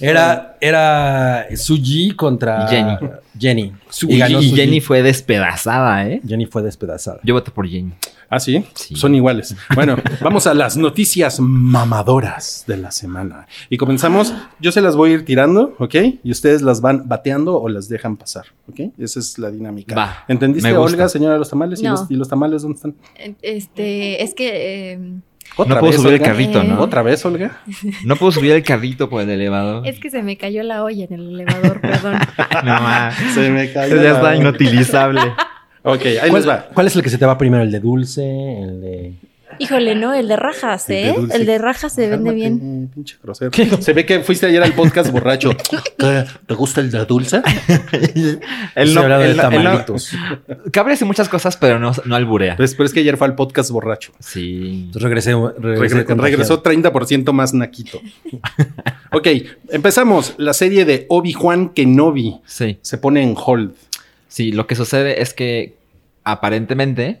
[SPEAKER 4] Era, era Suji contra
[SPEAKER 3] Jenny.
[SPEAKER 4] Jenny.
[SPEAKER 3] Y,
[SPEAKER 4] ganó
[SPEAKER 3] y
[SPEAKER 4] Suji.
[SPEAKER 3] Jenny fue despedazada, ¿eh?
[SPEAKER 4] Jenny fue despedazada.
[SPEAKER 3] Yo voté por Jenny.
[SPEAKER 2] ¿Ah, sí?
[SPEAKER 3] Sí.
[SPEAKER 2] Son iguales. Bueno, vamos a las noticias mamadoras de la semana. Y comenzamos, yo se las voy a ir tirando, ¿ok? Y ustedes las van bateando o las dejan pasar, ¿ok? Esa es la dinámica.
[SPEAKER 3] Va,
[SPEAKER 2] ¿Entendiste,
[SPEAKER 3] me gusta.
[SPEAKER 2] Olga, señora de los tamales? ¿Y,
[SPEAKER 5] No.
[SPEAKER 2] los, y los tamales dónde están?
[SPEAKER 5] Este, es que... eh,
[SPEAKER 3] No puedo subir el carrito, ¿no?
[SPEAKER 2] ¿Otra vez, Olga?
[SPEAKER 3] No puedo subir el carrito por el elevador.
[SPEAKER 5] es que se me cayó la olla en el elevador, perdón.
[SPEAKER 3] No, ma.
[SPEAKER 2] Se me
[SPEAKER 3] Ya está inutilizable.
[SPEAKER 2] Ok, ahí
[SPEAKER 4] ¿Cuál,
[SPEAKER 2] les va.
[SPEAKER 4] cuál es el que se te va primero? ¿El de dulce? ¿El de.?
[SPEAKER 5] Híjole, no, el de rajas,
[SPEAKER 2] El de
[SPEAKER 5] ¿eh?
[SPEAKER 2] dulce.
[SPEAKER 5] El de rajas se vende
[SPEAKER 2] Cálmate,
[SPEAKER 5] bien.
[SPEAKER 2] Pinche grosero. Se ve que fuiste ayer al podcast borracho. ¿Qué? ¿Te gusta el de dulce?
[SPEAKER 3] Él
[SPEAKER 4] Se
[SPEAKER 3] no,
[SPEAKER 4] habla de
[SPEAKER 3] él no- él no-
[SPEAKER 4] tamalitos.
[SPEAKER 3] Cabri hace muchas cosas, pero no, no alburea.
[SPEAKER 2] Pues, pero es que ayer fue al podcast borracho.
[SPEAKER 3] Sí.
[SPEAKER 4] Entonces regresé, regresé
[SPEAKER 2] Regre- regresó
[SPEAKER 4] contagiado.
[SPEAKER 2] 30% más naquito. ok, empezamos. La serie de Obi-Juan Kenobi
[SPEAKER 3] Sí.
[SPEAKER 2] se pone en hold.
[SPEAKER 3] Sí, lo que sucede es que aparentemente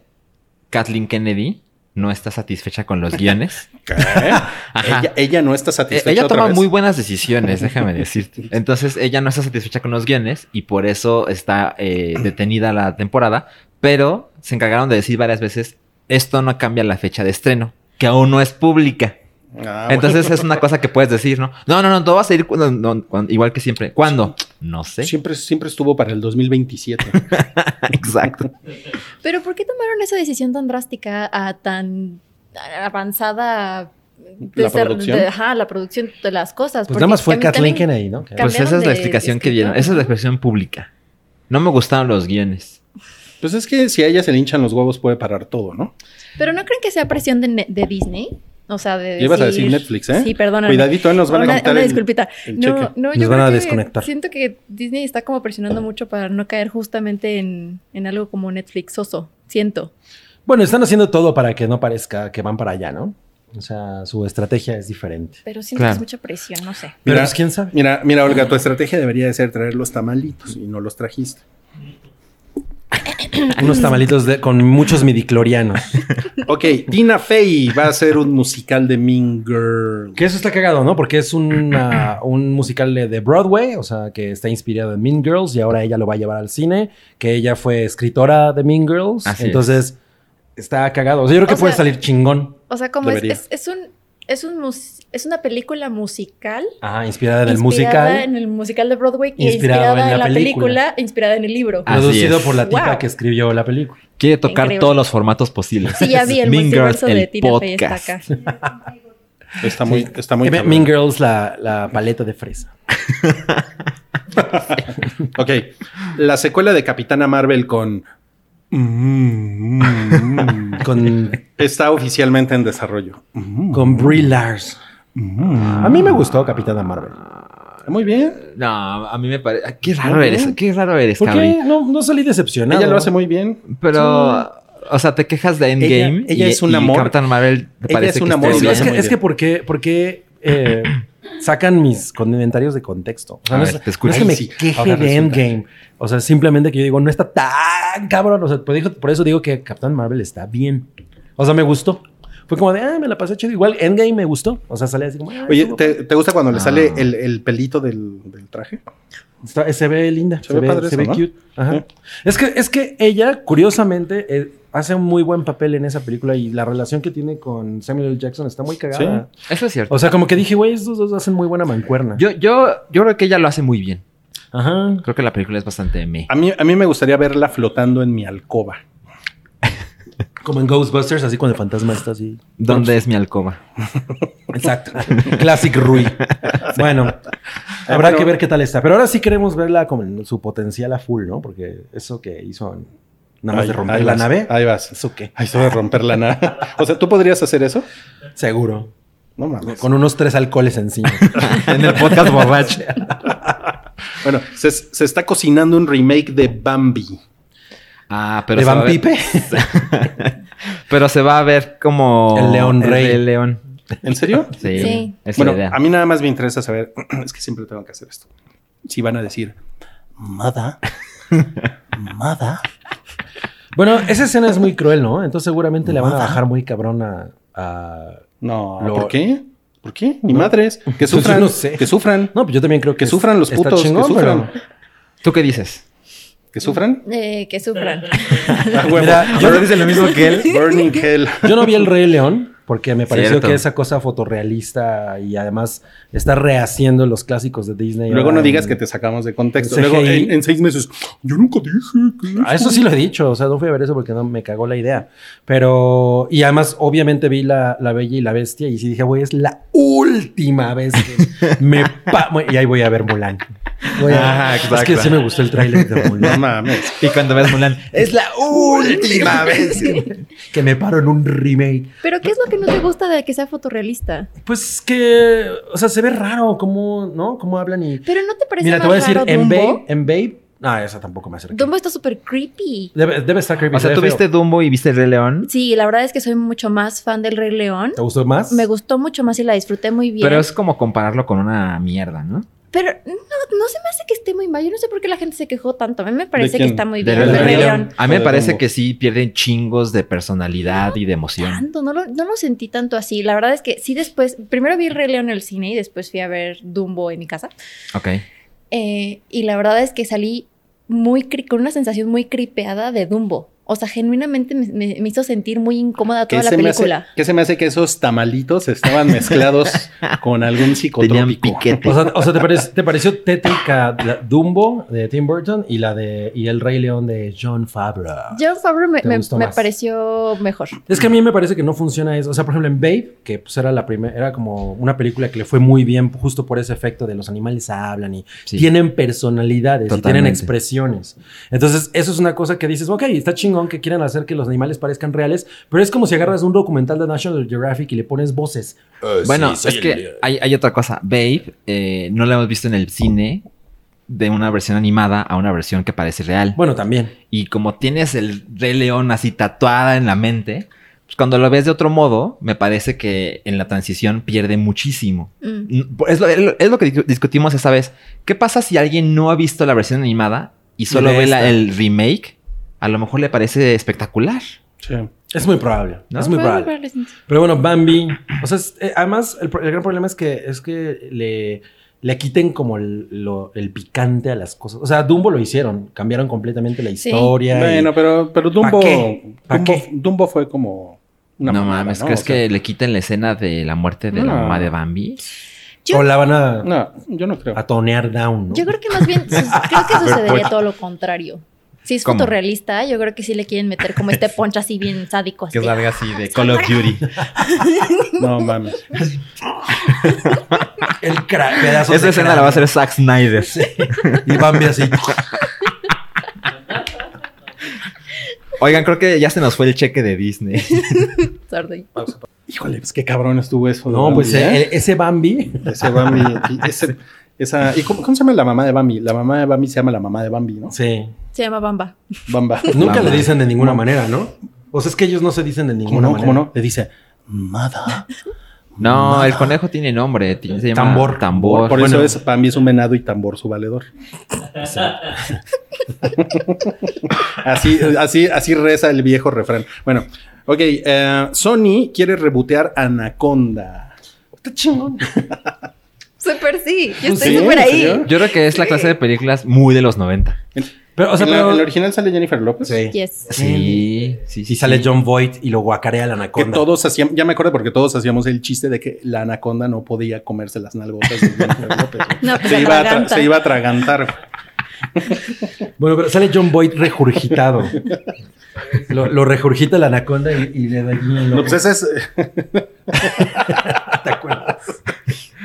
[SPEAKER 3] Kathleen Kennedy no está satisfecha con los guiones. Ajá.
[SPEAKER 2] Ella, ella no está
[SPEAKER 3] Eh,
[SPEAKER 2] satisfecha.
[SPEAKER 3] Ella
[SPEAKER 2] otra
[SPEAKER 3] toma
[SPEAKER 2] vez.
[SPEAKER 3] muy buenas decisiones, déjame decirte. Entonces, ella no está satisfecha con los guiones y por eso está eh, detenida la temporada. Pero se encargaron de decir varias veces: esto no cambia la fecha de estreno, que aún no es pública.
[SPEAKER 2] Ah, bueno.
[SPEAKER 3] Entonces, es una cosa que puedes decir, ¿no? No, no, no, todo va a seguir cuando- no, cuando- igual que siempre. ¿Cuándo? No sé.
[SPEAKER 2] Siempre, siempre estuvo para el 2027.
[SPEAKER 3] Exacto.
[SPEAKER 5] Pero ¿por qué tomaron esa decisión tan drástica a tan avanzada... de
[SPEAKER 2] ¿La
[SPEAKER 5] ser-
[SPEAKER 2] producción?
[SPEAKER 5] de- ajá, la producción de las cosas.
[SPEAKER 4] Pues nada más fue
[SPEAKER 5] Porque también-
[SPEAKER 4] Kathleen Kennedy, ¿no? Que-
[SPEAKER 3] Pues esa es
[SPEAKER 5] Cambiaron
[SPEAKER 3] la
[SPEAKER 5] de
[SPEAKER 3] explicación que dieron.
[SPEAKER 5] escritor.
[SPEAKER 3] Esa es la expresión pública. No me gustaron los guiones.
[SPEAKER 2] Pues es que si a ella se le hinchan los huevos puede parar todo, ¿no?
[SPEAKER 5] Pero no creen que sea presión de, ne- de Disney. O sea, de.
[SPEAKER 2] Ya ibas a decir Netflix, ¿eh?
[SPEAKER 5] Sí, perdóname.
[SPEAKER 2] Cuidadito, eh, nos van a
[SPEAKER 5] una,
[SPEAKER 2] contar
[SPEAKER 5] una
[SPEAKER 2] el-
[SPEAKER 5] disculpita.
[SPEAKER 2] el cheque.
[SPEAKER 5] no, no, yo
[SPEAKER 4] Nos van
[SPEAKER 5] creo
[SPEAKER 4] a
[SPEAKER 5] que
[SPEAKER 4] desconectar.
[SPEAKER 5] Siento que Disney está como presionando mucho para no caer justamente en, en algo como Netflix oso. Siento.
[SPEAKER 4] Bueno, están haciendo todo para que no parezca que van para allá, ¿no? O sea, su estrategia es diferente.
[SPEAKER 5] Pero siento
[SPEAKER 3] Claro.
[SPEAKER 5] que es mucha presión, no sé.
[SPEAKER 4] Pero
[SPEAKER 2] Mira,
[SPEAKER 4] pues, quién sabe.
[SPEAKER 2] Mira, mira, Olga, tu estrategia debería de ser traer los tamalitos y no los trajiste.
[SPEAKER 4] Unos tamalitos de- con muchos midiclorianos.
[SPEAKER 2] Ok, Tina Fey va a hacer un musical de Mean Girl.
[SPEAKER 4] Que eso está cagado, ¿no? Porque es una- un musical de de Broadway, o sea, que está inspirado en Mean Girls y ahora ella lo va a llevar al cine, que ella fue escritora de Mean Girls.
[SPEAKER 3] Así
[SPEAKER 4] entonces, está cagado. O sea, yo creo que
[SPEAKER 5] O
[SPEAKER 4] puede
[SPEAKER 5] sea-
[SPEAKER 4] salir chingón.
[SPEAKER 5] O sea, como es,
[SPEAKER 2] Debería.
[SPEAKER 5] es- es un, es, un mus- es una película musical.
[SPEAKER 4] Ajá, inspirada en el
[SPEAKER 5] inspirada
[SPEAKER 4] musical.
[SPEAKER 5] En el musical de Broadway. y
[SPEAKER 4] Inspirado
[SPEAKER 5] inspirada
[SPEAKER 4] en
[SPEAKER 5] en
[SPEAKER 4] la
[SPEAKER 5] la, película.
[SPEAKER 4] película,
[SPEAKER 5] inspirada en el libro.
[SPEAKER 3] Ah. Así
[SPEAKER 4] Producido
[SPEAKER 3] es.
[SPEAKER 4] por la tipa
[SPEAKER 5] Wow.
[SPEAKER 4] que escribió la película.
[SPEAKER 3] Quiere tocar
[SPEAKER 5] Increíble.
[SPEAKER 3] todos los formatos posibles.
[SPEAKER 5] Sí, ya vi el
[SPEAKER 3] Mean Girls,
[SPEAKER 5] multiverso de
[SPEAKER 3] el
[SPEAKER 5] Tina Fey está acá.
[SPEAKER 3] podcast.
[SPEAKER 2] Está muy, está muy.
[SPEAKER 4] Eh,
[SPEAKER 2] cabrón.
[SPEAKER 4] mean Girls, la, la paleta de fresa.
[SPEAKER 2] Ok, la secuela de Capitana Marvel con
[SPEAKER 4] Con,
[SPEAKER 2] está oficialmente en desarrollo.
[SPEAKER 4] con Brie Lars. A mí me gustó Capitana Marvel.
[SPEAKER 2] Muy bien.
[SPEAKER 3] No, a mí me parece. Qué
[SPEAKER 2] Muy
[SPEAKER 3] raro
[SPEAKER 2] bien.
[SPEAKER 3] eres, qué raro eres,
[SPEAKER 4] ¿Por
[SPEAKER 3] Cabri.
[SPEAKER 4] qué? No, no salí decepcionado.
[SPEAKER 2] Ella lo hace muy bien.
[SPEAKER 3] Pero, o sea, te quejas de Endgame.
[SPEAKER 2] Ella- ella
[SPEAKER 3] y-
[SPEAKER 2] es un
[SPEAKER 3] y
[SPEAKER 2] amor.
[SPEAKER 3] Captain Marvel te
[SPEAKER 2] Ella
[SPEAKER 3] parece
[SPEAKER 2] es un
[SPEAKER 3] que
[SPEAKER 2] amor
[SPEAKER 3] esté
[SPEAKER 2] y lo
[SPEAKER 3] bien.
[SPEAKER 4] es, que,
[SPEAKER 2] muy
[SPEAKER 4] es que
[SPEAKER 2] bien.
[SPEAKER 4] porque, porque eh, sacan mis comentarios de contexto. O sea,
[SPEAKER 3] A
[SPEAKER 4] no,
[SPEAKER 3] ver,
[SPEAKER 4] es,
[SPEAKER 3] te escucho.
[SPEAKER 4] no es que
[SPEAKER 3] Ay,
[SPEAKER 4] me
[SPEAKER 3] sí.
[SPEAKER 4] queje
[SPEAKER 3] Ahora
[SPEAKER 4] de
[SPEAKER 3] resulta.
[SPEAKER 4] Endgame. O sea, simplemente que yo digo, no está tan cabrón. O sea, por, dijo- por eso digo que Captain Marvel está bien. O sea, me gustó. Fue como de, ah, me la pasé chido. Igual Endgame me gustó. O sea, sale así como, ah,
[SPEAKER 2] Oye,
[SPEAKER 4] estuvo
[SPEAKER 2] ¿te, te gusta cuando le
[SPEAKER 3] Ah.
[SPEAKER 2] sale el, el pelito del, del traje?
[SPEAKER 4] Está- se ve linda, se,
[SPEAKER 2] Se ve
[SPEAKER 4] ve,
[SPEAKER 2] padre
[SPEAKER 4] se
[SPEAKER 2] eso,
[SPEAKER 4] ve
[SPEAKER 2] ¿no?
[SPEAKER 4] cute. Ajá.
[SPEAKER 2] Sí.
[SPEAKER 4] Es, que, es que ella, curiosamente, eh, hace un muy buen papel en esa película y la relación que tiene con Samuel L. Jackson está muy cagada.
[SPEAKER 3] Eso es cierto.
[SPEAKER 4] O sea, como que dije, güey, estos dos hacen muy buena mancuerna.
[SPEAKER 3] yo, yo, yo creo que ella lo hace muy bien.
[SPEAKER 4] Ajá.
[SPEAKER 3] Creo que la película es bastante me.
[SPEAKER 4] Ah,
[SPEAKER 2] A mí, a mí me gustaría verla flotando en mi alcoba.
[SPEAKER 4] Como en Ghostbusters, así cuando el fantasma está así.
[SPEAKER 3] ¿Dónde es mi alcoba?
[SPEAKER 4] Exacto. Classic Rui. Bueno, habrá
[SPEAKER 2] Bueno.
[SPEAKER 4] que ver qué tal está. Pero ahora sí queremos verla con su potencial a full, ¿no? Porque eso que hizo en- nada más
[SPEAKER 2] Ahí-
[SPEAKER 4] de romper
[SPEAKER 2] ahí
[SPEAKER 4] la
[SPEAKER 2] vas,
[SPEAKER 4] nave.
[SPEAKER 2] Ahí vas.
[SPEAKER 4] ¿Eso qué?
[SPEAKER 2] Ahí se va a romper la nave. O sea, ¿tú podrías hacer eso?
[SPEAKER 4] Seguro.
[SPEAKER 2] No mames.
[SPEAKER 4] Con unos tres alcoholes encima.
[SPEAKER 3] en el podcast borracho.
[SPEAKER 2] Bueno, se, se está cocinando un remake de Bambi.
[SPEAKER 3] Ah, pero
[SPEAKER 4] ¿De
[SPEAKER 3] se va a
[SPEAKER 4] Van
[SPEAKER 3] ver-
[SPEAKER 4] Pipe?
[SPEAKER 3] Pero se va a ver como.
[SPEAKER 4] El león rey.
[SPEAKER 3] El león.
[SPEAKER 2] ¿En serio?
[SPEAKER 3] Sí.
[SPEAKER 5] Sí.
[SPEAKER 3] Esa
[SPEAKER 2] bueno,
[SPEAKER 3] idea.
[SPEAKER 2] a mí nada más me interesa saber, es que siempre tengo que hacer esto. Si van a decir, Mada, Mada.
[SPEAKER 4] Bueno, esa escena es muy cruel, ¿no? Entonces seguramente le van a bajar muy cabrón a... a-
[SPEAKER 2] No,
[SPEAKER 4] Lo-
[SPEAKER 2] ¿por qué? ¿Por qué? Ni madres. Que
[SPEAKER 4] Pues yo
[SPEAKER 2] sufran,
[SPEAKER 4] no sé.
[SPEAKER 2] que sufran,
[SPEAKER 4] No, pues yo también creo que...
[SPEAKER 2] que
[SPEAKER 4] es-
[SPEAKER 2] sufran los
[SPEAKER 4] está
[SPEAKER 2] putos,
[SPEAKER 4] chingón,
[SPEAKER 2] que sufran,
[SPEAKER 4] pero-
[SPEAKER 3] ¿Tú qué dices?
[SPEAKER 2] que sufran.
[SPEAKER 5] Eh, que sufran.
[SPEAKER 2] Ah, huevo.
[SPEAKER 4] Mira,
[SPEAKER 3] Yo dice lo mismo que él.
[SPEAKER 2] Burning Hell.
[SPEAKER 4] Yo no vi el Rey León porque me pareció
[SPEAKER 3] Cierto.
[SPEAKER 4] que esa cosa fotorrealista y además está rehaciendo los clásicos de Disney.
[SPEAKER 2] Luego
[SPEAKER 4] ahora
[SPEAKER 2] no digas
[SPEAKER 4] en-
[SPEAKER 2] que te sacamos de contexto.
[SPEAKER 4] CGI.
[SPEAKER 2] Luego en, en seis meses, yo nunca dije que...
[SPEAKER 4] Ah, eso sí lo he dicho, o sea, no fui a ver eso porque no me cagó la idea. Pero, y además, obviamente vi la, la Bella y la Bestia y sí dije, güey, es la última vez que me... pa- y ahí voy a ver Mulan. Voy a-
[SPEAKER 3] Ah,
[SPEAKER 4] Es que
[SPEAKER 3] exacto.
[SPEAKER 4] sí me gustó el tráiler de
[SPEAKER 2] No
[SPEAKER 4] Mulan.
[SPEAKER 2] mames.
[SPEAKER 3] Y cuando ves Mulan, es la última vez.
[SPEAKER 4] que me paro en un remake.
[SPEAKER 5] Pero ¿qué es lo que no te gusta de que sea fotorrealista?
[SPEAKER 4] Pues que, o sea, se ve raro cómo, ¿no? Cómo hablan y...
[SPEAKER 5] Pero ¿no te parece
[SPEAKER 4] Mira,
[SPEAKER 5] más
[SPEAKER 4] te voy a decir,
[SPEAKER 5] raro
[SPEAKER 4] en
[SPEAKER 5] Dumbo?
[SPEAKER 4] Babe, en Babe... Ah, esa tampoco me acerqué.
[SPEAKER 5] Dumbo está súper creepy.
[SPEAKER 4] Debe, debe estar creepy.
[SPEAKER 3] O sea,
[SPEAKER 4] se
[SPEAKER 3] ¿tú
[SPEAKER 4] ve
[SPEAKER 3] viste
[SPEAKER 4] feo.
[SPEAKER 3] Dumbo y viste el Rey León?
[SPEAKER 5] Sí, la verdad es que soy mucho más fan del Rey León.
[SPEAKER 4] ¿Te gustó más?
[SPEAKER 5] Me gustó mucho más y la disfruté muy bien.
[SPEAKER 3] Pero es como compararlo con una mierda, ¿no?
[SPEAKER 5] Pero no, no se me hace que esté muy mal. Yo no sé por qué la gente se quejó tanto. A mí me parece que
[SPEAKER 2] quién?
[SPEAKER 5] está muy
[SPEAKER 3] Del
[SPEAKER 5] bien.
[SPEAKER 3] Rey
[SPEAKER 5] el
[SPEAKER 4] León.
[SPEAKER 5] Rey León.
[SPEAKER 3] A mí me
[SPEAKER 2] Joder,
[SPEAKER 3] parece
[SPEAKER 2] Dumbo.
[SPEAKER 3] que sí pierden chingos de personalidad y de emoción.
[SPEAKER 5] Tanto, no lo, no lo sentí tanto así. La verdad es que sí después, primero vi el Rey León en el cine y después fui a ver Dumbo en mi casa.
[SPEAKER 3] Ok.
[SPEAKER 5] Eh, y la verdad es que salí muy cri- con una sensación muy cripeada de Dumbo. O sea, genuinamente me, me- me hizo sentir muy incómoda toda
[SPEAKER 2] ¿Qué
[SPEAKER 5] la
[SPEAKER 2] se, me hace,
[SPEAKER 5] película.
[SPEAKER 2] que se me hace que esos tamalitos estaban mezclados con algún
[SPEAKER 3] Tenían
[SPEAKER 2] psicotrópico?
[SPEAKER 3] piquete.
[SPEAKER 4] O sea, o sea, ¿te, parec- te pareció tétrica la Dumbo de Tim Burton y la de y El Rey León de John Favreau?
[SPEAKER 5] John Favreau me,
[SPEAKER 4] ¿Te
[SPEAKER 5] me-
[SPEAKER 4] gustó
[SPEAKER 5] me
[SPEAKER 4] más?
[SPEAKER 5] pareció mejor.
[SPEAKER 4] Es que a mí me parece que no funciona eso. O sea, por ejemplo, en Babe, que pues era la primera, era como una película que le fue muy bien justo por ese efecto de los animales hablan y
[SPEAKER 3] Sí.
[SPEAKER 4] tienen personalidades y tienen
[SPEAKER 3] Totalmente.
[SPEAKER 4] expresiones. Entonces, eso es una cosa que dices, ok, está chingón que quieran hacer que los animales parezcan reales, pero es como si agarras un documental de National Geographic y le pones voces.
[SPEAKER 3] Bueno, es que hay, hay otra cosa. Babe, eh, no la hemos visto en el cine de una versión animada a una versión que parece real.
[SPEAKER 4] Bueno, también.
[SPEAKER 3] Y como tienes el Rey León así tatuada en la mente, pues cuando lo ves de otro modo, me parece que en la transición pierde muchísimo.
[SPEAKER 5] Mm.
[SPEAKER 3] Mm, Es lo, es lo que di- discutimos esa vez. ¿Qué pasa si alguien no ha visto la versión animada y solo
[SPEAKER 4] Ve
[SPEAKER 3] ve la-
[SPEAKER 4] esta.
[SPEAKER 3] el remake? a lo mejor le parece espectacular.
[SPEAKER 2] Sí.
[SPEAKER 4] Es muy probable.
[SPEAKER 3] ¿No?
[SPEAKER 4] Es muy
[SPEAKER 5] Puede
[SPEAKER 4] probable.
[SPEAKER 5] verles en-
[SPEAKER 4] Pero bueno, Bambi. O sea, es- eh, además, el, pro- el gran problema es que es que le, le quiten como el, lo- el picante a las cosas. O sea, Dumbo lo hicieron. Cambiaron completamente la
[SPEAKER 5] Sí.
[SPEAKER 4] historia. y-
[SPEAKER 2] Bueno, pero, pero Dumbo,
[SPEAKER 4] ¿Pa qué? ¿Pa
[SPEAKER 2] Dumbo,
[SPEAKER 4] qué?
[SPEAKER 2] Dumbo fue como una
[SPEAKER 3] no
[SPEAKER 2] mamada,
[SPEAKER 3] mames,
[SPEAKER 2] ¿no?
[SPEAKER 3] ¿crees
[SPEAKER 2] O sea,
[SPEAKER 3] que le quiten la escena de la muerte de la
[SPEAKER 2] No.
[SPEAKER 3] mamá de Bambi?
[SPEAKER 5] Yo-
[SPEAKER 4] o la van a,
[SPEAKER 2] No, yo no creo.
[SPEAKER 4] a tonear down, ¿no?
[SPEAKER 5] Yo creo que más bien, sus- creo que sucedería todo lo contrario. Si es
[SPEAKER 3] ¿Cómo?
[SPEAKER 5] fotorrealista, yo creo que sí le quieren meter como este poncho así bien sádico. Así.
[SPEAKER 3] así de Call of Duty.
[SPEAKER 2] No mames.
[SPEAKER 4] El cra- pedazo
[SPEAKER 3] Esa
[SPEAKER 4] de
[SPEAKER 3] escena la va a hacer Zack Snyder.
[SPEAKER 4] cráneo. Y Bambi así.
[SPEAKER 3] Oigan, creo que ya se nos fue el cheque de Disney.
[SPEAKER 5] ah, Sordo.
[SPEAKER 2] Híjole, pues qué cabrón estuvo eso. de
[SPEAKER 4] No,
[SPEAKER 2] Bambi,
[SPEAKER 4] pues
[SPEAKER 2] ¿eh?
[SPEAKER 4] eh, ese Bambi.
[SPEAKER 2] Ese Bambi. y ese- esa, ¿y cómo, cómo se llama la mamá de Bambi? La mamá de Bambi se llama la mamá de Bambi, ¿no?
[SPEAKER 4] Sí.
[SPEAKER 5] Se llama Bamba.
[SPEAKER 2] Bamba.
[SPEAKER 4] Nunca
[SPEAKER 3] Mamá.
[SPEAKER 4] le dicen de ninguna manera, ¿no? O sea, es que ellos no se dicen de
[SPEAKER 2] ¿Cómo
[SPEAKER 4] ninguna
[SPEAKER 2] no?
[SPEAKER 4] manera.
[SPEAKER 2] ¿Cómo no? Le dice, Mada.
[SPEAKER 3] No, el conejo tiene nombre. ti- se llama
[SPEAKER 4] Tambor.
[SPEAKER 3] Tambor.
[SPEAKER 2] Por
[SPEAKER 3] Bueno,
[SPEAKER 2] eso es, Bambi es un venado y tambor su valedor. así, así, así reza el viejo refrán. Bueno, ok. eh, Sony quiere rebotear Anaconda.
[SPEAKER 4] Está chingón.
[SPEAKER 5] Súper sí. Yo
[SPEAKER 2] ¿Sí?
[SPEAKER 5] estoy súper
[SPEAKER 2] ¿En
[SPEAKER 5] ahí.
[SPEAKER 2] serio?
[SPEAKER 3] Yo creo que es la clase de películas muy de los 90.
[SPEAKER 4] Pero, o sea,
[SPEAKER 2] en, la-
[SPEAKER 4] pero.
[SPEAKER 2] en la original sale Jennifer López.
[SPEAKER 5] Yes.
[SPEAKER 3] Sí, sí, sí.
[SPEAKER 4] Y sale
[SPEAKER 3] sí.
[SPEAKER 4] John Voight y lo guacarea la anaconda.
[SPEAKER 2] Que todos hacíamos, ya me acuerdo porque todos hacíamos el chiste de que la anaconda no podía comerse las nalgotas de Jennifer López.
[SPEAKER 5] No, pues
[SPEAKER 2] se, iba a tra-
[SPEAKER 5] atraganta.
[SPEAKER 2] se iba a atragantar.
[SPEAKER 4] Bueno, pero sale John Boyd regurgitado. lo, lo regurgita la anaconda y, y le da el
[SPEAKER 2] No, pues ese es.
[SPEAKER 4] ¿Te acuerdas?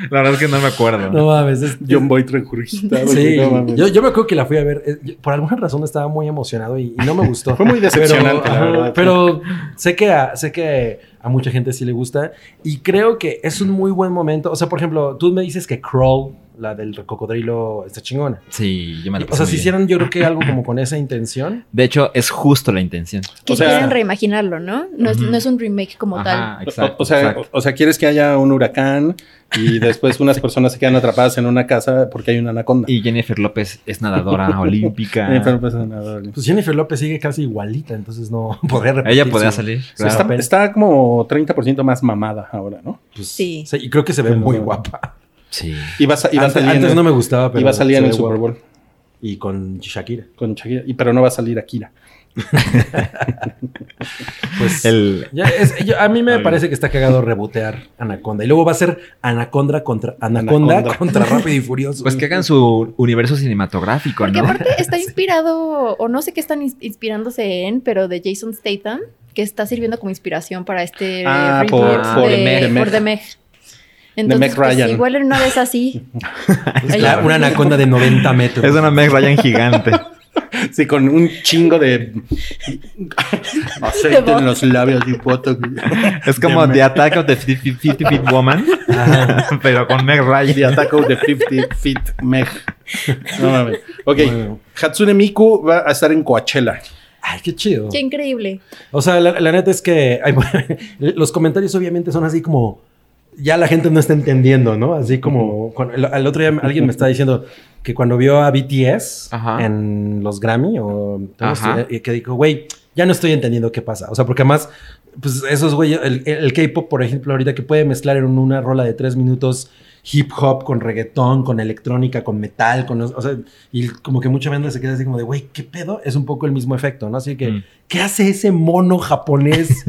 [SPEAKER 3] La verdad es que no me acuerdo.
[SPEAKER 4] No mames. es-
[SPEAKER 2] John Boyd regurgitado.
[SPEAKER 4] Sí,
[SPEAKER 2] no mames.
[SPEAKER 4] yo, yo me acuerdo que la fui a ver. eh, yo- por alguna razón estaba muy emocionado y, y no me gustó.
[SPEAKER 2] Fue muy decepcionante,
[SPEAKER 4] Pero,
[SPEAKER 2] la
[SPEAKER 4] ajá,
[SPEAKER 2] verdad.
[SPEAKER 4] pero sé que a, sé que a mucha gente sí le gusta y creo que es un muy buen momento. O sea, por ejemplo, tú me dices que Crawl, la del cocodrilo, está chingona.
[SPEAKER 3] Sí, yo me la
[SPEAKER 4] O
[SPEAKER 3] pasé
[SPEAKER 4] sea,
[SPEAKER 3] muy
[SPEAKER 4] si
[SPEAKER 3] bien.
[SPEAKER 4] hicieran yo creo que algo como con esa intención.
[SPEAKER 3] De hecho, es justo la intención.
[SPEAKER 5] Que
[SPEAKER 2] O sea-
[SPEAKER 5] quieren reimaginarlo, ¿no? No es,
[SPEAKER 3] Ujú.
[SPEAKER 5] no es un remake como
[SPEAKER 3] Ajá,
[SPEAKER 5] tal.
[SPEAKER 3] exacto.
[SPEAKER 2] o, o sea,
[SPEAKER 3] exacto.
[SPEAKER 2] o, o sea, quieres que haya un huracán y después unas personas se quedan atrapadas en una casa porque hay una anaconda.
[SPEAKER 3] Y Jennifer López es nadadora olímpica.
[SPEAKER 2] Jennifer López es nadadora.
[SPEAKER 4] Pues Jennifer López sigue casi igualita, entonces no podría repetir.
[SPEAKER 3] Ella podía
[SPEAKER 4] su-
[SPEAKER 3] salir.
[SPEAKER 4] su
[SPEAKER 3] claro.
[SPEAKER 2] Está,
[SPEAKER 4] papel.
[SPEAKER 2] está como 30% más mamada ahora, ¿no?
[SPEAKER 4] Pues,
[SPEAKER 5] Sí.
[SPEAKER 4] sí, Y creo que se ve
[SPEAKER 2] Sí,
[SPEAKER 4] muy
[SPEAKER 2] no.
[SPEAKER 4] guapa.
[SPEAKER 3] Sí.
[SPEAKER 2] Y va, a sa- y va a
[SPEAKER 4] Antes,
[SPEAKER 2] salir,
[SPEAKER 4] antes
[SPEAKER 2] en,
[SPEAKER 4] no me gustaba, pero.
[SPEAKER 2] y va a salir
[SPEAKER 4] se
[SPEAKER 2] en
[SPEAKER 4] ve
[SPEAKER 2] el Super
[SPEAKER 4] guapa.
[SPEAKER 2] Bowl
[SPEAKER 4] Y con Shakira.
[SPEAKER 2] con Shakira, y- pero no va a salir Akira.
[SPEAKER 4] Pues.
[SPEAKER 3] El...
[SPEAKER 4] ya es- yo- a mí me
[SPEAKER 3] Ay.
[SPEAKER 4] parece que está cagado rebotear Anaconda. Y luego va a ser Anaconda contra Anaconda,
[SPEAKER 2] Anaconda.
[SPEAKER 4] contra Rápido y Furioso.
[SPEAKER 3] Pues que hagan su universo cinematográfico,
[SPEAKER 5] Porque
[SPEAKER 3] ¿no?
[SPEAKER 5] aparte está inspirado, o no sé qué están ins- inspirándose en, pero de Jason Statham, que está sirviendo como inspiración para este
[SPEAKER 2] Ah,
[SPEAKER 5] reboot
[SPEAKER 3] por- por
[SPEAKER 5] de,
[SPEAKER 2] Meg.
[SPEAKER 5] por
[SPEAKER 2] De Meg.
[SPEAKER 5] The Meg. Entonces,
[SPEAKER 2] Meg
[SPEAKER 5] pues,
[SPEAKER 2] Ryan.
[SPEAKER 5] igual en una vez así.
[SPEAKER 4] Es
[SPEAKER 5] Ay,
[SPEAKER 4] la-
[SPEAKER 5] ya.
[SPEAKER 4] una Anaconda de 90 metros.
[SPEAKER 3] pues, Es una Meg Ryan gigante.
[SPEAKER 2] Sí, con un chingo de aceite
[SPEAKER 5] voz.
[SPEAKER 2] en los labios y fotos.
[SPEAKER 3] Es como
[SPEAKER 2] De
[SPEAKER 3] The Attack of the 50 50 Feet Woman,
[SPEAKER 4] Ajá.
[SPEAKER 3] pero con Meg Ryan.
[SPEAKER 2] The Attack of the 50 Feet Meg. No mames. Ok,
[SPEAKER 4] Bueno.
[SPEAKER 2] Hatsune Miku va a estar en Coachella.
[SPEAKER 4] Ay, qué chido.
[SPEAKER 5] Qué increíble.
[SPEAKER 4] O sea, la, la neta es que ay, bueno, los comentarios obviamente son así como ya la gente no está entendiendo, ¿no? Así como cuando- el, al otro día alguien me estaba diciendo que cuando vio a BTS
[SPEAKER 3] Ajá.
[SPEAKER 4] en los Grammy o
[SPEAKER 3] Ajá.
[SPEAKER 4] y que dijo, güey, ya no estoy entendiendo qué pasa. O sea, porque además, pues esos güey, el, el K-pop, por ejemplo, ahorita que puede mezclar en una rola de tres minutos hip hop con reggaetón, con electrónica, con metal, con, o sea, y como que mucha banda se queda así como de, güey, ¿qué pedo? Es un poco el mismo efecto, ¿no? Así que
[SPEAKER 3] Mm.
[SPEAKER 4] ¿Qué hace ese mono japonés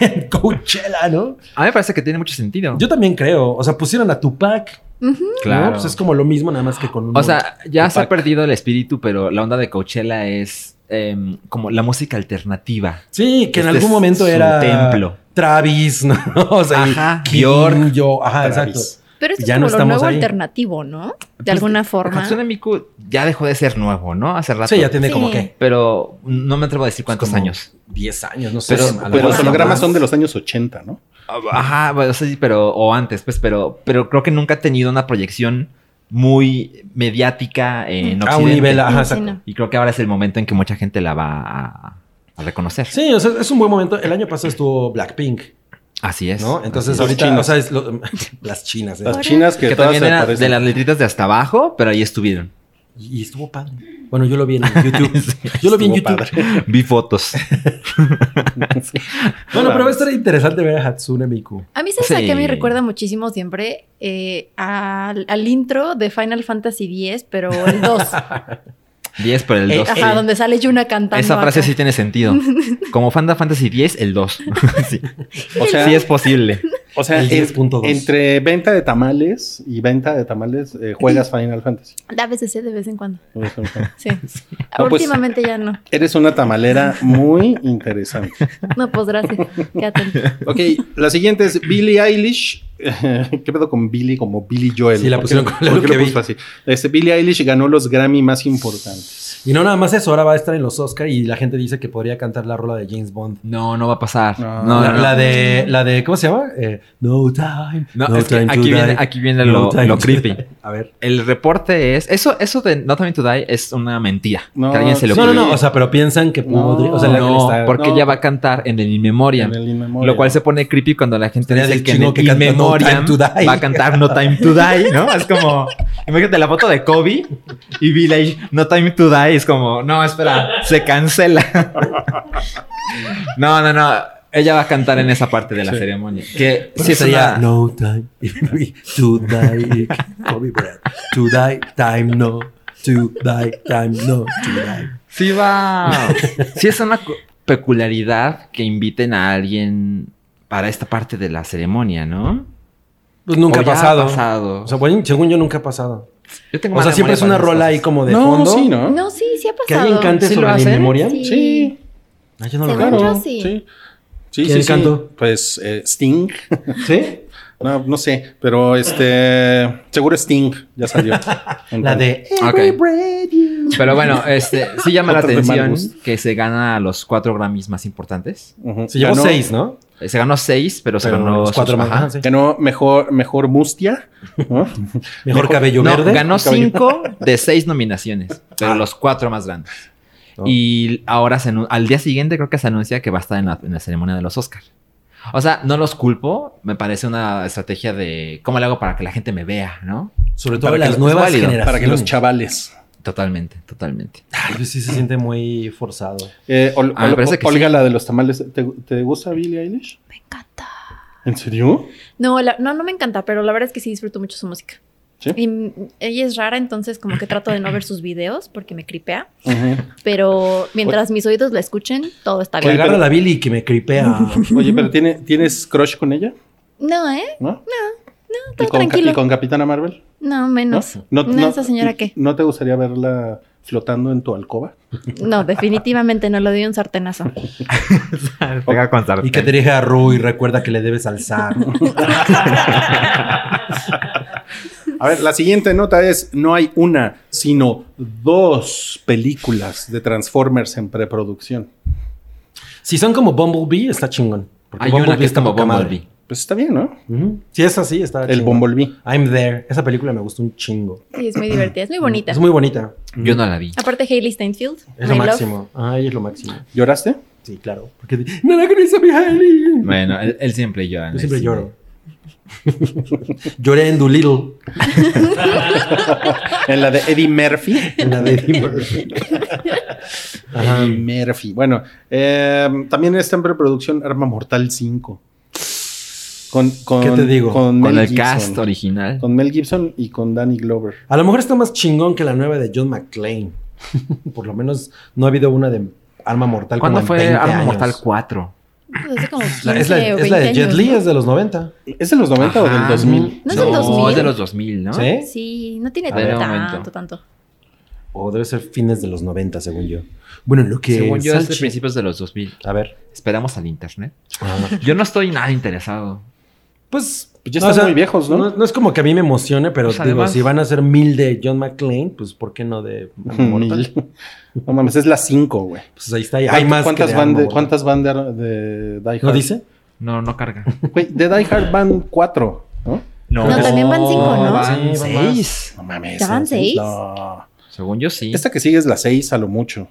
[SPEAKER 4] en Coachella, no?
[SPEAKER 3] A mí me parece que tiene mucho sentido.
[SPEAKER 4] Yo también creo. O sea, pusieron a Tupac.
[SPEAKER 5] Ujú.
[SPEAKER 4] ¿no? Pues es como lo mismo, nada más que con un.
[SPEAKER 3] O sea, ya se ha
[SPEAKER 2] Tupac.
[SPEAKER 3] perdido el espíritu, pero la onda de Coachella es em, como la música alternativa.
[SPEAKER 4] Sí, que en
[SPEAKER 3] Este
[SPEAKER 4] algún
[SPEAKER 3] es
[SPEAKER 4] momento
[SPEAKER 3] su
[SPEAKER 4] era.
[SPEAKER 3] templo.
[SPEAKER 4] Travis, ¿no? O sea,
[SPEAKER 3] Ajá,
[SPEAKER 4] Kim,
[SPEAKER 3] Bjork,
[SPEAKER 4] Yo, ajá,
[SPEAKER 2] Travis.
[SPEAKER 4] exacto.
[SPEAKER 5] Pero esto
[SPEAKER 4] Ya
[SPEAKER 5] es
[SPEAKER 4] no
[SPEAKER 5] como lo
[SPEAKER 4] estamos
[SPEAKER 5] nuevo
[SPEAKER 4] ahí.
[SPEAKER 5] alternativo, ¿no? De
[SPEAKER 3] Pues,
[SPEAKER 5] alguna forma.
[SPEAKER 3] Hatsune Miku ya dejó de ser nuevo, ¿no? Hace rato.
[SPEAKER 4] Sí, ya tiene como
[SPEAKER 5] Sí.
[SPEAKER 4] que
[SPEAKER 3] Pero no me atrevo a decir cuántos
[SPEAKER 4] como-
[SPEAKER 3] años.
[SPEAKER 4] 10 años, no sé.
[SPEAKER 2] Pero,
[SPEAKER 4] a lo
[SPEAKER 2] pero
[SPEAKER 4] mejor
[SPEAKER 2] los
[SPEAKER 4] hasta
[SPEAKER 2] hologramas
[SPEAKER 4] más.
[SPEAKER 2] son de los años 80, ¿no?
[SPEAKER 3] Ajá, bueno, sí, pero, o antes, pues, pero, pero creo que nunca ha tenido una proyección muy mediática en Occidente.
[SPEAKER 4] Mm, A un nivel, ajá,
[SPEAKER 5] Sí, sí,
[SPEAKER 4] exacto.
[SPEAKER 5] no.
[SPEAKER 3] Y creo que ahora es el momento en que mucha gente la va a, a reconocer.
[SPEAKER 4] Sí, o sea, es un buen momento. El año pasado estuvo Blackpink,
[SPEAKER 3] Así es.
[SPEAKER 4] ¿no? Entonces,
[SPEAKER 2] Las
[SPEAKER 4] ahorita,
[SPEAKER 2] chinas.
[SPEAKER 4] o sea, es lo- las chinas. ¿eh?
[SPEAKER 2] Las chinas que,
[SPEAKER 3] que
[SPEAKER 2] todas
[SPEAKER 3] también
[SPEAKER 2] se
[SPEAKER 3] era de
[SPEAKER 2] parecen.
[SPEAKER 3] las letritas de hasta abajo, pero ahí estuvieron.
[SPEAKER 4] Y, y estuvo padre. Bueno, yo lo vi en YouTube. yo lo vi en
[SPEAKER 2] Estuvo
[SPEAKER 4] YouTube.
[SPEAKER 3] Vi fotos.
[SPEAKER 4] Bueno, pero va a estar interesante ver a Hatsune Miku.
[SPEAKER 5] A mí se sabe
[SPEAKER 3] Sí.
[SPEAKER 5] que me recuerda muchísimo siempre eh, al, al intro de Final Fantasy X, pero el 2.
[SPEAKER 3] 10 para el
[SPEAKER 4] Eh,
[SPEAKER 3] 2.
[SPEAKER 5] Ajá,
[SPEAKER 4] Sí.
[SPEAKER 5] donde sale Yuna cantando.
[SPEAKER 3] Esa frase
[SPEAKER 5] acá.
[SPEAKER 3] sí tiene sentido. Como fan de Fantasy 10, el 2. sí.
[SPEAKER 2] O sea,
[SPEAKER 3] sí es posible.
[SPEAKER 2] O sea,
[SPEAKER 4] El
[SPEAKER 2] en-
[SPEAKER 4] 10.2.
[SPEAKER 2] entre venta de tamales y venta de tamales, eh, juegas Final Fantasy.
[SPEAKER 5] Da BCC de vez en cuando. Sí. Ah,
[SPEAKER 2] No, pues-
[SPEAKER 5] Últimamente ya no.
[SPEAKER 2] Eres una tamalera muy interesante.
[SPEAKER 5] No, pues gracias. Qué atento.
[SPEAKER 2] Ok, la siguiente es Billie Eilish. ¿Qué pedo con Billie? Como Billie Joel.
[SPEAKER 4] Sí, la
[SPEAKER 2] ¿Por qué
[SPEAKER 4] pusieron
[SPEAKER 2] no-
[SPEAKER 4] con la
[SPEAKER 2] por
[SPEAKER 4] lo
[SPEAKER 2] qué
[SPEAKER 4] que
[SPEAKER 2] lo
[SPEAKER 4] vi.
[SPEAKER 2] puso así? Este, Billie Eilish ganó los Grammy más importantes.
[SPEAKER 4] Y no nada más eso, ahora va a estar en los Oscar y la gente dice que podría cantar la rola de James Bond.
[SPEAKER 3] No, no va a pasar.
[SPEAKER 2] No.
[SPEAKER 3] No,
[SPEAKER 4] la,
[SPEAKER 3] no.
[SPEAKER 4] la de, la de, ¿cómo se llama? Eh, no time.
[SPEAKER 3] No, es que
[SPEAKER 4] time to
[SPEAKER 3] aquí
[SPEAKER 4] die,
[SPEAKER 3] viene, aquí viene
[SPEAKER 4] no
[SPEAKER 3] lo,
[SPEAKER 4] time
[SPEAKER 3] lo
[SPEAKER 4] to
[SPEAKER 3] creepy.
[SPEAKER 4] die. A ver.
[SPEAKER 3] El reporte es. Eso, eso de Not Time to Die es una mentira.
[SPEAKER 2] No,
[SPEAKER 3] que alguien se lo
[SPEAKER 2] Pero
[SPEAKER 4] No, no,
[SPEAKER 2] que-
[SPEAKER 4] no, o sea, pero piensan que
[SPEAKER 2] No,
[SPEAKER 4] podría, o sea, la-
[SPEAKER 3] no,
[SPEAKER 4] está-
[SPEAKER 3] porque
[SPEAKER 2] no.
[SPEAKER 3] ella va a cantar en el In Memoriam.
[SPEAKER 2] En el In Memoriam.
[SPEAKER 3] Lo cual se pone creepy cuando la gente
[SPEAKER 4] Tenías
[SPEAKER 3] dice
[SPEAKER 4] el
[SPEAKER 3] que en
[SPEAKER 4] chino
[SPEAKER 3] el
[SPEAKER 4] que
[SPEAKER 3] In
[SPEAKER 4] canta No
[SPEAKER 3] Memoriam
[SPEAKER 4] Time to Die.
[SPEAKER 3] va a cantar No Time to Die, ¿no? Es como, imagínate la foto de Kobe y Village No Time to Die. Es como, no, espera, se cancela. No, no, no. Ella va a cantar en esa parte de la ceremonia. Que
[SPEAKER 4] Pero
[SPEAKER 3] sí sería.
[SPEAKER 4] No time to die. Kobe Bryant. To die, time no. To die, time no. To die.
[SPEAKER 3] Sí va. Sí es una cu- peculiaridad que inviten a alguien para esta parte de la ceremonia, ¿no?
[SPEAKER 4] Pues nunca
[SPEAKER 3] O
[SPEAKER 4] ha
[SPEAKER 3] ya
[SPEAKER 4] pasado.
[SPEAKER 3] pasado.
[SPEAKER 4] O sea, bueno, según yo nunca ha pasado.
[SPEAKER 3] Yo tengo
[SPEAKER 4] O sea,
[SPEAKER 3] mala memoria
[SPEAKER 4] siempre es una
[SPEAKER 3] para esas
[SPEAKER 4] rola ahí
[SPEAKER 3] cosas.
[SPEAKER 4] como de
[SPEAKER 2] no,
[SPEAKER 4] fondo.
[SPEAKER 2] sí, ¿no?
[SPEAKER 5] No, sí, sí ha
[SPEAKER 4] Que alguien
[SPEAKER 5] pasado.
[SPEAKER 4] cante
[SPEAKER 3] ¿Sí lo
[SPEAKER 4] sobre el
[SPEAKER 3] hacen?
[SPEAKER 4] memoriam.
[SPEAKER 5] Sí.
[SPEAKER 2] Sí,
[SPEAKER 4] Ah, yo no lo
[SPEAKER 5] Según
[SPEAKER 4] recuerdo.
[SPEAKER 5] yo,
[SPEAKER 2] claro.
[SPEAKER 5] sí.
[SPEAKER 2] Sí, sí, sí.
[SPEAKER 4] ¿Quién
[SPEAKER 2] sí.
[SPEAKER 4] cantó?
[SPEAKER 2] Pues eh, Sting.
[SPEAKER 4] ¿Sí?
[SPEAKER 2] No, no sé, pero este. Seguro Sting ya salió.
[SPEAKER 4] La de
[SPEAKER 3] Ok.
[SPEAKER 4] Every Breath You-
[SPEAKER 3] Pero bueno, este, sí llama la
[SPEAKER 2] Otras de mal
[SPEAKER 3] atención
[SPEAKER 2] gusto.
[SPEAKER 3] que se gana los cuatro Grammys más importantes.
[SPEAKER 2] Ujú.
[SPEAKER 4] Se llevó
[SPEAKER 2] Ganó-
[SPEAKER 4] seis, ¿no?
[SPEAKER 3] Eh, Se ganó seis, pero, se
[SPEAKER 4] Pero
[SPEAKER 3] ganó
[SPEAKER 4] los cuatro
[SPEAKER 3] sus-
[SPEAKER 4] más.
[SPEAKER 3] ajá.
[SPEAKER 4] ajá, sí.
[SPEAKER 2] Ganó mejor, mejor Mustia. ¿no?
[SPEAKER 4] Mejor,
[SPEAKER 2] Mejor-
[SPEAKER 4] cabello
[SPEAKER 3] No,
[SPEAKER 4] verde. Ah.
[SPEAKER 3] ganó
[SPEAKER 2] Cabello.
[SPEAKER 3] cinco de seis nominaciones, pero los cuatro más grandes.
[SPEAKER 4] Oh.
[SPEAKER 3] Y ahora se anu- al día siguiente creo que se anuncia que va a estar en la, en la ceremonia de los Oscars. O sea, no los culpo, me parece una estrategia de cómo le hago para que la gente me vea, ¿no?
[SPEAKER 4] Sobre todo
[SPEAKER 3] para que
[SPEAKER 4] las
[SPEAKER 3] lo- es
[SPEAKER 4] nuevas
[SPEAKER 3] válido,
[SPEAKER 4] generaciones.
[SPEAKER 2] Para que los chavales.
[SPEAKER 3] Totalmente, totalmente.
[SPEAKER 4] Ay, Sí se siente muy forzado.
[SPEAKER 2] Eh, Ol-
[SPEAKER 3] Ah, me
[SPEAKER 2] Ol-
[SPEAKER 3] parece que
[SPEAKER 2] Olga,
[SPEAKER 3] sí.
[SPEAKER 2] la de los tamales, ¿te, te gusta Billie Eilish?
[SPEAKER 5] Me encanta.
[SPEAKER 2] ¿En serio?
[SPEAKER 5] No, la- no, no me encanta, pero la verdad es que sí disfruto mucho su música.
[SPEAKER 2] ¿Sí?
[SPEAKER 5] Y, mm, ella es rara, entonces como que trato de no ver sus videos porque me cripea. Pero mientras mis oídos la escuchen, todo está
[SPEAKER 4] Que
[SPEAKER 2] Oye,
[SPEAKER 5] bien.
[SPEAKER 4] agarra
[SPEAKER 2] pero-
[SPEAKER 4] la Billy y que me cripea.
[SPEAKER 2] Oye, pero tiene, ¿tienes crush con ella?
[SPEAKER 5] No, ¿eh?
[SPEAKER 2] ¿No?
[SPEAKER 5] No, todo
[SPEAKER 2] ¿Y, con, Ca-
[SPEAKER 5] tranquilo.
[SPEAKER 2] y con Capitana Marvel?
[SPEAKER 5] No,
[SPEAKER 2] ¿No?
[SPEAKER 5] menos. No, esa señora qué.
[SPEAKER 2] ¿No te gustaría verla flotando en tu alcoba?
[SPEAKER 5] No, definitivamente no, lo doy un sartenazo.
[SPEAKER 3] Pega con sartén.
[SPEAKER 4] Y que Ah, te dirige a Ru y recuerda que le debes alzar.
[SPEAKER 2] A ver, la siguiente nota es, no hay una, sino dos películas de Transformers en preproducción.
[SPEAKER 4] Si son como Bumblebee, está chingón. Porque
[SPEAKER 3] Hay una que es como Bumblebee.
[SPEAKER 2] Pues está bien, ¿no?
[SPEAKER 4] Si es así, está
[SPEAKER 2] El
[SPEAKER 4] chingón.
[SPEAKER 2] Bumblebee.
[SPEAKER 4] I'm There. Esa película me gustó un chingo.
[SPEAKER 5] Sí, es muy divertida, es muy bonita.
[SPEAKER 4] Es muy bonita.
[SPEAKER 3] Yo no la vi.
[SPEAKER 5] Aparte Hailey Steinfeld.
[SPEAKER 4] Es lo
[SPEAKER 5] my love.
[SPEAKER 4] máximo. Ay, es lo máximo.
[SPEAKER 2] ¿Lloraste?
[SPEAKER 4] Sí, claro. Porque di- nada que no hizo mi Hailey.
[SPEAKER 3] Bueno, él, él siempre llora. en
[SPEAKER 4] Yo siempre
[SPEAKER 3] el
[SPEAKER 4] lloro. Lloré en Doolittle.
[SPEAKER 2] En la de Eddie Murphy.
[SPEAKER 4] En la de Eddie Murphy. Ajá.
[SPEAKER 2] Eddie Murphy. Bueno, eh, también está en preproducción Arma Mortal 5. Con, con-
[SPEAKER 4] ¿Qué te digo?
[SPEAKER 2] Con,
[SPEAKER 3] Con
[SPEAKER 2] Mel
[SPEAKER 3] el
[SPEAKER 2] Gibson.
[SPEAKER 3] cast original.
[SPEAKER 2] Con Mel Gibson y con Danny Glover.
[SPEAKER 4] A lo mejor está más chingón que la nueva de John McClane. Por lo menos no ha habido una de Arma Mortal.
[SPEAKER 3] ¿Cuándo
[SPEAKER 4] como en
[SPEAKER 3] fue
[SPEAKER 4] 20
[SPEAKER 3] Arma
[SPEAKER 4] años.
[SPEAKER 3] Mortal 4?
[SPEAKER 5] Pues hace como
[SPEAKER 4] La- es, la,
[SPEAKER 5] 15 o
[SPEAKER 4] es la
[SPEAKER 5] 20
[SPEAKER 4] de Jet
[SPEAKER 5] años,
[SPEAKER 4] Li,
[SPEAKER 5] ¿no?
[SPEAKER 4] es de los 90.
[SPEAKER 2] ¿Es de los 90 o del
[SPEAKER 3] Ajá.
[SPEAKER 2] 2000?
[SPEAKER 5] ¿No es del 2000?
[SPEAKER 3] es de los 2000, ¿no?
[SPEAKER 4] ¿Sí?
[SPEAKER 5] Sí, no tiene
[SPEAKER 3] A ver, un
[SPEAKER 5] tanto,
[SPEAKER 3] momento.
[SPEAKER 5] tanto.
[SPEAKER 4] O debe ser fines de los 90, según yo. Bueno, lo que.
[SPEAKER 3] Según yo, es de
[SPEAKER 4] Salchi-
[SPEAKER 3] principios de los 2000.
[SPEAKER 4] A ver.
[SPEAKER 3] Esperamos al internet.
[SPEAKER 4] Ah,
[SPEAKER 3] Yo no estoy nada interesado.
[SPEAKER 4] pues.
[SPEAKER 2] Pues ya están muy viejos, ¿no?
[SPEAKER 4] No es como que a mí me emocione, pero
[SPEAKER 3] Pues,
[SPEAKER 4] digo,
[SPEAKER 3] además-
[SPEAKER 4] si van a hacer mil de John McClane, pues ¿por qué no de Arma Mortal?
[SPEAKER 2] Mil. No mames, es la 5, güey.
[SPEAKER 4] Pues ahí está. Hay
[SPEAKER 2] ¿Cuántas-
[SPEAKER 4] más. que
[SPEAKER 2] ¿Cuántas
[SPEAKER 4] de
[SPEAKER 2] van
[SPEAKER 4] Arma
[SPEAKER 2] de,
[SPEAKER 4] Mortal.
[SPEAKER 2] cuántas van de, de Die Hard?
[SPEAKER 4] ¿No dice?
[SPEAKER 3] No, no carga.
[SPEAKER 2] Güey, de Die Hard van 4, ¿no?
[SPEAKER 5] No, también van cinco, ¿no?
[SPEAKER 3] Van
[SPEAKER 4] Sí, van
[SPEAKER 3] seis.
[SPEAKER 2] No mames.
[SPEAKER 5] ¿Ya van
[SPEAKER 2] ¿sí?
[SPEAKER 5] seis?
[SPEAKER 2] No.
[SPEAKER 3] Según yo, sí.
[SPEAKER 2] Esta que sigue es la 6 a lo mucho.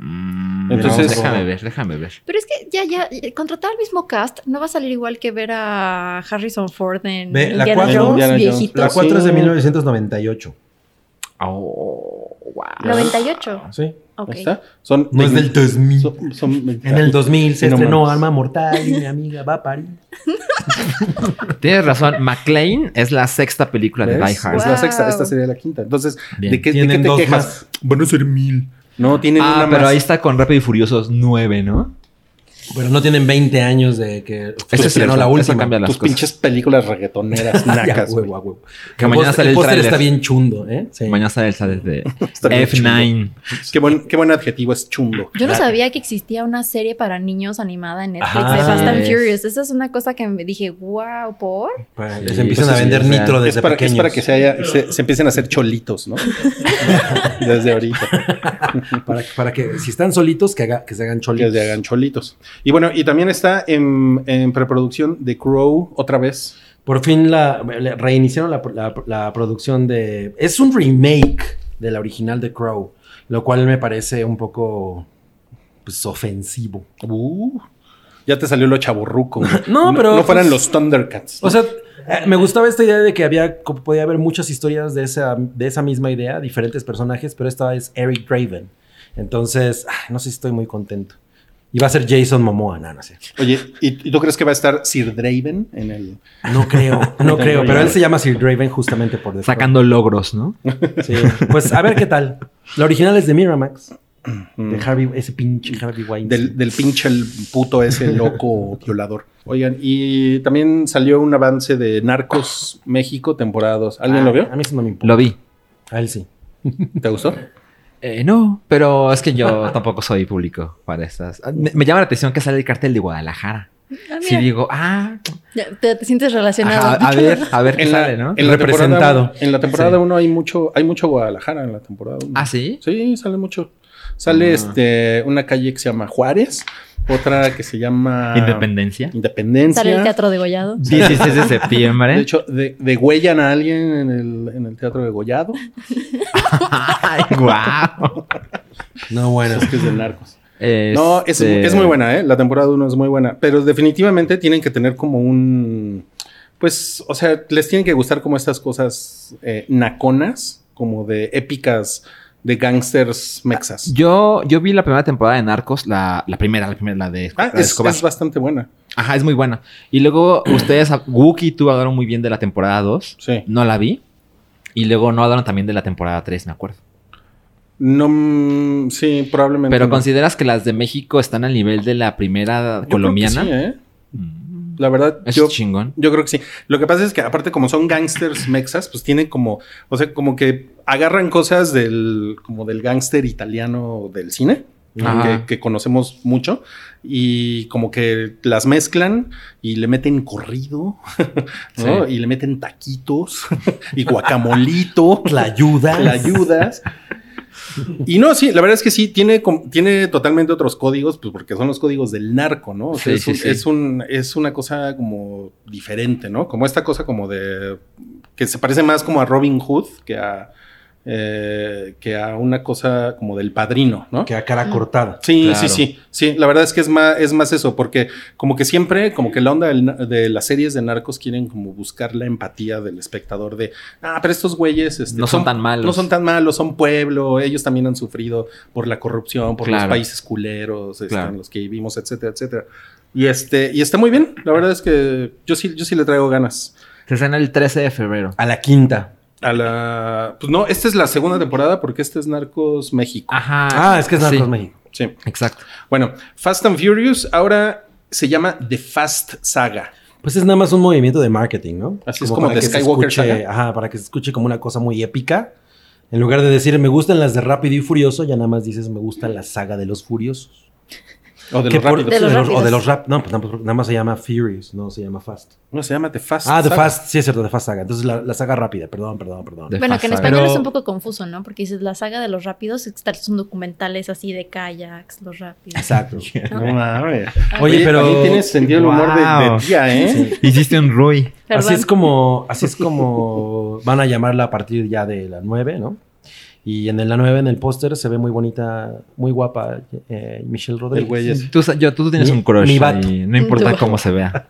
[SPEAKER 3] Mm,
[SPEAKER 2] Entonces-
[SPEAKER 3] déjame ver, déjame ver.
[SPEAKER 5] Pero es que ya, ya, eh, contratar al mismo cast no va a salir igual que ver a Harrison Ford en
[SPEAKER 4] Ve, la
[SPEAKER 5] Indiana
[SPEAKER 4] cuatro-
[SPEAKER 2] Ah,
[SPEAKER 5] Jones
[SPEAKER 2] Indiana Jones.
[SPEAKER 5] viejito.
[SPEAKER 4] La
[SPEAKER 2] Sí.
[SPEAKER 4] 4 es de 1998.
[SPEAKER 3] Oh, wow.
[SPEAKER 5] 98.
[SPEAKER 4] Sí.
[SPEAKER 5] Ok.
[SPEAKER 2] Ahí está. Son
[SPEAKER 4] No es del 2000.
[SPEAKER 2] son- son-
[SPEAKER 4] En el 2000 se
[SPEAKER 2] Sí, no
[SPEAKER 4] estrenó
[SPEAKER 2] mames.
[SPEAKER 4] Alma Mortal y mi amiga va a París.
[SPEAKER 3] Tienes razón. McLean es la sexta película de
[SPEAKER 2] ¿Ves?
[SPEAKER 3] Die Hard.
[SPEAKER 2] Es la
[SPEAKER 5] Wow.
[SPEAKER 2] sexta, esta sería la quinta. Entonces,
[SPEAKER 3] Bien.
[SPEAKER 2] ¿de qué, de
[SPEAKER 4] Tienen
[SPEAKER 2] qué te
[SPEAKER 4] dos
[SPEAKER 2] quejas?
[SPEAKER 4] más.
[SPEAKER 2] Van a ser mil. No, tienen
[SPEAKER 3] Ah,
[SPEAKER 2] una
[SPEAKER 3] pero
[SPEAKER 2] más.
[SPEAKER 3] ahí está con Rápido y Furiosos 9, ¿no?
[SPEAKER 4] Bueno, no tienen 20 años de que
[SPEAKER 3] Eso
[SPEAKER 4] se estrenó
[SPEAKER 3] cierto,
[SPEAKER 4] la
[SPEAKER 3] eso
[SPEAKER 4] última. Ah,
[SPEAKER 3] cambia las
[SPEAKER 2] Tus
[SPEAKER 3] cosas.
[SPEAKER 2] pinches películas reggaetoneras
[SPEAKER 4] Ya,
[SPEAKER 2] nacas.
[SPEAKER 4] huevo,
[SPEAKER 2] güey.
[SPEAKER 4] a huevo.
[SPEAKER 3] Que
[SPEAKER 4] El
[SPEAKER 3] mañana
[SPEAKER 4] póster-
[SPEAKER 3] sale
[SPEAKER 4] el
[SPEAKER 3] el
[SPEAKER 4] póster
[SPEAKER 3] tráiler.
[SPEAKER 4] está bien chundo, ¿eh? Sí.
[SPEAKER 3] Mañana sale el sale de
[SPEAKER 2] Está bien
[SPEAKER 3] F9.
[SPEAKER 2] Qué buen, qué buen adjetivo es chumbo.
[SPEAKER 5] Yo no sabía que existía una serie para niños animada en Netflix
[SPEAKER 4] Ajá,
[SPEAKER 5] de Fast
[SPEAKER 3] así
[SPEAKER 5] and
[SPEAKER 3] es.
[SPEAKER 5] Furious. Esa es una cosa que me dije, wow, ¿por?
[SPEAKER 4] Pues,
[SPEAKER 3] Sí,
[SPEAKER 4] les empiezan
[SPEAKER 3] eso
[SPEAKER 4] a
[SPEAKER 3] sí,
[SPEAKER 4] vender
[SPEAKER 3] o sea,
[SPEAKER 4] nitro desde
[SPEAKER 2] Es para, es
[SPEAKER 4] pequeños.
[SPEAKER 2] para que se, haya, se, se empiecen a hacer cholitos, ¿no? Desde ahorita.
[SPEAKER 4] para, para que si están solitos, que, haga- que se hagan
[SPEAKER 2] Que
[SPEAKER 4] cholitos.
[SPEAKER 2] se hagan cholitos. Y bueno, y también está en, en preproducción de Crow otra vez.
[SPEAKER 4] Por fin la, le- reiniciaron la, la- la producción de... Es un remake de la original de Crow, lo cual me parece un poco pues, ofensivo.
[SPEAKER 2] Uh, ya te salió lo chaburruco. güey.
[SPEAKER 4] No, pero,
[SPEAKER 2] No fueran
[SPEAKER 4] pues,
[SPEAKER 2] los Thundercats.
[SPEAKER 4] O sea, eh, me gustaba esta idea de que había, co- podía haber muchas historias de esa, de esa misma idea, diferentes personajes, pero esta es Eric Draven. Entonces, ah, no sé si estoy muy contento. Y va a ser Jason Momoa, no, no sé.
[SPEAKER 2] Oye, ¿y, y tú crees que va a estar Sir Draven en el.
[SPEAKER 4] No creo, no creo, pero él
[SPEAKER 2] idea.
[SPEAKER 4] se llama Sir Draven justamente por defecto.
[SPEAKER 3] Sacando logros, ¿no?
[SPEAKER 4] Sí. Pues a ver qué tal. La original es de Miramax,
[SPEAKER 2] Mm.
[SPEAKER 4] de Harvey, ese pinche Harvey Weinstein.
[SPEAKER 2] Del, del pinche el puto ese loco violador. Oigan, y también salió un avance de Narcos México, temporada 2. ¿Alguien
[SPEAKER 4] Ah,
[SPEAKER 2] lo vio?
[SPEAKER 4] A mí eso no me importa.
[SPEAKER 3] Lo vi.
[SPEAKER 4] A él sí.
[SPEAKER 2] ¿Te gustó?
[SPEAKER 3] Eh, no, pero es que yo tampoco soy público para estas. Ah, Me, me llama la atención que sale el cartel de Guadalajara.
[SPEAKER 5] Ah,
[SPEAKER 3] Si
[SPEAKER 5] mira,
[SPEAKER 3] digo, ah,
[SPEAKER 5] ya te, te sientes
[SPEAKER 3] ajá,
[SPEAKER 5] relacionado.
[SPEAKER 3] a, a ver, a ver qué
[SPEAKER 2] En la-
[SPEAKER 3] sale, ¿no?
[SPEAKER 2] en la temporada
[SPEAKER 4] Representado.
[SPEAKER 2] uno- En la temporada
[SPEAKER 3] Sí.
[SPEAKER 2] 1 hay mucho, hay mucho Guadalajara en la temporada 1.
[SPEAKER 3] Ah, sí.
[SPEAKER 2] Sí, sale mucho. Sale
[SPEAKER 3] Ah.
[SPEAKER 2] este una calle que se llama Juárez, otra que se llama
[SPEAKER 3] Independencia.
[SPEAKER 2] Independencia.
[SPEAKER 5] Sale el teatro degollado.
[SPEAKER 3] 16 de septiembre.
[SPEAKER 2] De hecho, de- degüellan a alguien en el, en el teatro de Gollado.
[SPEAKER 3] Ay, guau.
[SPEAKER 4] No, bueno.
[SPEAKER 2] Es que es de narcos. No, es, es
[SPEAKER 3] Este,
[SPEAKER 2] muy buena, ¿eh? La temporada 1 es muy buena. Pero definitivamente tienen que tener como un. Pues, o sea, les tienen que gustar como estas cosas eh, naconas, como de épicas de gangsters mexas.
[SPEAKER 3] Ah, Yo, yo vi la primera temporada de Narcos, la, la primera, la primera, la de, Esco-
[SPEAKER 2] Ah,
[SPEAKER 3] la de
[SPEAKER 2] es,
[SPEAKER 3] Escobar.
[SPEAKER 2] es bastante buena.
[SPEAKER 3] Ajá, es muy buena. Y luego ustedes, Wookie y tú hablaron muy bien de la temporada 2.
[SPEAKER 2] Sí.
[SPEAKER 3] No la vi. Y luego no hablaron también de la temporada 3, me acuerdo.
[SPEAKER 2] No, mm, sí, probablemente.
[SPEAKER 3] Pero
[SPEAKER 2] no.
[SPEAKER 3] ¿consideras que las de México están al nivel de la primera
[SPEAKER 2] Yo creo que
[SPEAKER 3] colombiana?
[SPEAKER 2] sí, ¿eh?
[SPEAKER 3] Mm,
[SPEAKER 2] La verdad,
[SPEAKER 3] Eso
[SPEAKER 2] yo,
[SPEAKER 3] es chingón.
[SPEAKER 2] Yo creo que sí. Lo que pasa es que aparte como son gangsters mexas, pues tienen como, o sea, como que agarran cosas del, como del gángster italiano del cine. ¿no?
[SPEAKER 3] Ajá.
[SPEAKER 2] Que, que conocemos mucho y como que las mezclan y le meten corrido ¿no?
[SPEAKER 3] Sí.
[SPEAKER 2] y le meten taquitos y guacamolito
[SPEAKER 4] Pues La ayuda.
[SPEAKER 2] la ayudas. Y no, sí, la verdad es que sí, tiene, com- tiene totalmente otros códigos, pues porque son los códigos del narco, ¿no? O sea,
[SPEAKER 3] Sí,
[SPEAKER 2] es,
[SPEAKER 3] sí,
[SPEAKER 2] un-
[SPEAKER 3] sí.
[SPEAKER 2] es un- es una cosa como diferente, ¿no? Como esta cosa como de... que se parece más como a Robin Hood que a... eh, que a una cosa como del padrino, ¿no?
[SPEAKER 4] Que a
[SPEAKER 5] Mm.
[SPEAKER 4] cara cortada.
[SPEAKER 2] Sí,
[SPEAKER 3] Claro.
[SPEAKER 2] sí, sí, sí. La verdad es que es más, es más eso, porque como que siempre, como que la onda del na- de las series de narcos quieren como buscar la empatía del espectador de, ah, pero estos güeyes este,
[SPEAKER 3] No son tan malos.
[SPEAKER 2] no son tan malos, son pueblo, ellos también han sufrido por la corrupción, por los
[SPEAKER 3] Claro.
[SPEAKER 2] países culeros, este,
[SPEAKER 3] Claro.
[SPEAKER 2] en los que vivimos, etcétera, etcétera. Y este, y está muy bien. La verdad es que yo sí, yo sí le traigo ganas.
[SPEAKER 3] Se estrena el 13 de febrero.
[SPEAKER 4] A la quinta.
[SPEAKER 2] A la, pues no, esta es la segunda temporada porque este es Narcos México.
[SPEAKER 3] Ajá.
[SPEAKER 4] Ah, es que es Narcos
[SPEAKER 3] Sí,
[SPEAKER 4] México.
[SPEAKER 2] Sí.
[SPEAKER 3] Exacto.
[SPEAKER 2] Bueno, Fast and Furious ahora se llama The Fast Saga.
[SPEAKER 4] Pues es nada más un movimiento de marketing, ¿no?
[SPEAKER 2] Así es como
[SPEAKER 4] para
[SPEAKER 2] de
[SPEAKER 4] que se
[SPEAKER 2] Skywalker
[SPEAKER 4] escuche-
[SPEAKER 2] Saga.
[SPEAKER 4] Ajá, para que se escuche como una cosa muy épica. En lugar de decir me gustan las de Rápido y Furioso, ya nada más dices me gusta la saga de los furiosos.
[SPEAKER 2] O de
[SPEAKER 4] Que
[SPEAKER 2] los
[SPEAKER 4] por-
[SPEAKER 2] rápidos.
[SPEAKER 5] De los
[SPEAKER 4] O de
[SPEAKER 5] rápidos.
[SPEAKER 4] los rap. No, pues nada nada más se llama Furious, no se llama Fast.
[SPEAKER 2] No, se llama The Fast
[SPEAKER 4] Ah, The
[SPEAKER 2] Saga.
[SPEAKER 4] Fast, sí es cierto, The Fast Saga. Entonces la, la saga rápida, perdón, perdón, perdón.
[SPEAKER 3] De
[SPEAKER 5] Bueno, que en
[SPEAKER 3] Fast Saga.
[SPEAKER 5] español
[SPEAKER 4] Pero-
[SPEAKER 5] es un poco confuso, ¿no? Porque dices la saga de los rápidos, estar- son documentales así de kayaks, los rápidos.
[SPEAKER 4] Exacto.
[SPEAKER 2] No mames.
[SPEAKER 4] Oye, pero-
[SPEAKER 2] también tienes sentido el humor de,
[SPEAKER 3] Wow.
[SPEAKER 2] de tía, ¿eh?
[SPEAKER 3] Hiciste un Rui.
[SPEAKER 5] Perdón.
[SPEAKER 4] Así es como, así es como van a llamarla a partir ya de la 9, ¿no? Y en el- la 9, en el póster, se ve muy bonita, muy guapa eh, Michelle
[SPEAKER 2] El
[SPEAKER 4] Rodríguez.
[SPEAKER 2] güey ese.
[SPEAKER 3] Tú, sa- yo- tú tienes
[SPEAKER 4] Mi-
[SPEAKER 3] un crush.
[SPEAKER 4] mi vato.
[SPEAKER 3] y no importa
[SPEAKER 5] Tu-
[SPEAKER 3] cómo se vea.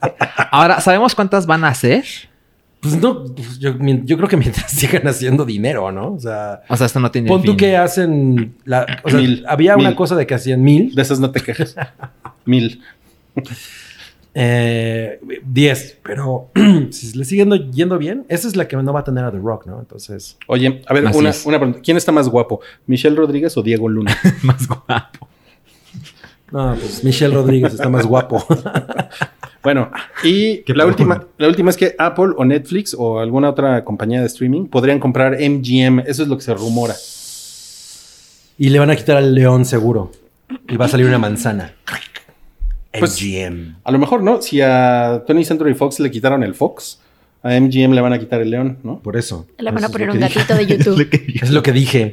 [SPEAKER 3] Ahora, ¿sabemos cuántas van a ser?
[SPEAKER 4] Pues no, pues yo, mi- yo creo que mientras sigan haciendo dinero, ¿no? O sea,
[SPEAKER 3] O sea, esto no tiene
[SPEAKER 4] pon tú
[SPEAKER 3] fin.
[SPEAKER 4] que hacen. La, o sea,
[SPEAKER 2] Mil,
[SPEAKER 4] había una
[SPEAKER 2] mil.
[SPEAKER 4] cosa de que hacían mil,
[SPEAKER 2] De esas no te quejes. Mil.
[SPEAKER 4] eh, diez, pero si le siguen yendo bien, esa es la que no va a tener a The Rock, ¿no? Entonces,
[SPEAKER 2] Oye, a ver,
[SPEAKER 3] Así
[SPEAKER 2] una,
[SPEAKER 3] es.
[SPEAKER 2] una pregunta. ¿Quién está más guapo? ¿Michelle Rodríguez o Diego Luna?
[SPEAKER 3] más guapo.
[SPEAKER 4] no, pues Michelle Rodríguez está más guapo.
[SPEAKER 2] Bueno, y
[SPEAKER 3] Qué
[SPEAKER 2] la
[SPEAKER 3] poco.
[SPEAKER 2] última, la última es que Apple o Netflix o alguna otra compañía de streaming podrían comprar MGM. Eso es lo que se rumora.
[SPEAKER 4] y le van a quitar al león seguro. Y va a salir una manzana.
[SPEAKER 2] Pues-
[SPEAKER 4] MGM.
[SPEAKER 2] A lo mejor, ¿no? Si a Tony Century Fox le quitaron el Fox, a MGM le van a quitar el león, ¿no?
[SPEAKER 4] Por eso.
[SPEAKER 5] Le van
[SPEAKER 4] Eso
[SPEAKER 5] a
[SPEAKER 4] es
[SPEAKER 5] poner
[SPEAKER 4] lo
[SPEAKER 5] un
[SPEAKER 4] que dije.
[SPEAKER 5] gatito de YouTube.
[SPEAKER 4] Es lo que dije.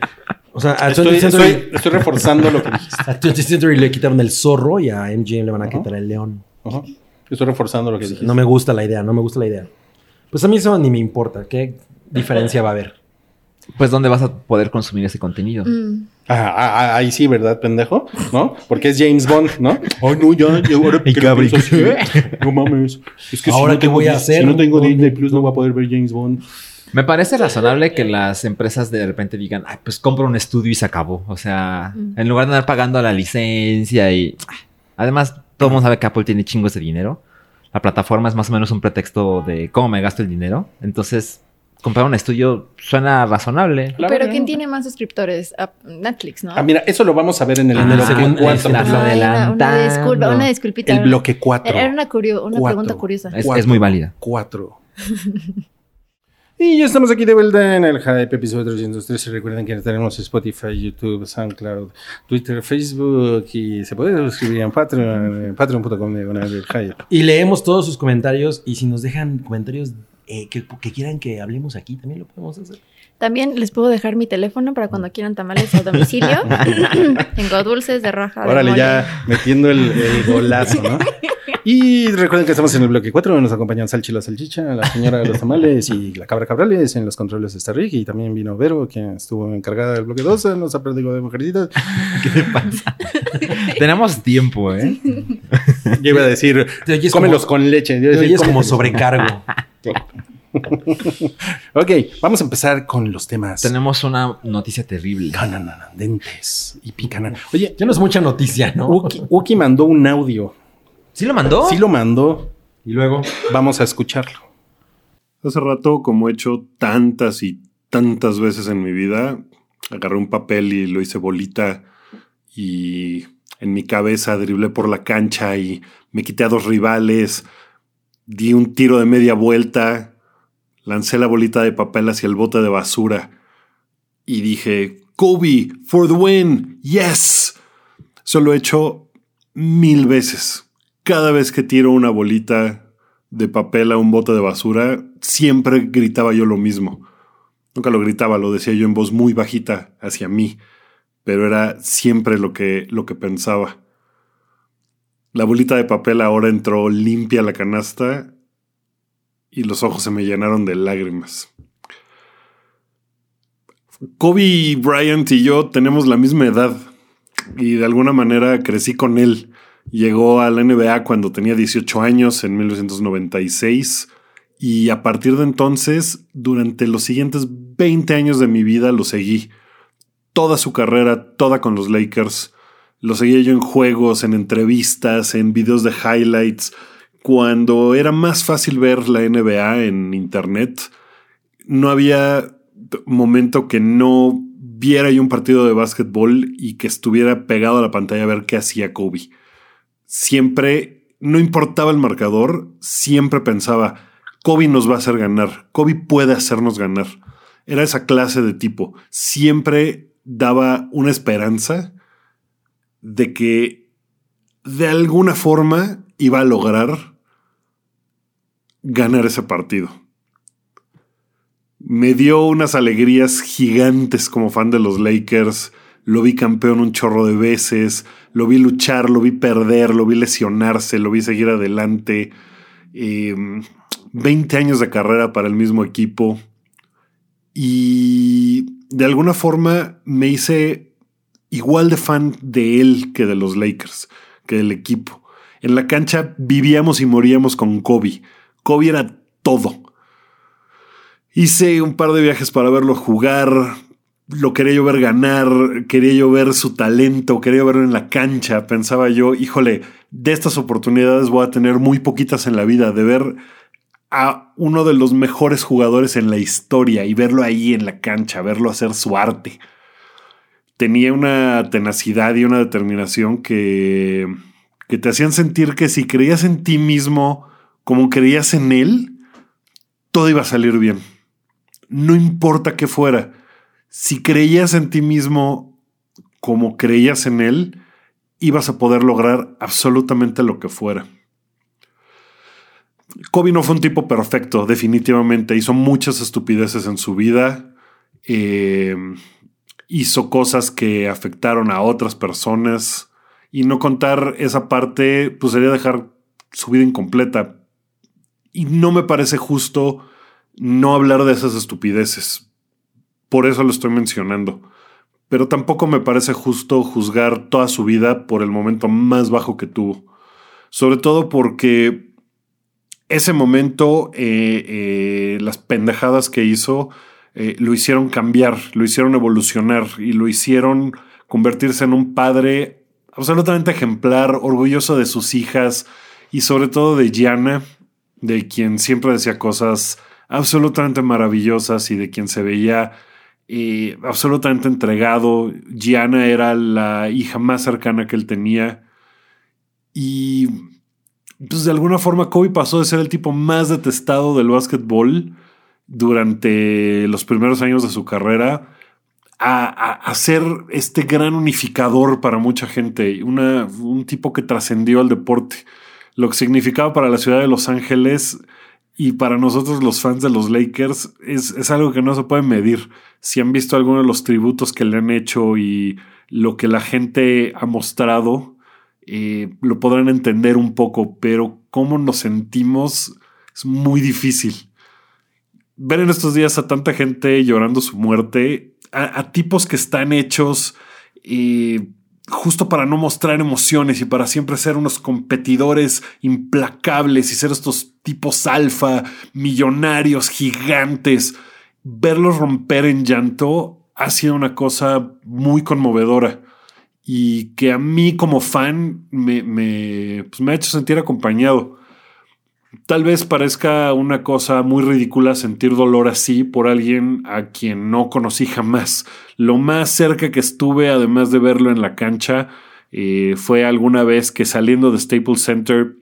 [SPEAKER 4] O sea, a
[SPEAKER 2] Estoy,
[SPEAKER 4] 20th Century,
[SPEAKER 2] estoy- estoy reforzando lo que dijiste.
[SPEAKER 4] a 20th Century le quitaron el zorro y a MGM le van a quitar el león.
[SPEAKER 2] Ajá. Estoy reforzando lo que dijiste.
[SPEAKER 4] No me gusta la idea, no me gusta la idea. Pues a mí eso ni me importa. ¿Qué diferencia va a haber?
[SPEAKER 3] Pues, ¿dónde vas a poder consumir ese contenido?
[SPEAKER 5] Mm.
[SPEAKER 2] Ah, ah, ah, ahí sí, ¿verdad, pendejo? ¿No? Porque es James Bond, ¿no? Ay, no, ya, ya, ahora
[SPEAKER 3] Y
[SPEAKER 2] que lo
[SPEAKER 3] Gabriel.
[SPEAKER 2] pienso así, No mames. Es que
[SPEAKER 4] Ahora,
[SPEAKER 2] no
[SPEAKER 4] ¿qué
[SPEAKER 2] tengo
[SPEAKER 4] voy a
[SPEAKER 2] Dis-
[SPEAKER 4] hacer?
[SPEAKER 2] Si no tengo
[SPEAKER 4] ¿Dónde-
[SPEAKER 2] Disney Plus, no voy a poder ver James Bond.
[SPEAKER 3] Me parece razonable que las empresas de repente digan, ay, pues compro un estudio y se acabó. O sea,
[SPEAKER 5] Mm.
[SPEAKER 3] en lugar de andar pagando la licencia y... Además, todo el mundo sabe que Apple tiene chingos de dinero. La plataforma es más o menos un pretexto de cómo me gasto el dinero. Entonces, comprar un estudio suena razonable.
[SPEAKER 2] La
[SPEAKER 5] Pero
[SPEAKER 2] verdad.
[SPEAKER 5] ¿quién tiene más suscriptores? Ah, Netflix, ¿no?
[SPEAKER 2] Ah, mira, eso lo vamos a ver en el,
[SPEAKER 3] Ah,
[SPEAKER 2] en el
[SPEAKER 3] la
[SPEAKER 2] bloque
[SPEAKER 3] segunda-
[SPEAKER 2] cuatro.
[SPEAKER 3] la-
[SPEAKER 5] Ay, una- una disculpa,
[SPEAKER 3] adelantando.
[SPEAKER 5] una disculpita. Eh,
[SPEAKER 2] El bloque 4.
[SPEAKER 5] Era una, curio- una
[SPEAKER 2] Cuatro.
[SPEAKER 5] pregunta curiosa.
[SPEAKER 3] Es,
[SPEAKER 2] Cuatro.
[SPEAKER 3] es muy válida.
[SPEAKER 2] 4. Y ya estamos aquí de vuelta en el Hype episodio 313. Recuerden que tenemos Spotify, YouTube, SoundCloud, Twitter, Facebook y se puede suscribir en Patreon, eh, patreon.com diagonal el Hype.
[SPEAKER 4] Y leemos todos sus comentarios y si nos dejan comentarios eh, que, que quieran que hablemos aquí, también lo podemos hacer.
[SPEAKER 5] También les puedo dejar mi teléfono para cuando quieran tamales a domicilio. Tengo dulces de raja. de
[SPEAKER 2] Órale,
[SPEAKER 5] mole.
[SPEAKER 2] ya metiendo el, el golazo, ¿no? Y recuerden que estamos en el bloque 4, nos acompañan Salchi la Salchicha, la señora de los tamales y la cabra cabrales en los controles está Rick y también vino Vero, que estuvo encargada del bloque 2, nos ha perdido de mujercitas.
[SPEAKER 3] ¿Qué te pasa? Tenemos tiempo, ¿eh?
[SPEAKER 2] Yo iba a decir,
[SPEAKER 4] Te oyes
[SPEAKER 2] cómelos
[SPEAKER 4] como,
[SPEAKER 2] con leche. Yo iba a
[SPEAKER 4] te
[SPEAKER 2] decir,
[SPEAKER 4] oyes como
[SPEAKER 2] cómelos.
[SPEAKER 4] sobrecargo.
[SPEAKER 2] Ok, vamos a empezar con los temas
[SPEAKER 3] Tenemos una noticia terrible.
[SPEAKER 2] cananandentes y picanan. Oye,
[SPEAKER 4] Ya no es mucha noticia, ¿no?
[SPEAKER 2] Uki, Uki mandó un audio.
[SPEAKER 3] ¿Sí lo mandó?
[SPEAKER 2] Sí lo mandó,
[SPEAKER 4] Y luego...
[SPEAKER 2] vamos a escucharlo.
[SPEAKER 7] Hace rato, como he hecho tantas y tantas veces en mi vida, agarré un papel y lo hice bolita y en mi cabeza driblé por la cancha y me quité a dos rivales, di un tiro de media vuelta, lancé la bolita de papel hacia el bote de basura y dije, Kobe, for the win, yes. Eso lo he hecho mil veces. Cada vez que tiro una bolita de papel a un bote de basura, siempre gritaba yo lo mismo. Nunca lo gritaba, lo decía yo en voz muy bajita hacia mí, pero era siempre lo que, lo que pensaba. La bolita de papel ahora entró limpia a la canasta y los ojos se me llenaron de lágrimas. Kobe Bryant y yo tenemos la misma edad y de alguna manera crecí con él. Llegó a la NBA cuando tenía 18 años en 1996 y a partir de entonces, durante los siguientes 20 años de mi vida lo seguí. Toda su carrera, toda con los Lakers. Lo seguía yo en juegos, en entrevistas, en videos de highlights. Cuando era más fácil ver la NBA en internet, no había t- momento que no viera yo un partido de básquetbol y que estuviera pegado a la pantalla a ver qué hacía Kobe. Siempre, no importaba el marcador, siempre pensaba, Kobe nos va a hacer ganar, Kobe puede hacernos ganar. Era esa clase de tipo, siempre daba una esperanza de que de alguna forma iba a lograr ganar ese partido me dio unas alegrías gigantes como fan de los Lakers. Lo vi campeón un chorro de veces, lo vi luchar, lo vi perder, lo vi lesionarse, lo vi seguir adelante. Eh, 20 años de carrera para el mismo equipo. Y de alguna forma me hice igual de fan de él que de los Lakers, que del equipo. En la cancha vivíamos y moríamos con Kobe. Kobe era todo Hice un par de viajes para verlo jugar. Lo quería yo ver ganar, quería yo ver su talento, quería verlo en la cancha. Pensaba yo, híjole, de estas oportunidades voy a tener muy poquitas en la vida, de ver a uno de los mejores jugadores en la historia y verlo ahí en la cancha, verlo hacer su arte. Tenía una tenacidad y una determinación que, que te hacían sentir que si creías en ti mismo como creías en él, todo iba a salir bien. No importa qué fuera. Si creías en ti mismo como creías en él, ibas a poder lograr absolutamente lo que fuera. Kobe no fue un tipo perfecto, definitivamente. Hizo muchas estupideces en su vida. eh, hizo cosas que afectaron a otras personas. Y no contar esa parte, pues sería dejar su vida incompleta. Y no me parece justo no hablar de esas estupideces. Por eso lo estoy mencionando. Pero tampoco me parece justo juzgar toda su vida por el momento más bajo que tuvo. Sobre todo porque ese momento, eh, eh, las pendejadas que hizo, eh, lo hicieron cambiar, lo hicieron evolucionar y lo hicieron convertirse en un padre absolutamente ejemplar, orgulloso de sus hijas y sobre todo de Gianna, de quien siempre decía cosas absolutamente maravillosas y de quien se veía eh, absolutamente entregado. Gianna era la hija más cercana que él tenía y pues de alguna forma Kobe pasó de ser el tipo más detestado del básquetbol durante los primeros años de su carrera a, a- a ser este gran unificador para mucha gente, una- un tipo que trascendió al deporte, lo que significaba para la ciudad de Los Ángeles y para nosotros los fans de los Lakers es, es algo que no se puede medir. Si han visto alguno de los tributos que le han hecho y lo que la gente ha mostrado, eh, lo podrán entender un poco, pero cómo nos sentimos es muy difícil. Ver en estos días a tanta gente llorando su muerte, a, a tipos que están hechos eh, justo para no mostrar emociones y para siempre ser unos competidores implacables y ser estos tipos alfa, millonarios, gigantes, verlos romper en llanto ha sido una cosa muy conmovedora y que a mí como fan me, me, pues me ha hecho sentir acompañado. Tal vez parezca una cosa muy ridícula sentir dolor así por alguien a quien no conocí jamás. Lo más cerca que estuve, además de verlo en la cancha, eh, fue alguna vez que saliendo de Staples Center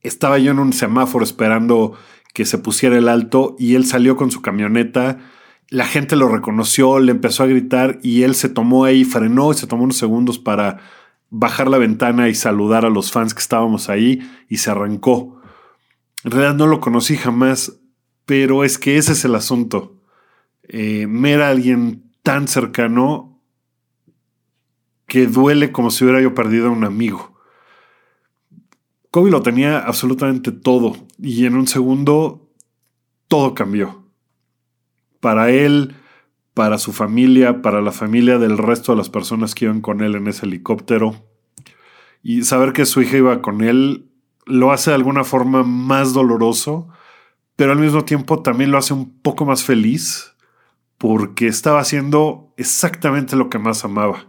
[SPEAKER 7] estaba yo en un semáforo esperando que se pusiera el alto y él salió con su camioneta. La gente lo reconoció, le empezó a gritar y él se tomó ahí, frenó y se tomó unos segundos para bajar la ventana y saludar a los fans que estábamos ahí y se arrancó. En realidad no lo conocí jamás, pero es que ese es el asunto. Eh, me era alguien tan cercano que duele como si hubiera yo perdido a un amigo. Kobe lo tenía absolutamente todo y en un segundo todo cambió. Para él, para su familia, para la familia del resto de las personas que iban con él en ese helicóptero. Y saber que su hija iba con él lo hace de alguna forma más doloroso, pero al mismo tiempo también lo hace un poco más feliz porque estaba haciendo exactamente lo que más amaba.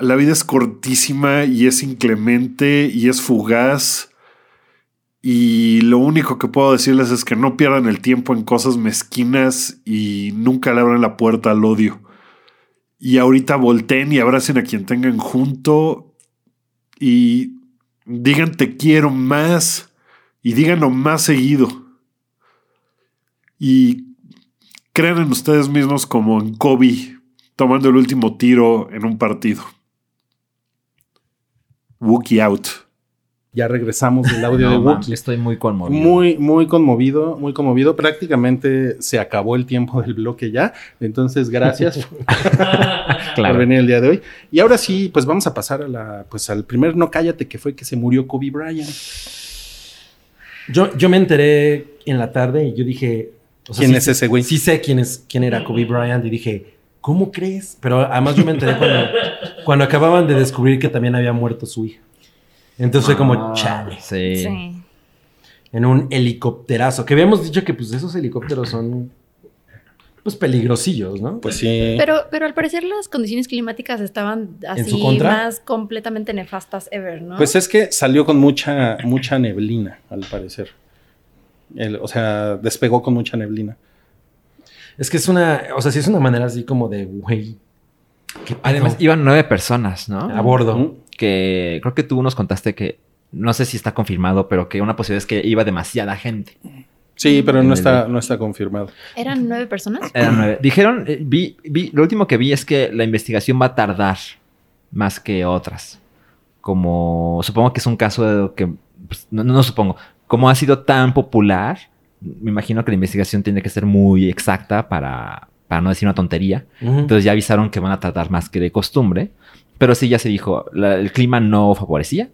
[SPEAKER 7] La vida es cortísima y es inclemente y es fugaz. Y lo único que puedo decirles es que no pierdan el tiempo en cosas mezquinas y nunca le abran la puerta al odio. Y ahorita volteen y abracen a quien tengan junto y digan te quiero más y díganlo más seguido. Y crean en ustedes mismos como en Kobe tomando el último tiro en un partido. Wookie out.
[SPEAKER 2] Ya regresamos del audio de
[SPEAKER 3] No, mam,
[SPEAKER 2] Wookiee.
[SPEAKER 3] estoy muy conmovido.
[SPEAKER 2] Muy, muy conmovido, muy conmovido. Prácticamente se acabó el tiempo del bloque ya. Entonces, gracias por, por
[SPEAKER 3] claro.
[SPEAKER 2] venir el día de hoy. Y ahora sí, pues vamos a pasar a la, pues al primer no cállate que fue que se murió Kobe Bryant.
[SPEAKER 4] Yo, yo me enteré en la tarde y yo dije... o sea,
[SPEAKER 2] ¿Quién
[SPEAKER 4] sí-
[SPEAKER 2] es ese güey?
[SPEAKER 4] Sí sé quién, es, quién era Kobe Bryant y dije, ¿cómo crees? Pero además yo me enteré cuando, cuando acababan de
[SPEAKER 2] Ah.
[SPEAKER 4] Ah, descubrir que también había muerto su hija. Entonces fue como,
[SPEAKER 3] Ah,
[SPEAKER 4] chale.
[SPEAKER 3] Sí.
[SPEAKER 5] Sí.
[SPEAKER 4] en un helicópterazo. Que habíamos dicho que pues esos helicópteros son pues peligrosillos, ¿no?
[SPEAKER 2] Pues sí.
[SPEAKER 5] Pero, pero al parecer las condiciones climáticas estaban
[SPEAKER 4] su
[SPEAKER 5] así
[SPEAKER 4] contra?
[SPEAKER 5] más completamente nefastas ever, ¿no?
[SPEAKER 2] Pues es que salió con mucha, mucha neblina, al parecer. El- o sea, despegó con mucha neblina.
[SPEAKER 4] Es que es una, o sea, sí es una manera así como de, güey, ¿qué pedo?
[SPEAKER 3] Además, iban nueve personas, ¿no?
[SPEAKER 4] a bordo.
[SPEAKER 2] Ujú.
[SPEAKER 3] Que creo que tú nos contaste que, no sé si está confirmado, pero que una posibilidad es que iba demasiada gente.
[SPEAKER 2] Sí, pero no
[SPEAKER 3] En
[SPEAKER 2] está,
[SPEAKER 3] el-
[SPEAKER 2] no está confirmado.
[SPEAKER 5] ¿Eran nueve personas?
[SPEAKER 3] Eran nueve. Dijeron, eh, vi, vi- lo último que vi es que la investigación va a tardar más que otras. Como, supongo que es un caso de que, pues, no, no supongo, como ha sido tan popular, me imagino que la investigación tiene que ser muy exacta para, para no decir una tontería.
[SPEAKER 4] Ujú.
[SPEAKER 3] Entonces ya avisaron que van a tardar más que de costumbre, pero sí ya se dijo, la- el clima no favorecía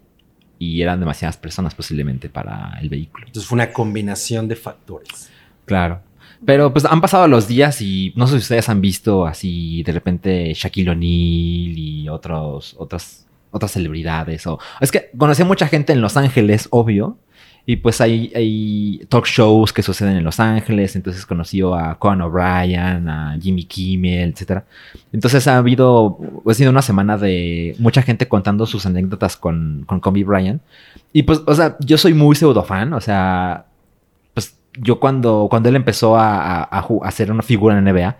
[SPEAKER 3] y eran demasiadas personas posiblemente para el vehículo.
[SPEAKER 4] Entonces fue una combinación de factores.
[SPEAKER 3] Claro. Pero pues han pasado los días y no sé si ustedes han visto así de repente Shaquille O'Neal y otros, otras, otras celebridades. O, es que conocí a mucha gente en Los Ángeles, obvio. Y pues hay, hay talk shows que suceden en Los Ángeles. Entonces conoció a Conan O'Brien, a Jimmy Kimmel, etcétera. Entonces ha habido, ha sido una semana de mucha gente contando sus anécdotas con, con Kobe Bryant. Y pues, o sea, yo soy muy pseudo fan, o sea, pues yo cuando, cuando él empezó a, a- a ju- a ser una figura en la NBA,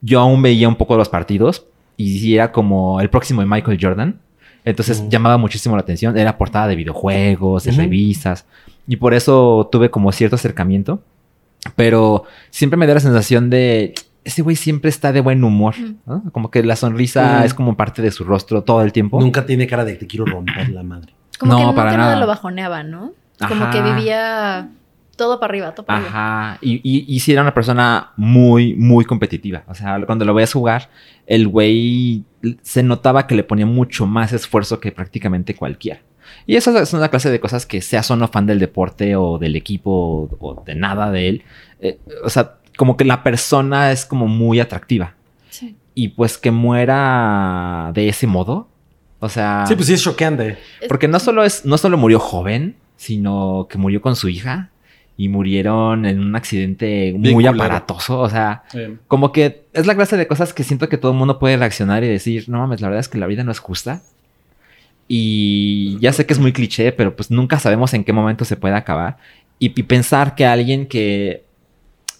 [SPEAKER 3] yo aún veía un poco los partidos y sí era como el próximo de Michael Jordan. Entonces
[SPEAKER 4] Ujú.
[SPEAKER 3] llamaba muchísimo la atención, era portada de videojuegos, de
[SPEAKER 4] Ujú.
[SPEAKER 3] revistas, y por eso tuve como cierto acercamiento, pero siempre me da la sensación de, ese güey siempre está de buen humor,
[SPEAKER 5] Mm.
[SPEAKER 3] ¿no? como que la sonrisa es como parte de su rostro todo el tiempo.
[SPEAKER 4] Nunca tiene cara de te quiero romper la madre.
[SPEAKER 5] Como
[SPEAKER 3] No,
[SPEAKER 5] que, no,
[SPEAKER 3] para
[SPEAKER 5] que
[SPEAKER 3] nada.
[SPEAKER 5] lo bajoneaba, ¿no? Como
[SPEAKER 3] Ajá.
[SPEAKER 5] que vivía todo para arriba, todo para arriba.
[SPEAKER 3] Ajá, y, y, y sí era una persona muy, muy competitiva. O sea, cuando lo veías jugar, el güey se notaba que le ponía mucho más esfuerzo que prácticamente cualquiera. Y esa es una clase de cosas que seas o no fan del deporte o del equipo o, o de nada de él. eh, o sea, como que la persona es como muy atractiva.
[SPEAKER 5] Sí.
[SPEAKER 3] Y pues que muera de ese modo. O sea...
[SPEAKER 4] Sí, pues sí es choqueante.
[SPEAKER 5] Es-
[SPEAKER 3] Porque no solo es, no solo murió joven, sino que murió con su hija y murieron en un accidente
[SPEAKER 2] Bien
[SPEAKER 3] muy
[SPEAKER 2] culero.
[SPEAKER 3] aparatoso. O sea,
[SPEAKER 2] Eh,
[SPEAKER 3] como que es la clase de cosas que siento que todo el mundo puede reaccionar y decir, no mames, la verdad es que la vida no es justa. Y ya sé que es muy cliché, pero pues nunca sabemos en qué momento se puede acabar. Y, y pensar que alguien que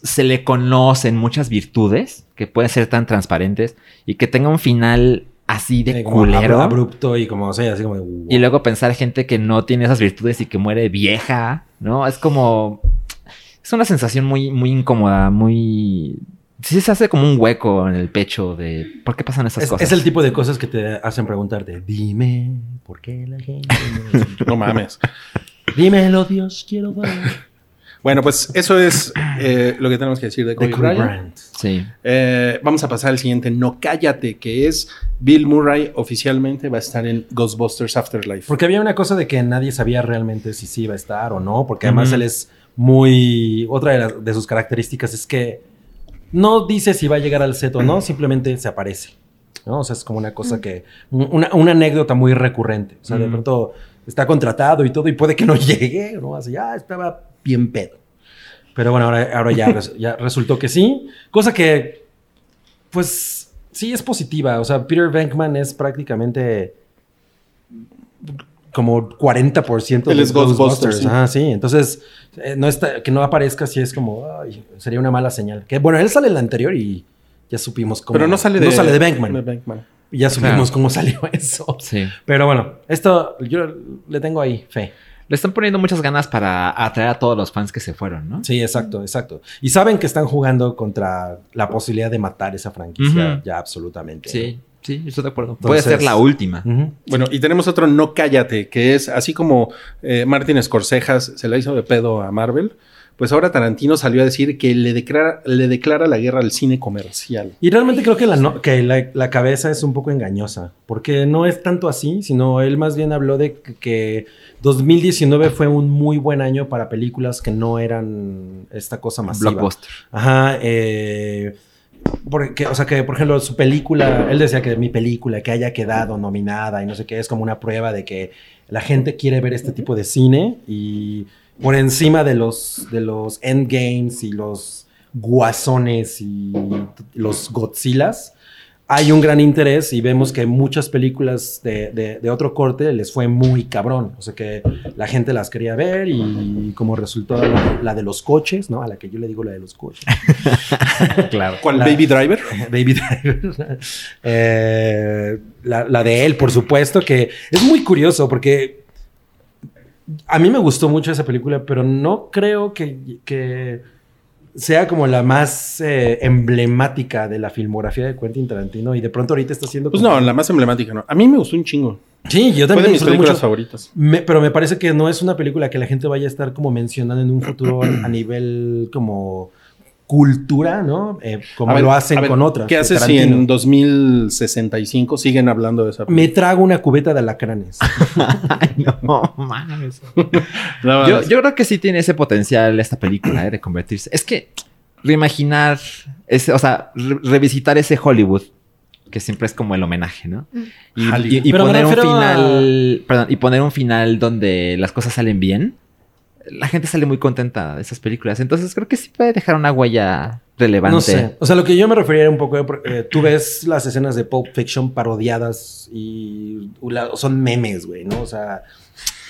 [SPEAKER 3] se le conocen muchas virtudes, que pueden ser tan transparentes, y que tenga un final así de
[SPEAKER 4] Eh, como
[SPEAKER 3] culero.
[SPEAKER 4] abru- Abrupto y como, o sea, así como de, "Wow".
[SPEAKER 3] Y luego pensar gente que no tiene esas virtudes y que muere vieja, ¿no? Es como... Es una sensación muy, muy incómoda, muy... Sí se hace como un hueco en el pecho de... ¿Por qué pasan esas
[SPEAKER 4] es,
[SPEAKER 3] cosas?
[SPEAKER 4] es el tipo de cosas que te hacen preguntarte, dime por qué la gente... no es-".
[SPEAKER 2] no mames.
[SPEAKER 4] Dímelo, Dios, quiero ver.
[SPEAKER 2] Bueno, pues eso es eh, lo que tenemos que decir de Kobe,
[SPEAKER 4] De Kobe
[SPEAKER 2] Bryant.
[SPEAKER 4] Bryant.
[SPEAKER 3] Sí.
[SPEAKER 2] Eh, vamos a pasar al siguiente. No cállate, que es Bill Murray oficialmente va a estar en Ghostbusters Afterlife.
[SPEAKER 4] Porque había una cosa de que nadie sabía realmente si sí iba a estar o no, porque además
[SPEAKER 3] Ujú.
[SPEAKER 4] él es muy... Otra de, las- de sus características es que no dice si va a llegar al set o no, simplemente se aparece. ¿no? O sea, es como una cosa que... un- Una, una anécdota muy recurrente. O sea, de
[SPEAKER 3] Ujú.
[SPEAKER 4] pronto está contratado y todo y puede que no llegue, ¿no? Así, ah, estaba bien pedo. Pero bueno, ahora, ahora ya, res- ya resultó que sí. Cosa que, pues, sí es positiva. O sea, Peter Venkman es prácticamente como 40%
[SPEAKER 2] Él
[SPEAKER 4] de
[SPEAKER 2] es Ghostbusters, sí.
[SPEAKER 4] Ah, sí. Entonces, eh, no está, que no aparezca sí es como, ay, sería una mala señal. Que bueno, él sale en la anterior y ya supimos cómo.
[SPEAKER 2] Pero no sale de,
[SPEAKER 4] No sale de Venkman.
[SPEAKER 2] de Venkman.
[SPEAKER 4] Y ya supimos
[SPEAKER 3] Claro.
[SPEAKER 4] cómo salió eso.
[SPEAKER 3] Sí.
[SPEAKER 4] Pero bueno, esto yo le tengo ahí fe.
[SPEAKER 3] Le están poniendo muchas ganas para atraer a todos los fans que se fueron, ¿no?
[SPEAKER 4] Sí, exacto, exacto. Y saben que están jugando contra la posibilidad de matar esa franquicia
[SPEAKER 3] Ujú.
[SPEAKER 4] ya absolutamente.
[SPEAKER 3] Sí, sí, estoy de acuerdo. Puede
[SPEAKER 4] Entonces-
[SPEAKER 3] ser la última.
[SPEAKER 4] ¿no? Ujú.
[SPEAKER 2] Bueno, y tenemos otro No Cállate, que es así como eh, Martin Scorsese se la hizo de pedo a Marvel, pues ahora Tarantino salió a decir que le declara, le declara la guerra al cine comercial.
[SPEAKER 4] Y realmente creo que, la, no- que la, la cabeza es un poco engañosa, porque no es tanto así, sino él más bien habló de que, que 2019 fue un muy buen año para películas que no eran esta cosa masiva.
[SPEAKER 3] Blockbuster.
[SPEAKER 4] Ajá, eh, porque, o sea, que por ejemplo su película, él decía que mi película que haya quedado nominada y no sé qué, es como una prueba de que la gente quiere ver este tipo de cine y, por encima de los, de los endgames y los guasones y los Godzillas, hay un gran interés y vemos que muchas películas de, de- de otro corte les fue muy cabrón. O sea que la gente las quería ver y como resultó la, la de los coches, ¿no? A la que yo le digo la de los coches. claro.
[SPEAKER 2] ¿Cuál
[SPEAKER 4] La-
[SPEAKER 2] Baby Driver?
[SPEAKER 4] Baby Driver. Eh, la, la de él, por supuesto, que es muy curioso porque a mí me gustó mucho esa película, pero no creo que, que sea como la más eh, emblemática de la filmografía de Quentin Tarantino y de pronto ahorita está siendo...
[SPEAKER 2] Pues
[SPEAKER 4] como-
[SPEAKER 2] no, la más emblemática no. A mí me gustó un chingo.
[SPEAKER 4] Sí,
[SPEAKER 2] Fue
[SPEAKER 4] yo también
[SPEAKER 2] de mis
[SPEAKER 4] disfruté
[SPEAKER 2] películas
[SPEAKER 4] mucho.
[SPEAKER 2] favoritas.
[SPEAKER 4] Me- pero me parece que no es una película que la gente vaya a estar como mencionando en un futuro a nivel como cultura, ¿no? Eh, como
[SPEAKER 2] A ver,
[SPEAKER 4] lo hacen
[SPEAKER 2] a ver,
[SPEAKER 4] con otras.
[SPEAKER 2] ¿Qué
[SPEAKER 4] de
[SPEAKER 2] haces si
[SPEAKER 4] Tarantino.
[SPEAKER 2] en 2065 siguen hablando de esa
[SPEAKER 4] Me trago una cubeta de alacranes.
[SPEAKER 3] Ay, no, mames.
[SPEAKER 2] No,
[SPEAKER 3] Yo,
[SPEAKER 2] es-
[SPEAKER 3] yo creo que sí tiene ese potencial esta película eh, de convertirse. Es que reimaginar, ese, o sea, re- revisitar ese Hollywood, que siempre es como el homenaje, ¿no? Y, y- y
[SPEAKER 4] Mm. Pero me
[SPEAKER 3] poner un
[SPEAKER 4] refiero a-
[SPEAKER 3] final, perdón, y poner un final donde las cosas salen bien. La gente sale muy contenta de esas películas. Entonces creo que sí puede dejar una huella relevante.
[SPEAKER 4] No sé. O sea, lo que yo me refería era un poco. eh, tú ves las escenas de Pulp Fiction parodiadas y la- son memes, güey, ¿no? O sea,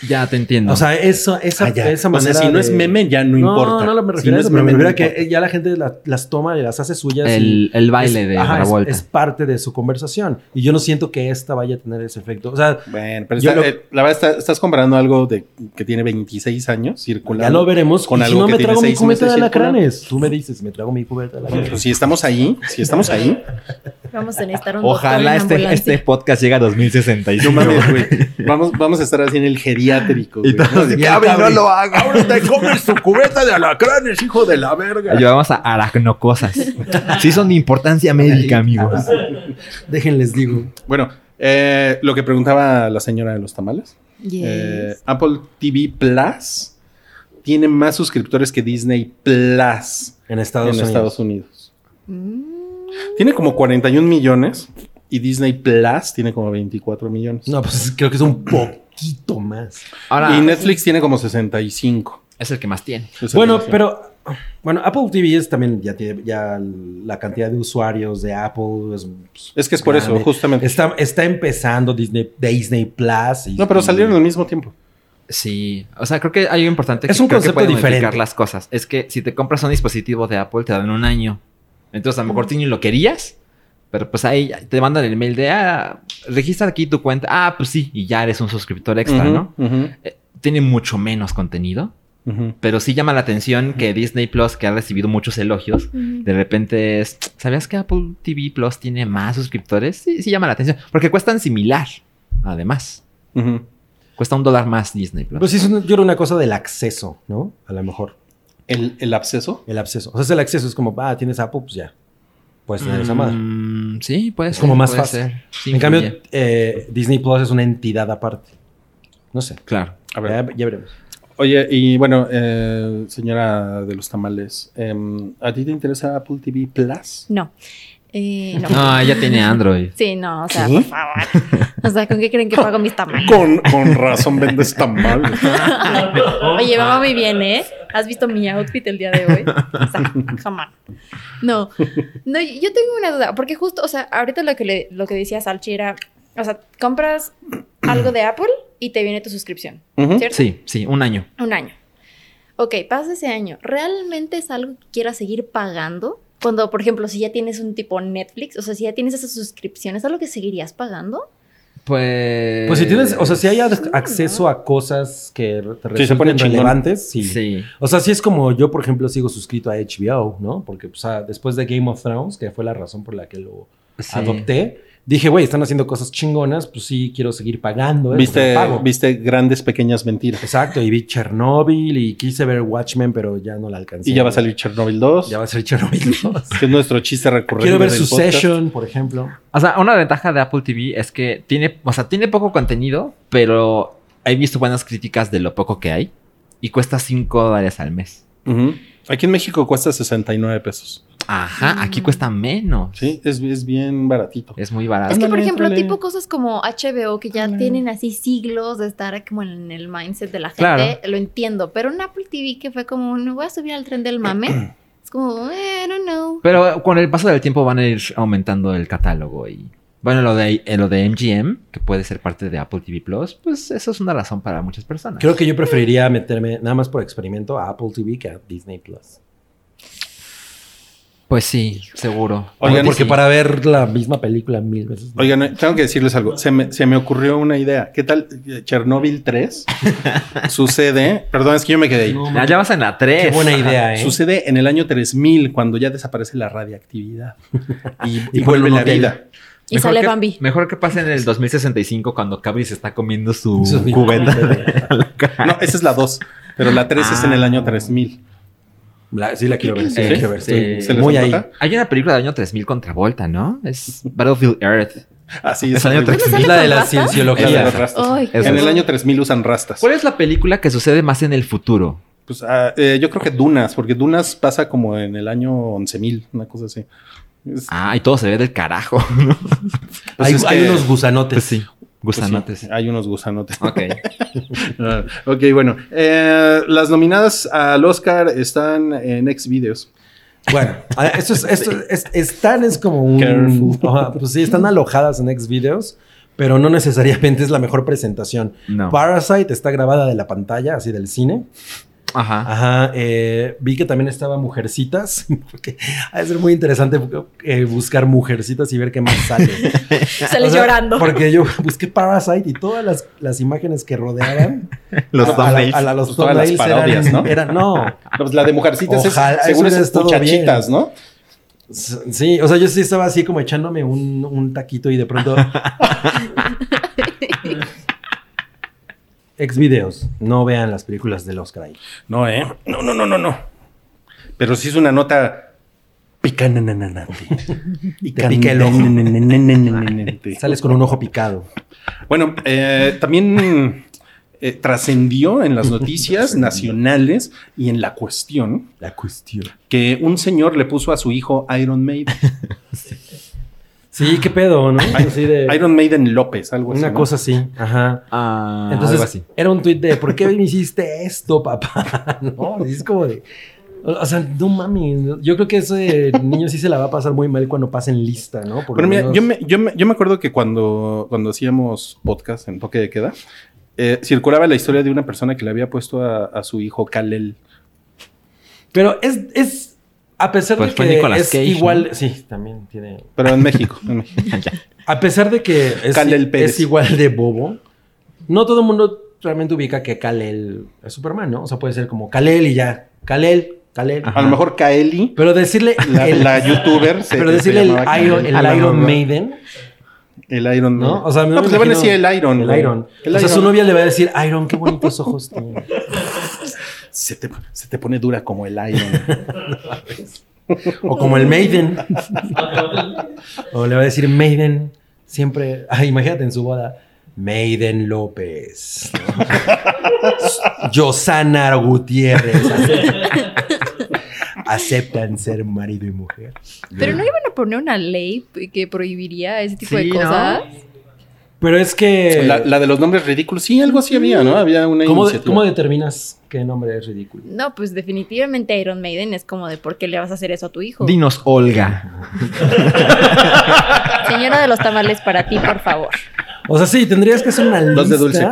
[SPEAKER 3] Ya te entiendo.
[SPEAKER 4] o sea eso, esa,
[SPEAKER 2] Ah, ya.
[SPEAKER 4] esa
[SPEAKER 2] o sea,
[SPEAKER 4] manera.
[SPEAKER 2] si no
[SPEAKER 4] de-
[SPEAKER 2] es meme, ya no,
[SPEAKER 4] no
[SPEAKER 2] importa.
[SPEAKER 4] No, no me
[SPEAKER 2] Si
[SPEAKER 4] refiero a
[SPEAKER 2] no
[SPEAKER 4] eso,
[SPEAKER 2] es
[SPEAKER 4] pero me
[SPEAKER 2] meme,
[SPEAKER 4] refiero
[SPEAKER 2] no
[SPEAKER 4] a que
[SPEAKER 2] importa.
[SPEAKER 4] eh, ya la gente la- las toma y las hace suyas. y-
[SPEAKER 3] el, el baile
[SPEAKER 4] es-
[SPEAKER 3] de
[SPEAKER 4] ajá, es-
[SPEAKER 3] Travolta.
[SPEAKER 4] Es, parte de su conversación. Y yo no siento que esta vaya a tener ese efecto. O sea,
[SPEAKER 2] Bueno, pero
[SPEAKER 4] Yo
[SPEAKER 2] está-
[SPEAKER 4] lo-
[SPEAKER 2] eh, la verdad, está- estás comparando algo de que tiene 26 años circulando.
[SPEAKER 4] ya lo veremos.
[SPEAKER 2] Con
[SPEAKER 4] Y si
[SPEAKER 2] algo
[SPEAKER 4] no
[SPEAKER 2] que
[SPEAKER 4] me
[SPEAKER 2] tiene
[SPEAKER 4] trago mi
[SPEAKER 2] seis
[SPEAKER 4] cubeta de
[SPEAKER 2] meses circulando.
[SPEAKER 4] alacranes. Tú me dices, me trago mi cubeta de alacranes.
[SPEAKER 2] Pues si estamos ahí, si estamos ahí.
[SPEAKER 5] Vamos a necesitar un
[SPEAKER 3] Ojalá
[SPEAKER 5] doctor en
[SPEAKER 3] este,
[SPEAKER 5] ambulancia.
[SPEAKER 3] este podcast llegue a 2065.
[SPEAKER 2] No mames, güey. Vamos, vamos a estar así en el geriátrico.
[SPEAKER 3] Y
[SPEAKER 2] güey.
[SPEAKER 3] todos,
[SPEAKER 2] Que
[SPEAKER 3] ya,
[SPEAKER 2] Abre,
[SPEAKER 3] cabrón.
[SPEAKER 2] haga. Ahora te comes tu cubeta de alacranes, hijo de la verga.
[SPEAKER 3] Llevamos a aracnocosas. Sí son de importancia médica, amigos.
[SPEAKER 4] Déjenles digo.
[SPEAKER 2] Bueno, eh, lo que preguntaba la señora de los tamales.
[SPEAKER 5] Yes.
[SPEAKER 2] Eh, Apple TV Plus tiene más suscriptores que Disney Plus
[SPEAKER 4] En Estados
[SPEAKER 2] en
[SPEAKER 4] Unidos.
[SPEAKER 2] Estados Unidos.
[SPEAKER 5] Mm.
[SPEAKER 2] Tiene como 41 millones y Disney Plus tiene como 24 millones.
[SPEAKER 4] No, pues creo que es un poquito más.
[SPEAKER 3] Ahora,
[SPEAKER 2] y Netflix tiene como 65.
[SPEAKER 3] es el que más tiene.
[SPEAKER 2] Esa es la
[SPEAKER 4] Bueno,
[SPEAKER 2] relación.
[SPEAKER 4] pero bueno, Apple TV es también ya tiene ya la cantidad de usuarios de Apple es,
[SPEAKER 2] Es que es por eso,
[SPEAKER 4] grande.
[SPEAKER 2] justamente.
[SPEAKER 4] está está empezando Disney Disney Plus. y-
[SPEAKER 2] No, pero
[SPEAKER 4] y-
[SPEAKER 2] salieron al mismo tiempo.
[SPEAKER 3] Sí. O sea, creo que hay algo importante
[SPEAKER 4] Es
[SPEAKER 3] que
[SPEAKER 4] un
[SPEAKER 3] creo que
[SPEAKER 4] concepto
[SPEAKER 3] puede
[SPEAKER 4] diferente.
[SPEAKER 3] modificar las cosas. Es que si te compras un dispositivo de Apple, te dan un año. Entonces, a lo mejor tú ni lo querías, pero pues ahí te mandan el mail de, ah, registra aquí tu cuenta. Ah, pues sí, y ya eres un suscriptor extra, ¿no?
[SPEAKER 2] Ujú, ujú,
[SPEAKER 3] Tiene mucho menos contenido,
[SPEAKER 2] ujú.
[SPEAKER 3] pero sí llama la atención que Disney Plus, que ha recibido muchos elogios,
[SPEAKER 5] Mm.
[SPEAKER 3] De repente es, ¿sabías que Apple TV Plus tiene más suscriptores? Sí, sí llama la atención, porque cuestan similar, además.
[SPEAKER 2] Ujú.
[SPEAKER 3] Cuesta un dólar más Disney Plus.
[SPEAKER 4] Pues sí, es una- yo era una cosa del acceso, ¿no? A lo mejor
[SPEAKER 2] ¿El, el absceso.
[SPEAKER 4] el acceso. O sea, es el acceso es como, ah, tienes Apple, pues ya. Pues tener esa madre.
[SPEAKER 3] Mm, sí, puede
[SPEAKER 4] Es
[SPEAKER 3] ser.
[SPEAKER 4] como más
[SPEAKER 3] puede
[SPEAKER 4] fácil.
[SPEAKER 3] ser. Sí,
[SPEAKER 4] En cambio,
[SPEAKER 3] influye.
[SPEAKER 4] eh, Disney Plus es una entidad aparte. No sé.
[SPEAKER 3] claro.
[SPEAKER 2] A ver.
[SPEAKER 4] Ya, ya veremos.
[SPEAKER 2] Oye, y bueno, eh, señora de los tamales, em, ¿a ti te interesa Apple TV Plus?
[SPEAKER 5] No. Eh, no.
[SPEAKER 3] No, ella tiene Android.
[SPEAKER 5] Sí, no, o sea, por favor. O sea, ¿con qué creen que pago mis tamales?
[SPEAKER 2] Con, con razón vendes tamales.
[SPEAKER 5] Oye, va muy bien, ¿eh? ¿Has visto mi outfit el día de hoy? O sea, jamás. No, no, yo tengo una duda, porque justo, o sea, ahorita lo que, le, lo que decía Salchi era, o sea, compras algo de Apple y te viene tu suscripción,
[SPEAKER 4] ¿Mm?
[SPEAKER 2] Ujú.
[SPEAKER 5] ¿cierto?
[SPEAKER 3] Sí, sí, un año.
[SPEAKER 5] Un año. Ok, pasa ese año. ¿Realmente es algo que quieras seguir pagando? Cuando, por ejemplo, si ya tienes un tipo Netflix, o sea, si ya tienes esa suscripción, ¿es algo que seguirías pagando?
[SPEAKER 2] Eh,
[SPEAKER 3] Pues.
[SPEAKER 4] Pues si tienes, o sea, si hay
[SPEAKER 5] sí,
[SPEAKER 4] ad-
[SPEAKER 5] ¿no?
[SPEAKER 4] acceso a cosas que te
[SPEAKER 2] Sí, se ponen
[SPEAKER 4] resultan
[SPEAKER 2] chingón.
[SPEAKER 4] relevantes, sí.
[SPEAKER 3] Sí.
[SPEAKER 4] O sea, sí es como yo, por ejemplo, sigo suscrito a HBO, ¿no? Porque, o sea, después de Game of Thrones, que fue la razón por la que lo
[SPEAKER 3] sí.
[SPEAKER 4] adopté, dije, güey, están haciendo cosas chingonas, pues sí, quiero seguir pagando. ¿eh? Porque
[SPEAKER 2] ¿Viste,
[SPEAKER 4] lo pago.
[SPEAKER 2] viste grandes pequeñas mentiras.
[SPEAKER 4] Exacto, y vi Chernobyl y quise ver Watchmen, pero ya no la alcancé.
[SPEAKER 2] Y ya va a salir Chernobyl 2,
[SPEAKER 4] Ya va a salir Chernobyl 2.
[SPEAKER 2] que es nuestro chiste recurrente.
[SPEAKER 4] Quiero ver
[SPEAKER 2] del
[SPEAKER 4] su
[SPEAKER 2] podcast.
[SPEAKER 4] session, por ejemplo.
[SPEAKER 3] O sea, una ventaja de Apple TV es que tiene, o sea, tiene poco contenido, pero he visto buenas críticas de lo poco que hay y cuesta 5 dólares al mes.
[SPEAKER 2] Ujú. Aquí en México cuesta 69 pesos.
[SPEAKER 3] Ajá, aquí cuesta menos.
[SPEAKER 2] Sí, es, es bien baratito.
[SPEAKER 3] Es muy barato.
[SPEAKER 5] Es que, por
[SPEAKER 2] Ándale,
[SPEAKER 5] ejemplo,
[SPEAKER 2] ándale.
[SPEAKER 5] tipo cosas como HBO, que ya tienen así siglos de estar como en el mindset de la gente,
[SPEAKER 3] Claro.
[SPEAKER 5] lo entiendo. Pero un Apple TV que fue como, no voy a subir al tren del mame, es como, eh, I don't know.
[SPEAKER 3] Pero con el paso del tiempo van a ir aumentando el catálogo y... Bueno, lo de, eh, lo de MGM, que puede ser parte de Apple TV Plus, pues eso es una razón para muchas personas.
[SPEAKER 4] Creo que yo preferiría meterme, nada más por experimento, a Apple TV que a Disney Plus.
[SPEAKER 3] Pues sí, seguro.
[SPEAKER 2] Oigan,
[SPEAKER 4] porque
[SPEAKER 3] sí.
[SPEAKER 4] para ver la misma película mil veces. ¿no?
[SPEAKER 2] Oigan, eh, tengo que decirles algo. Se me, se me ocurrió una idea. ¿Qué tal eh, Chernobyl 3 sucede? Perdón, es que yo me quedé ahí.
[SPEAKER 3] Ya, ya vas en la 3.
[SPEAKER 4] Qué buena idea, ¿eh?
[SPEAKER 2] Sucede en el año 3000, cuando ya desaparece la radiactividad y, y
[SPEAKER 4] Y
[SPEAKER 2] vuelve
[SPEAKER 4] vuelve un
[SPEAKER 2] la
[SPEAKER 4] hotel.
[SPEAKER 2] vida.
[SPEAKER 5] Y sale
[SPEAKER 3] que,
[SPEAKER 5] Bambi.
[SPEAKER 3] Mejor que pase en el 2065 cuando Cabri se está comiendo su
[SPEAKER 4] Eso es mi-
[SPEAKER 3] cubeta.
[SPEAKER 2] No, esa es la 2, pero la 3 es en el año 3000.
[SPEAKER 4] La- sí, la quiero ver. Sí,
[SPEAKER 3] Sí,
[SPEAKER 4] la quiero ver.
[SPEAKER 3] sí.
[SPEAKER 4] Estoy
[SPEAKER 2] ¿Se les
[SPEAKER 4] muy ahí.
[SPEAKER 2] antoja?
[SPEAKER 3] Hay una película del año 3000 contra Volta, ¿no? Es Battlefield Earth.
[SPEAKER 2] Así
[SPEAKER 3] Es
[SPEAKER 2] es.
[SPEAKER 3] año
[SPEAKER 2] horrible.
[SPEAKER 5] ¿Dónde sale
[SPEAKER 4] Es la de
[SPEAKER 5] con
[SPEAKER 2] Es
[SPEAKER 4] la
[SPEAKER 5] Rasta?
[SPEAKER 2] la de los
[SPEAKER 4] cienciología.
[SPEAKER 2] rastas.
[SPEAKER 5] Ay, qué
[SPEAKER 3] Eso
[SPEAKER 2] En
[SPEAKER 3] es.
[SPEAKER 2] el
[SPEAKER 5] horror.
[SPEAKER 2] año 3000 usan rastas.
[SPEAKER 3] ¿Cuál es la película que sucede más en el futuro?
[SPEAKER 2] Pues, ah, eh, yo creo que Dunas, porque Dunas pasa como en el año 11000, una cosa así. Es-
[SPEAKER 3] Ah, y todo se ve del carajo, ¿no?
[SPEAKER 2] pues
[SPEAKER 4] hay,
[SPEAKER 2] es
[SPEAKER 4] hay
[SPEAKER 2] que-
[SPEAKER 4] unos gusanotes.
[SPEAKER 3] Pues sí,
[SPEAKER 2] pues sí,
[SPEAKER 3] gusanotes.
[SPEAKER 2] hay unos gusanotes.
[SPEAKER 3] Ok.
[SPEAKER 2] Ah, ok, bueno. Eh, las nominadas al Oscar están en X Videos.
[SPEAKER 4] Bueno, a- esto es, esto es, están es como un...
[SPEAKER 2] Careful.
[SPEAKER 4] Ajá, pues sí, están alojadas en Xvideos, pero no necesariamente es la mejor presentación.
[SPEAKER 3] No.
[SPEAKER 4] Parasite está grabada de la pantalla, así del cine.
[SPEAKER 3] Ajá.
[SPEAKER 4] Ajá, eh, vi que también estaba Mujercitas, porque ha de ser muy interesante eh, buscar Mujercitas y ver qué más sale.
[SPEAKER 5] Sale
[SPEAKER 4] O sea,
[SPEAKER 5] llorando.
[SPEAKER 4] Porque yo busqué Parasite y todas las, las imágenes que rodeaban
[SPEAKER 3] Los
[SPEAKER 4] a, la- a la- los
[SPEAKER 2] Pues todas las
[SPEAKER 4] thumbnails
[SPEAKER 2] parodias,
[SPEAKER 4] eran-
[SPEAKER 2] ¿no?
[SPEAKER 4] eran- no,
[SPEAKER 2] No, pues la de Mujercitas es,
[SPEAKER 4] Ojalá, eso
[SPEAKER 2] según
[SPEAKER 4] hubiera
[SPEAKER 2] es
[SPEAKER 4] estado
[SPEAKER 2] muchachitas, ¿no?
[SPEAKER 4] S- Sí, o sea, yo sí estaba así como echándome un, un taquito y de pronto. Ex videos, no vean las películas del Oscar ahí.
[SPEAKER 2] No, ¿eh? No, no, no, no, no. Pero sí es una nota picanananante.
[SPEAKER 4] Y te pica el ojo.
[SPEAKER 2] Picanananante.
[SPEAKER 4] Sales con un ojo picado.
[SPEAKER 2] Bueno, eh, también eh, trascendió en las noticias nacionales y en la cuestión
[SPEAKER 4] La cuestión.
[SPEAKER 2] que un señor le puso a su hijo Iron Maiden.
[SPEAKER 4] Sí, qué pedo, ¿no? Así de-
[SPEAKER 2] Iron Maiden López, algo así.
[SPEAKER 4] una
[SPEAKER 2] ¿no?
[SPEAKER 4] cosa así. Ajá.
[SPEAKER 3] Ah,
[SPEAKER 4] Entonces,
[SPEAKER 3] algo así.
[SPEAKER 4] era un tuit de ¿por qué me hiciste esto, papá? No, es como de. O o sea, no mami. Yo creo que ese niño sí se la va a pasar muy mal cuando pasen lista, ¿no? Por
[SPEAKER 2] Bueno,
[SPEAKER 4] lo
[SPEAKER 2] mira,
[SPEAKER 4] menos-
[SPEAKER 2] yo me, yo, me, yo me acuerdo que cuando, cuando hacíamos podcast en Toque de Queda, eh, circulaba la historia de una persona que le había puesto a, a su hijo Kalel.
[SPEAKER 4] Pero es, es a pesar
[SPEAKER 3] Pues
[SPEAKER 4] de
[SPEAKER 3] fue
[SPEAKER 4] que
[SPEAKER 3] Nicolas
[SPEAKER 4] es
[SPEAKER 3] Cage,
[SPEAKER 4] igual, sí, también tiene.
[SPEAKER 2] Pero en México. en México.
[SPEAKER 4] A pesar de que es,
[SPEAKER 2] Kal-El Pérez.
[SPEAKER 4] es igual de bobo, no todo el mundo realmente ubica que Kalel es Superman, ¿no? O sea, puede ser como Kalel y ya, Kalel, Kalel.
[SPEAKER 2] A lo mejor Kaeli,
[SPEAKER 4] Pero decirle
[SPEAKER 2] la,
[SPEAKER 4] el,
[SPEAKER 2] la youtuber. se-
[SPEAKER 4] pero
[SPEAKER 2] se
[SPEAKER 4] decirle el
[SPEAKER 2] llamaba
[SPEAKER 4] Iron,
[SPEAKER 2] Kalel.
[SPEAKER 4] el
[SPEAKER 2] Ah, no,
[SPEAKER 4] Iron
[SPEAKER 2] no,
[SPEAKER 4] Maiden,
[SPEAKER 2] El Iron
[SPEAKER 4] ¿no?
[SPEAKER 2] Maiden.
[SPEAKER 4] O sea, me
[SPEAKER 2] no, pues le van a
[SPEAKER 4] imagino-
[SPEAKER 2] decir el Iron.
[SPEAKER 4] el
[SPEAKER 2] güey.
[SPEAKER 4] Iron.
[SPEAKER 2] El
[SPEAKER 4] o sea, su
[SPEAKER 2] Iron.
[SPEAKER 4] novia le va a decir, Iron, qué bonitos ojos tiene.
[SPEAKER 2] Se te, se te pone dura como el Iron.
[SPEAKER 4] O como el Maiden. o le va a decir Maiden. Siempre. Ay, imagínate en su boda. Maiden López. ¿no? Yosana Gutiérrez. Aceptan ser marido y mujer.
[SPEAKER 5] Pero no iban a poner una ley que prohibiría ese tipo de
[SPEAKER 3] Sí, ¿no?
[SPEAKER 5] cosas.
[SPEAKER 4] Pero es que.
[SPEAKER 2] la, la de los nombres ridículos. Sí, algo así había, ¿no? Había una
[SPEAKER 4] ¿cómo, de-
[SPEAKER 2] iniciativa.
[SPEAKER 4] cómo determinas qué nombre es ridículo?
[SPEAKER 5] No, pues definitivamente Iron Maiden es como de por qué le vas a hacer eso a tu hijo.
[SPEAKER 3] Dinos, Olga.
[SPEAKER 5] Señora de los tamales para ti, por favor.
[SPEAKER 4] O sea, sí, tendrías que hacer una lista.
[SPEAKER 2] Los de dulce.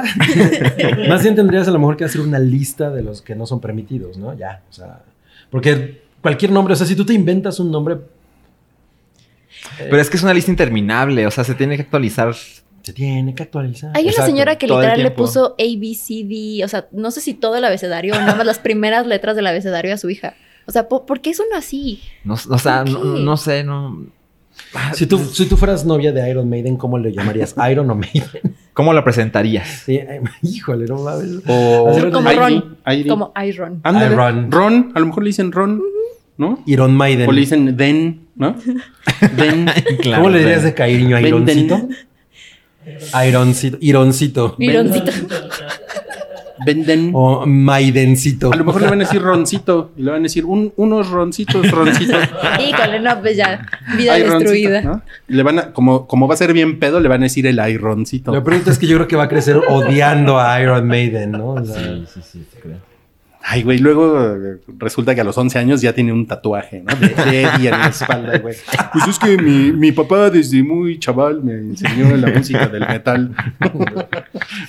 [SPEAKER 4] Más bien tendrías a lo mejor que hacer una lista de los que no son permitidos, ¿no? Ya, o sea, porque cualquier nombre, o sea, si tú te inventas un nombre,
[SPEAKER 3] Pero es que es una lista interminable, o sea, se tiene que actualizar.
[SPEAKER 4] se tiene que actualizar.
[SPEAKER 5] Hay una
[SPEAKER 3] Exacto,
[SPEAKER 5] señora que
[SPEAKER 3] todo el
[SPEAKER 5] literal le
[SPEAKER 3] tiempo.
[SPEAKER 5] puso ABCD, o sea, no sé si todo el abecedario o nada más las primeras letras del abecedario a su hija. O sea, po- ¿por qué es uno así?
[SPEAKER 3] No, o sea,
[SPEAKER 5] ¿Por
[SPEAKER 3] no,
[SPEAKER 5] qué?
[SPEAKER 3] no sé, no. Ah,
[SPEAKER 4] Si tú,
[SPEAKER 3] pues,
[SPEAKER 4] si tú fueras novia de Iron Maiden, ¿cómo le llamarías? Iron o Maiden.
[SPEAKER 3] ¿Cómo la presentarías?
[SPEAKER 4] Sí, ay, híjole, no mames.
[SPEAKER 2] O
[SPEAKER 4] Hacer
[SPEAKER 5] Como
[SPEAKER 4] Iron-
[SPEAKER 5] Ron.
[SPEAKER 2] Iron.
[SPEAKER 5] Como Iron.
[SPEAKER 2] Ándale.
[SPEAKER 4] Iron.
[SPEAKER 2] Ron. A lo mejor le dicen Ron, ¿no?
[SPEAKER 4] Iron Maiden.
[SPEAKER 2] O le dicen Den, ¿no? Den.
[SPEAKER 3] Claro,
[SPEAKER 4] ¿Cómo le dirías
[SPEAKER 3] claro.
[SPEAKER 4] de cariño a
[SPEAKER 2] Venden.
[SPEAKER 4] Ironcito? Ironcito. Ironcito.
[SPEAKER 5] Ironcito.
[SPEAKER 2] Venden.
[SPEAKER 4] O Maidencito.
[SPEAKER 2] A lo mejor le van a decir roncito y le van a decir un- unos roncitos, roncitos.
[SPEAKER 5] Híjole, no, pues ya, vida
[SPEAKER 2] Ay, roncito,
[SPEAKER 5] destruida.
[SPEAKER 2] ¿no? Le van a, como, como va a ser bien pedo, le van a decir el aironcito.
[SPEAKER 4] Lo peor es que yo creo que va a crecer odiando a Iron Maiden, ¿no? O sea,
[SPEAKER 3] Sí, sí, sí, te creo.
[SPEAKER 2] Ay, güey, luego eh, resulta que a los 11 años ya tiene un tatuaje, ¿no? De de Eddie en la espalda, güey. Pues es que mi, mi papá desde muy chaval me enseñó la música del metal.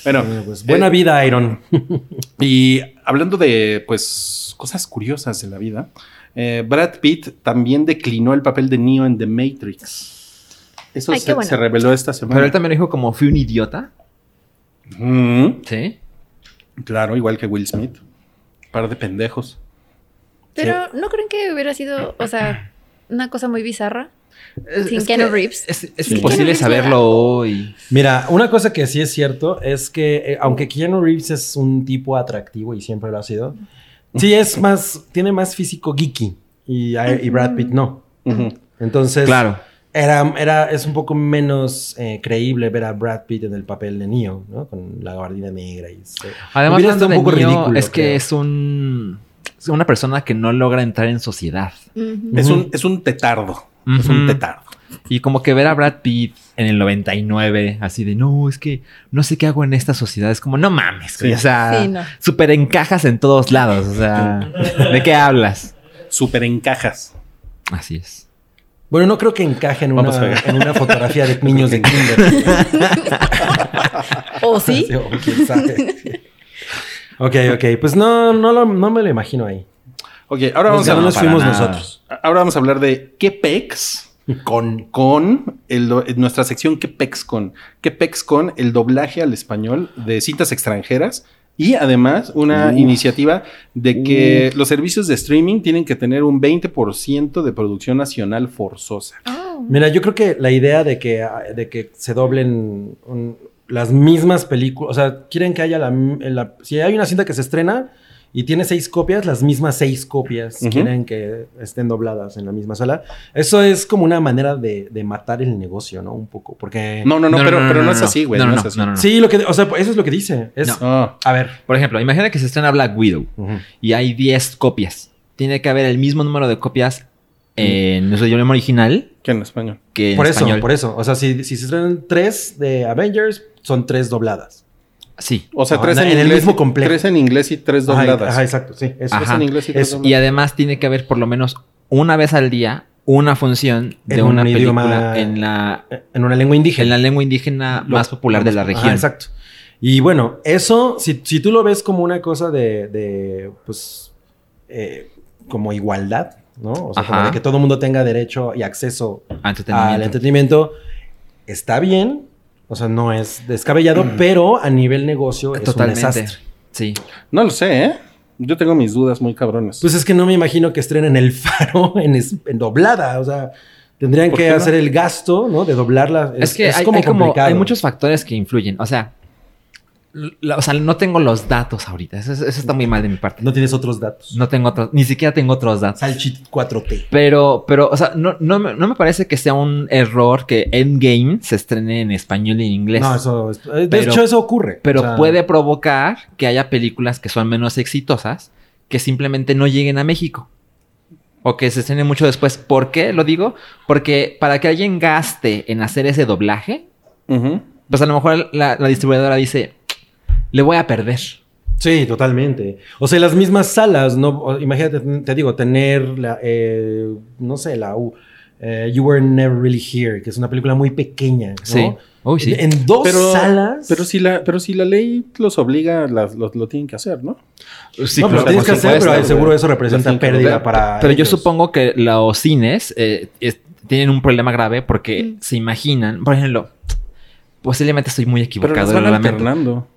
[SPEAKER 2] bueno,
[SPEAKER 4] pues, buena
[SPEAKER 2] eh,
[SPEAKER 4] vida, Iron.
[SPEAKER 2] Y hablando de, pues, cosas curiosas de la vida, eh, Brad Pitt también declinó el papel de Neo en The Matrix. Eso
[SPEAKER 5] Ay, qué
[SPEAKER 2] se,
[SPEAKER 5] bueno.
[SPEAKER 2] se reveló esta
[SPEAKER 3] Pero él
[SPEAKER 2] semana.
[SPEAKER 3] también dijo como fui un idiota.
[SPEAKER 2] Mm,
[SPEAKER 3] Sí.
[SPEAKER 2] claro, igual que Will Smith. Par de pendejos.
[SPEAKER 5] Pero ¿no creen que hubiera sido, o sea, una cosa muy bizarra?
[SPEAKER 3] Es-
[SPEAKER 5] Sin
[SPEAKER 3] es
[SPEAKER 5] Keanu
[SPEAKER 3] que
[SPEAKER 5] Reeves.
[SPEAKER 3] Es, es
[SPEAKER 2] Sí.
[SPEAKER 3] imposible
[SPEAKER 5] Keanu Reeves era-
[SPEAKER 3] saberlo hoy.
[SPEAKER 4] Mira, una cosa que sí es cierto es que, eh, aunque Keanu Reeves es un tipo atractivo y siempre lo ha sido, sí es más, tiene más físico geeky y, y Brad Pitt no.
[SPEAKER 2] Ujú.
[SPEAKER 4] Entonces,
[SPEAKER 3] Claro.
[SPEAKER 4] Era, era, es un poco menos eh, creíble ver a Brad Pitt en el papel de Neo, ¿no? Con la gabardina negra y eso.
[SPEAKER 3] Además, hablando
[SPEAKER 4] Hubiera estado
[SPEAKER 3] de
[SPEAKER 4] un poco
[SPEAKER 3] niño,
[SPEAKER 4] ridículo,
[SPEAKER 3] es que
[SPEAKER 4] creo.
[SPEAKER 3] es un es una persona que no logra entrar en sociedad.
[SPEAKER 5] Ujú.
[SPEAKER 2] es,
[SPEAKER 4] Ujú.
[SPEAKER 2] un, es un tetardo. Es un
[SPEAKER 3] Ujú.
[SPEAKER 2] tetardo.
[SPEAKER 3] Y como que ver a Brad Pitt en el 99, así de no, es que no sé qué hago en esta sociedad. Es como, no mames, güey,
[SPEAKER 2] Sí.
[SPEAKER 3] o sea,
[SPEAKER 5] Sí, no.
[SPEAKER 3] súper encajas en todos lados. O sea, ¿de qué hablas?
[SPEAKER 2] Súper encajas.
[SPEAKER 3] Así es.
[SPEAKER 4] Bueno, no creo que encaje en
[SPEAKER 2] Vamos a
[SPEAKER 4] una,
[SPEAKER 2] ver.
[SPEAKER 4] en una fotografía de niños de kinder.
[SPEAKER 5] ¿O sí?
[SPEAKER 4] O quién sabe. Ok, ok. Pues no, no, lo- no me lo imagino ahí.
[SPEAKER 2] Ok, ahora vamos,
[SPEAKER 4] Los
[SPEAKER 2] a,
[SPEAKER 4] galones
[SPEAKER 3] para
[SPEAKER 4] fuimos
[SPEAKER 3] nada.
[SPEAKER 4] nosotros.
[SPEAKER 2] ahora vamos a hablar de qué pex con, con el do- en nuestra sección qué pex con. ¿Qué pex con el doblaje al español de citas extranjeras? Y además una
[SPEAKER 7] Uf.
[SPEAKER 2] iniciativa de que los servicios de streaming tienen que tener un 20% de producción nacional forzosa.
[SPEAKER 5] Oh.
[SPEAKER 4] Mira, yo creo que la idea de que, ah, de que se doblen un- las mismas películas, o sea, quieren que haya la, m- la- Si hay una cinta que se estrena y tiene seis copias, las mismas seis copias
[SPEAKER 2] Ujú.
[SPEAKER 4] quieren que estén dobladas en la misma sala. Eso es como una manera de, de matar el negocio, ¿no? Un poco, porque...
[SPEAKER 2] No, no, no, pero, pero no, es así, güey. No,
[SPEAKER 3] No, no,
[SPEAKER 2] es
[SPEAKER 3] no,
[SPEAKER 2] así.
[SPEAKER 3] no, no, no.
[SPEAKER 4] Sí, lo que, o sea, eso es lo que dice. Es,
[SPEAKER 3] No.
[SPEAKER 2] Ah,
[SPEAKER 4] A ver.
[SPEAKER 3] Por ejemplo, imagina que se estrena Black Widow y hay 10 copias. Tiene que haber el mismo número de copias en nuestro idioma original
[SPEAKER 2] que en español.
[SPEAKER 3] que en
[SPEAKER 4] Por eso,
[SPEAKER 3] español.
[SPEAKER 4] por eso. O sea, si, si se estrenan tres de Avengers, son tres dobladas.
[SPEAKER 3] Sí.
[SPEAKER 2] O sea,
[SPEAKER 4] No,
[SPEAKER 2] tres
[SPEAKER 4] en
[SPEAKER 2] en,
[SPEAKER 4] el
[SPEAKER 2] inglés.
[SPEAKER 4] mismo complejo.
[SPEAKER 2] Tres en inglés y tres
[SPEAKER 4] Ajá,
[SPEAKER 2] dobladas.
[SPEAKER 4] Ajá, exacto, sí. Eso.
[SPEAKER 3] Ajá.
[SPEAKER 2] Tres en inglés y tres
[SPEAKER 4] Es-
[SPEAKER 2] dobladas.
[SPEAKER 3] Y además tiene que haber por lo menos una vez al día una función de
[SPEAKER 4] En un
[SPEAKER 3] una
[SPEAKER 4] idioma-
[SPEAKER 3] película en la,
[SPEAKER 4] En una lengua indígena.
[SPEAKER 3] en la lengua indígena
[SPEAKER 4] Lo-
[SPEAKER 3] más popular de la
[SPEAKER 4] Ajá,
[SPEAKER 3] región.
[SPEAKER 4] Ah, exacto. Y bueno, eso, si, si tú lo ves como una cosa de, de, pues, eh, como igualdad, ¿no? O sea, como
[SPEAKER 3] Ajá.
[SPEAKER 4] de que todo el mundo tenga derecho y acceso
[SPEAKER 3] Ah,
[SPEAKER 4] al
[SPEAKER 3] entretenimiento.
[SPEAKER 4] entretenimiento, está bien. O sea, no es descabellado, pero a nivel negocio es un
[SPEAKER 3] Mm. Totalmente.
[SPEAKER 4] desastre.
[SPEAKER 3] Sí.
[SPEAKER 2] No lo sé, ¿eh? Yo tengo mis dudas muy cabrones.
[SPEAKER 4] Pues es que no me imagino que estrenen El Faro en, es- en doblada. O sea, tendrían
[SPEAKER 2] ¿Por
[SPEAKER 4] que
[SPEAKER 2] qué no?
[SPEAKER 4] hacer el gasto, ¿no? De doblarla.
[SPEAKER 3] Es, que hay, hay como- hay muchos factores que influyen. O sea, la- o sea, no tengo los datos ahorita. Eso, eso está muy mal de mi parte.
[SPEAKER 4] No tienes otros datos.
[SPEAKER 3] No tengo otros, ni siquiera tengo otros datos.
[SPEAKER 4] Salchit 4T.
[SPEAKER 3] Pero, pero, o sea, no, no, me- no me parece que sea un error que Endgame se estrene en español y en inglés.
[SPEAKER 4] No, eso. es- eh, De
[SPEAKER 3] Pero-
[SPEAKER 4] hecho, eso ocurre.
[SPEAKER 3] pero
[SPEAKER 4] O sea,
[SPEAKER 3] puede provocar que haya películas que son menos exitosas que simplemente no lleguen a México. O que se estrenen mucho después. ¿Por qué lo digo? Porque para que alguien gaste en hacer ese doblaje,
[SPEAKER 2] Ujú.
[SPEAKER 3] pues a lo mejor la, la distribuidora dice, le voy a perder.
[SPEAKER 4] Sí, totalmente. O sea, las mismas salas, no. o- Imagínate, te digo, tener la. eh, no sé, la U. eh, you Were Never Really Here, que es una película muy pequeña. ¿no?
[SPEAKER 3] Sí. Uy, sí.
[SPEAKER 4] En dos salas.
[SPEAKER 2] Pero si la, pero si la ley los obliga, las- los- lo tienen que hacer, ¿no?
[SPEAKER 3] Sí,
[SPEAKER 4] no, pero
[SPEAKER 3] claro, por
[SPEAKER 4] tienes que hacer,
[SPEAKER 3] supuesto.
[SPEAKER 4] pero seguro eso
[SPEAKER 2] Lo
[SPEAKER 4] representa
[SPEAKER 2] tienen que
[SPEAKER 4] pérdida
[SPEAKER 2] doblar.
[SPEAKER 4] para.
[SPEAKER 3] Pero yo
[SPEAKER 4] ellos.
[SPEAKER 3] supongo que los cines eh, es- tienen un problema grave porque
[SPEAKER 5] Mm.
[SPEAKER 3] se imaginan, por ejemplo, posiblemente estoy muy
[SPEAKER 2] Pero
[SPEAKER 3] equivocado.
[SPEAKER 2] las van
[SPEAKER 3] lo lamento.
[SPEAKER 2] alternando.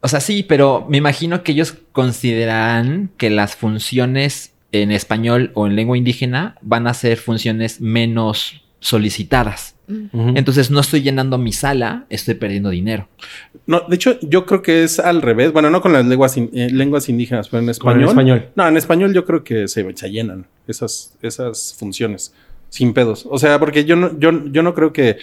[SPEAKER 3] O sea, sí, pero me imagino que ellos considerarán que las funciones en español o en lengua indígena van a ser funciones menos solicitadas.
[SPEAKER 5] mm.
[SPEAKER 4] Ujú.
[SPEAKER 3] Entonces no estoy llenando mi sala, estoy perdiendo dinero.
[SPEAKER 2] No, de hecho, yo creo que es al revés. Bueno, no con las lenguas, in- eh, lenguas indígenas, pero en
[SPEAKER 4] Con
[SPEAKER 2] español.
[SPEAKER 4] el español.
[SPEAKER 2] No, en español yo creo que se, se llenan esas, esas funciones sin pedos. O sea, porque yo no, yo, yo no creo que,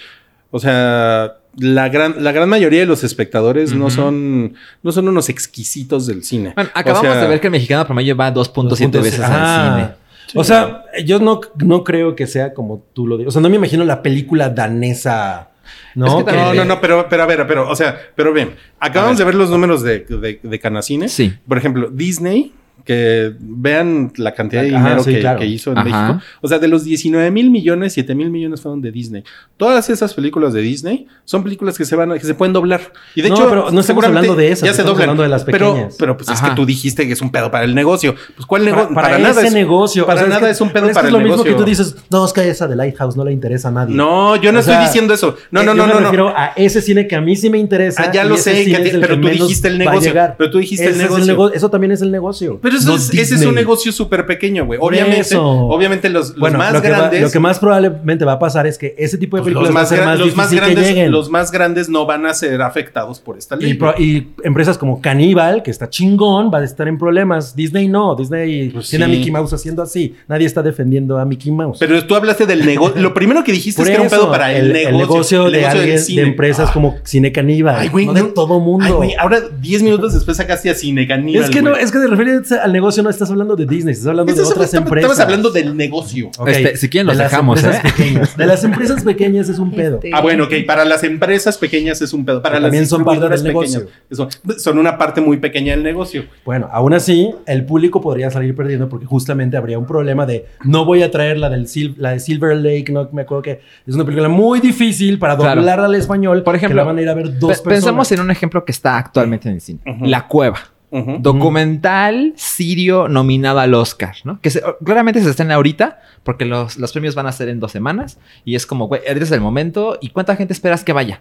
[SPEAKER 2] o sea, la gran, la gran mayoría de los espectadores no son no son unos exquisitos del cine.
[SPEAKER 3] Bueno, acabamos
[SPEAKER 2] O sea,
[SPEAKER 3] de ver que el mexicano promedio va 2.7 veces
[SPEAKER 4] Ah.
[SPEAKER 3] al cine.
[SPEAKER 4] O sea, yo no, no creo que sea como tú lo dices. O sea, no me imagino la película danesa. No,
[SPEAKER 3] Es que
[SPEAKER 2] No,
[SPEAKER 3] también-
[SPEAKER 2] no, no, pero, pero a ver, pero, o sea, pero bien, acabamos de ver los números de, de, de Canacine.
[SPEAKER 3] Sí.
[SPEAKER 2] Por ejemplo, Disney, que vean la cantidad de
[SPEAKER 4] Ajá,
[SPEAKER 2] dinero
[SPEAKER 4] sí,
[SPEAKER 2] que,
[SPEAKER 4] claro.
[SPEAKER 2] que hizo en
[SPEAKER 3] Ajá.
[SPEAKER 2] México. O sea, de los 19 mil millones, 7 mil millones fueron de Disney. Todas esas películas de Disney son películas que se van, a- que se pueden doblar. Y de
[SPEAKER 4] No,
[SPEAKER 2] hecho,
[SPEAKER 4] pero no estamos
[SPEAKER 2] seguramente
[SPEAKER 4] hablando de esas,
[SPEAKER 2] Ya se
[SPEAKER 4] estamos
[SPEAKER 2] doblan.
[SPEAKER 4] hablando de las pequeñas.
[SPEAKER 2] Pero, pero pues es
[SPEAKER 3] Ajá.
[SPEAKER 2] que tú dijiste que es un pedo para el negocio. Pues ¿cuál
[SPEAKER 4] Para,
[SPEAKER 2] negocio?
[SPEAKER 4] para ese
[SPEAKER 2] es-
[SPEAKER 4] negocio.
[SPEAKER 2] Para
[SPEAKER 4] O sea,
[SPEAKER 2] nada
[SPEAKER 4] que-
[SPEAKER 2] es, un
[SPEAKER 4] pero
[SPEAKER 2] pedo para
[SPEAKER 4] es
[SPEAKER 2] el
[SPEAKER 4] lo
[SPEAKER 2] negocio.
[SPEAKER 4] mismo que tú dices, no, es que esa de Lighthouse no le interesa a nadie.
[SPEAKER 2] No, yo no
[SPEAKER 4] O
[SPEAKER 2] estoy
[SPEAKER 4] sea,
[SPEAKER 2] diciendo eso. No,
[SPEAKER 4] Eh,
[SPEAKER 2] no, no,
[SPEAKER 4] yo me
[SPEAKER 2] no, no.
[SPEAKER 4] refiero a ese cine que a mí sí me interesa.
[SPEAKER 2] Ah, ya
[SPEAKER 4] y
[SPEAKER 2] lo
[SPEAKER 4] ese
[SPEAKER 2] sé,
[SPEAKER 4] cine
[SPEAKER 2] que a ti-
[SPEAKER 4] es el
[SPEAKER 2] pero
[SPEAKER 4] que
[SPEAKER 2] tú
[SPEAKER 4] menos
[SPEAKER 2] dijiste el
[SPEAKER 4] va a
[SPEAKER 2] negocio,
[SPEAKER 4] llegar.
[SPEAKER 2] pero tú dijiste el
[SPEAKER 4] Ese es
[SPEAKER 2] negocio.
[SPEAKER 4] nego- eso también es el negocio.
[SPEAKER 2] Pero eso
[SPEAKER 4] no
[SPEAKER 2] es- ese es
[SPEAKER 4] Disney.
[SPEAKER 2] un negocio súper pequeño, güey.
[SPEAKER 4] Por
[SPEAKER 2] Obviamente,
[SPEAKER 4] eso.
[SPEAKER 2] obviamente los, los
[SPEAKER 4] Bueno,
[SPEAKER 2] más
[SPEAKER 4] lo, que va-
[SPEAKER 2] grandes.
[SPEAKER 4] lo que más probablemente va a pasar es que ese tipo de
[SPEAKER 2] pues,
[SPEAKER 4] películas
[SPEAKER 2] los
[SPEAKER 4] va a
[SPEAKER 2] más,
[SPEAKER 4] ser
[SPEAKER 2] gran-
[SPEAKER 4] más
[SPEAKER 2] los más
[SPEAKER 4] difícil que
[SPEAKER 2] grandes,
[SPEAKER 4] lleguen.
[SPEAKER 2] los más grandes no van a ser afectados por esta ley.
[SPEAKER 4] Y, pro- y empresas como Caníbal, que está chingón, va a estar en problemas. Disney no. Disney
[SPEAKER 2] Pues
[SPEAKER 4] tiene
[SPEAKER 2] sí.
[SPEAKER 4] a Mickey Mouse haciendo así. Nadie está defendiendo a Mickey Mouse.
[SPEAKER 2] Pero tú hablaste del negocio. Lo primero que dijiste
[SPEAKER 4] Por
[SPEAKER 2] Este es que era un
[SPEAKER 4] eso,
[SPEAKER 2] pedo para el, negocio. el
[SPEAKER 4] de
[SPEAKER 2] negocio del
[SPEAKER 4] alguien-
[SPEAKER 2] cine.
[SPEAKER 4] de empresas
[SPEAKER 2] Ah,
[SPEAKER 4] como Cine Caníbal.
[SPEAKER 2] Ay, güey,
[SPEAKER 4] no
[SPEAKER 2] no-
[SPEAKER 4] de todo mundo.
[SPEAKER 2] Ay, güey, ahora 10 minutos después sacaste a Cine Caníbal,
[SPEAKER 4] es que no,
[SPEAKER 2] güey.
[SPEAKER 4] es que de referirse al negocio no estás hablando de Disney, estás hablando
[SPEAKER 2] Estás-
[SPEAKER 4] de otras
[SPEAKER 2] estamos-
[SPEAKER 4] empresas.
[SPEAKER 2] Estabas hablando del negocio.
[SPEAKER 4] Ok,
[SPEAKER 3] Este, si quieren los
[SPEAKER 4] de las
[SPEAKER 3] dejamos,
[SPEAKER 4] empresas
[SPEAKER 3] ¿eh?
[SPEAKER 4] pequeñas. De las empresas pequeñas es un pedo.
[SPEAKER 5] Este,
[SPEAKER 2] Ah, bueno, ok. Para las empresas pequeñas es un pedo. Para
[SPEAKER 4] Pero
[SPEAKER 2] las
[SPEAKER 4] también son parte del
[SPEAKER 2] distribuidoras pequeñas, Son, son una parte muy pequeña del negocio.
[SPEAKER 4] Bueno, aún así, el público podría salir perdiendo porque justamente habría un problema de no voy a traer la, del Sil- la de Silver Lake, no me acuerdo que es una película muy difícil para
[SPEAKER 3] Claro.
[SPEAKER 4] doblarla al español.
[SPEAKER 3] Por ejemplo,
[SPEAKER 4] que la van a ir a ver dos
[SPEAKER 3] Pe-
[SPEAKER 4] personas.
[SPEAKER 3] Pensamos en un ejemplo que está actualmente en el cine.
[SPEAKER 2] Ujú.
[SPEAKER 3] La Cueva.
[SPEAKER 2] Ujú.
[SPEAKER 3] Documental sirio nominado al Oscar, ¿no? Que se- claramente se estrena ahorita porque los, los premios van a ser en dos semanas y es como, güey, ahorita es el momento. ¿Y cuánta gente esperas que vaya?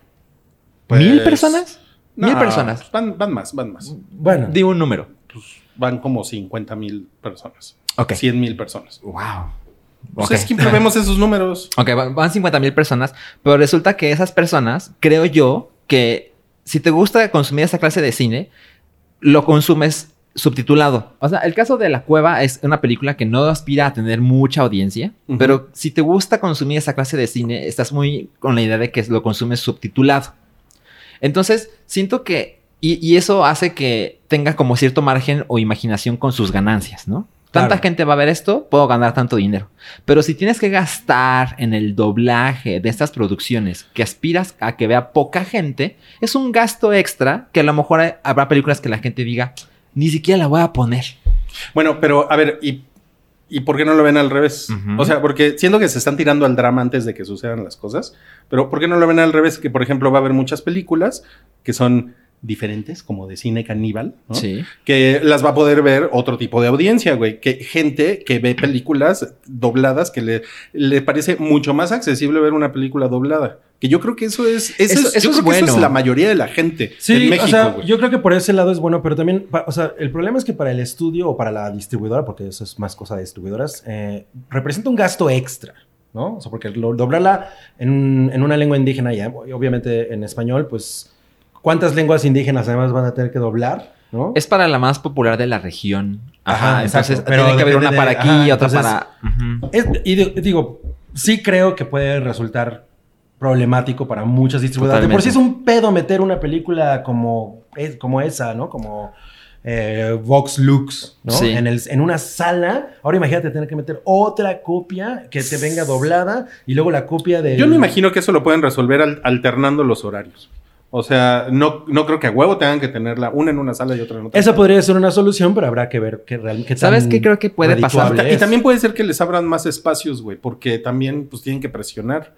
[SPEAKER 3] ¿Mil
[SPEAKER 2] Pues,
[SPEAKER 3] personas? Mil
[SPEAKER 2] No,
[SPEAKER 3] personas.
[SPEAKER 2] Van, van más, van más.
[SPEAKER 4] Bueno,
[SPEAKER 3] Di un número.
[SPEAKER 2] Van como 50 mil personas.
[SPEAKER 3] Ok.
[SPEAKER 2] 100 mil personas.
[SPEAKER 3] Wow.
[SPEAKER 2] Pues
[SPEAKER 3] Ok.
[SPEAKER 2] es que vemos esos números.
[SPEAKER 3] Ok, van, van 50 mil personas, pero resulta que esas personas, creo yo, que si te gusta consumir esa clase de cine, lo consumes subtitulado. O sea, el caso de La Cueva es una película que no aspira a tener mucha audiencia,
[SPEAKER 2] Ujú.
[SPEAKER 3] pero si te gusta consumir esa clase de cine, estás muy con la idea de que lo consumes subtitulado. Entonces, siento que... Y, y eso hace que tenga como cierto margen o imaginación con sus ganancias, ¿no? Tanta
[SPEAKER 4] Claro.
[SPEAKER 3] gente va a ver esto, puedo ganar tanto dinero. Pero si tienes que gastar en el doblaje de estas producciones que aspiras a que vea poca gente, es un gasto extra que a lo mejor hay- habrá películas que la gente diga, ni siquiera la voy a poner.
[SPEAKER 2] Bueno, pero a ver, ¿y, y por qué no lo ven al revés?
[SPEAKER 3] Ujú.
[SPEAKER 2] O sea, porque siento que se están tirando al drama antes de que sucedan las cosas, pero ¿por qué no lo ven al revés? Que, por ejemplo, va a haber muchas películas que son diferentes, como de cine caníbal, ¿no?
[SPEAKER 3] Sí.
[SPEAKER 2] que las va a poder ver otro tipo de audiencia, güey. Que gente que ve películas dobladas que le, le parece mucho más accesible ver una película doblada. Que yo creo que eso es, eso,
[SPEAKER 3] Eso-
[SPEAKER 2] es,
[SPEAKER 3] eso
[SPEAKER 2] yo creo
[SPEAKER 3] es
[SPEAKER 2] que eso
[SPEAKER 3] bueno.
[SPEAKER 2] es la mayoría de la gente
[SPEAKER 4] Sí,
[SPEAKER 2] en México,
[SPEAKER 4] o sea,
[SPEAKER 2] güey.
[SPEAKER 4] yo creo que por ese lado es bueno, pero también, pa- o sea, el problema es que para el estudio o para la distribuidora, porque eso es más cosa de distribuidoras, eh, representa un gasto extra, ¿no? O sea, porque lo- doblarla en, en una lengua indígena, ya, y obviamente en español, pues, ¿cuántas lenguas indígenas además van a tener que doblar, no?
[SPEAKER 3] Es para la más popular de la región. Ajá,
[SPEAKER 4] Ajá,
[SPEAKER 3] entonces
[SPEAKER 4] exacto. Pero
[SPEAKER 3] tiene que haber
[SPEAKER 4] depende
[SPEAKER 3] una para
[SPEAKER 4] de-
[SPEAKER 3] aquí
[SPEAKER 4] ajá,
[SPEAKER 3] y otra
[SPEAKER 4] entonces-
[SPEAKER 3] para... Ujú.
[SPEAKER 4] Es- y di- digo, sí creo que puede resultar problemático para muchas distribuidoras. De por sí es un pedo meter una película como, es- como esa, ¿no? Como eh, Vox Lux, ¿no?
[SPEAKER 3] Sí.
[SPEAKER 4] En, el, en una sala. Ahora imagínate tener que meter otra copia que te venga doblada y luego la copia de...
[SPEAKER 2] Yo me imagino que eso lo pueden resolver al- alternando los horarios. O sea, no, no creo que a huevo tengan que tenerla una en una sala y otra en otra.
[SPEAKER 4] Esa podría ser una solución, pero habrá que ver que realmente...
[SPEAKER 3] ¿Sabes qué creo que puede pasar?
[SPEAKER 2] Y también puede ser que les abran más espacios, güey, porque también pues tienen que presionar.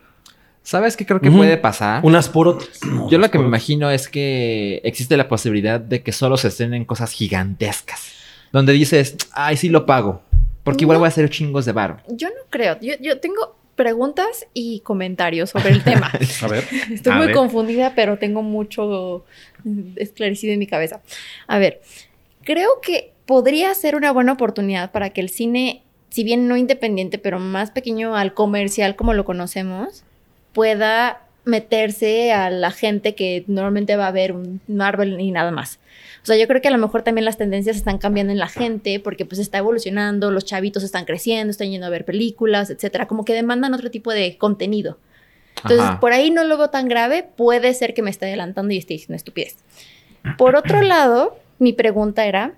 [SPEAKER 3] ¿Sabes qué creo que
[SPEAKER 4] Ujú.
[SPEAKER 3] puede pasar?
[SPEAKER 4] Unas por otras.
[SPEAKER 3] Yo lo que me imagino es que existe la posibilidad de que solo se estrenen cosas gigantescas. Donde dices, ay, sí lo pago. Porque igual
[SPEAKER 5] No.
[SPEAKER 3] voy a hacer chingos de varo.
[SPEAKER 5] Yo no creo. Yo, yo tengo preguntas y comentarios sobre el tema.
[SPEAKER 2] A ver.
[SPEAKER 5] Estoy
[SPEAKER 2] A
[SPEAKER 5] muy
[SPEAKER 2] ver.
[SPEAKER 5] confundida, pero tengo mucho mm, esclarecido en mi cabeza. A ver, creo que podría ser una buena oportunidad para que el cine, si bien no independiente, pero más pequeño al comercial como lo conocemos, pueda meterse a la gente que normalmente va a ver un Marvel y nada más. O sea, yo creo que a lo mejor también las tendencias están cambiando en la gente porque pues está evolucionando, los chavitos están creciendo, están yendo a ver películas, etcétera, como que demandan otro tipo de contenido. Entonces, pues,
[SPEAKER 3] Ajá.
[SPEAKER 5] por ahí no lo veo tan grave, puede ser que me esté adelantando y esté diciendo estupidez. Por otro lado, mi pregunta era,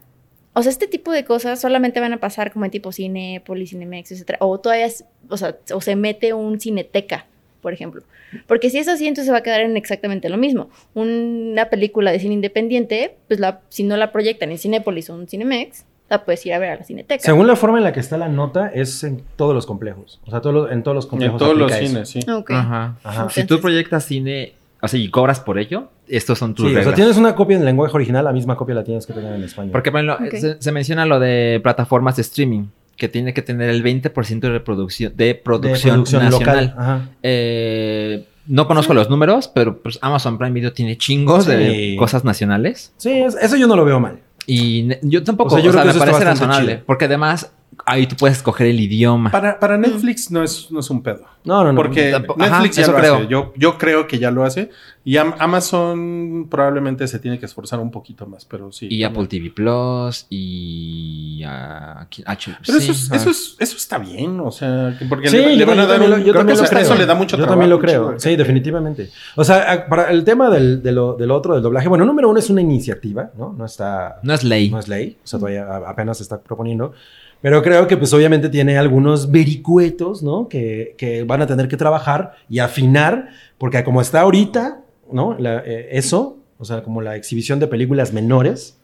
[SPEAKER 5] o sea, este tipo de cosas solamente van a pasar como en tipo cine, Cinemex, etcétera, o todavía, es- o sea, o se mete un cineteca, por ejemplo. Porque si es así, entonces se va a quedar en exactamente lo mismo. Una película de cine independiente, pues la, si no la proyectan en Cinépolis o en Cinemex, la puedes ir a ver a la cineteca.
[SPEAKER 4] Según la forma en la que está la nota, es en todos los complejos. O sea, todos los- en todos los complejos.
[SPEAKER 2] En todos los
[SPEAKER 4] aplica eso.
[SPEAKER 2] cines, sí.
[SPEAKER 5] Ok.
[SPEAKER 3] Ajá.
[SPEAKER 4] Ajá.
[SPEAKER 3] Si tú proyectas cine, o sea, y cobras por ello, estos son tus
[SPEAKER 4] Sí, o
[SPEAKER 3] reglas.
[SPEAKER 4] sea, tienes una copia en lenguaje original, la misma copia la tienes que tener en español.
[SPEAKER 3] Porque por ejemplo,
[SPEAKER 5] Ok.
[SPEAKER 3] se, se menciona lo de plataformas de streaming, que tiene que tener el 20% de, producción de
[SPEAKER 4] De
[SPEAKER 3] producción nacional.
[SPEAKER 4] local. Ajá.
[SPEAKER 3] Eh, no conozco los números, pero pues, Amazon Prime Video tiene chingos de
[SPEAKER 4] Sí.
[SPEAKER 3] cosas nacionales.
[SPEAKER 4] Sí, es- eso yo no lo veo mal.
[SPEAKER 3] Y ne- yo tampoco,
[SPEAKER 4] O sea, yo
[SPEAKER 3] o sea,
[SPEAKER 4] creo que
[SPEAKER 3] me
[SPEAKER 4] eso está
[SPEAKER 3] parece
[SPEAKER 4] bastante
[SPEAKER 3] razonable.
[SPEAKER 4] chido.
[SPEAKER 3] Porque además, ahí tú puedes escoger el idioma.
[SPEAKER 2] Para, para Netflix no es, no es un pedo.
[SPEAKER 4] No, no, no.
[SPEAKER 2] Porque
[SPEAKER 3] tampoco-
[SPEAKER 2] Netflix
[SPEAKER 3] ajá,
[SPEAKER 2] ya
[SPEAKER 3] eso
[SPEAKER 2] lo
[SPEAKER 3] creo.
[SPEAKER 2] hace. Yo, yo creo que ya lo hace. Y Am- Amazon probablemente se tiene que esforzar un poquito más, pero sí.
[SPEAKER 3] Y Apple TV Plus, y ah, ¿quién? Ah, ch-
[SPEAKER 2] Pero
[SPEAKER 3] sí,
[SPEAKER 2] eso, es-
[SPEAKER 3] ah.
[SPEAKER 2] eso, es- eso está bien, o sea, que porque
[SPEAKER 4] Sí,
[SPEAKER 2] le, le
[SPEAKER 4] yo
[SPEAKER 2] van a
[SPEAKER 4] también-
[SPEAKER 2] dar
[SPEAKER 4] yo
[SPEAKER 2] un... creo
[SPEAKER 4] también- yo
[SPEAKER 2] que
[SPEAKER 4] también lo
[SPEAKER 2] eso-
[SPEAKER 4] creo.
[SPEAKER 2] Eso le da mucho
[SPEAKER 4] Yo
[SPEAKER 2] trabajo.
[SPEAKER 4] también lo
[SPEAKER 2] un chingo
[SPEAKER 4] creo,
[SPEAKER 2] de
[SPEAKER 4] sí,
[SPEAKER 2] gente.
[SPEAKER 4] definitivamente. O sea, a- para el tema del, de lo- del otro, del doblaje, bueno, número uno es una iniciativa, ¿no? No está,
[SPEAKER 3] No es ley.
[SPEAKER 4] no es ley, o sea, todavía a- apenas se está proponiendo. Pero creo que, pues, obviamente tiene algunos vericuetos, ¿no? Que, que van a tener que trabajar y afinar, porque como está ahorita, ¿no? La- eh, eso, o sea, como la exhibición de películas menores,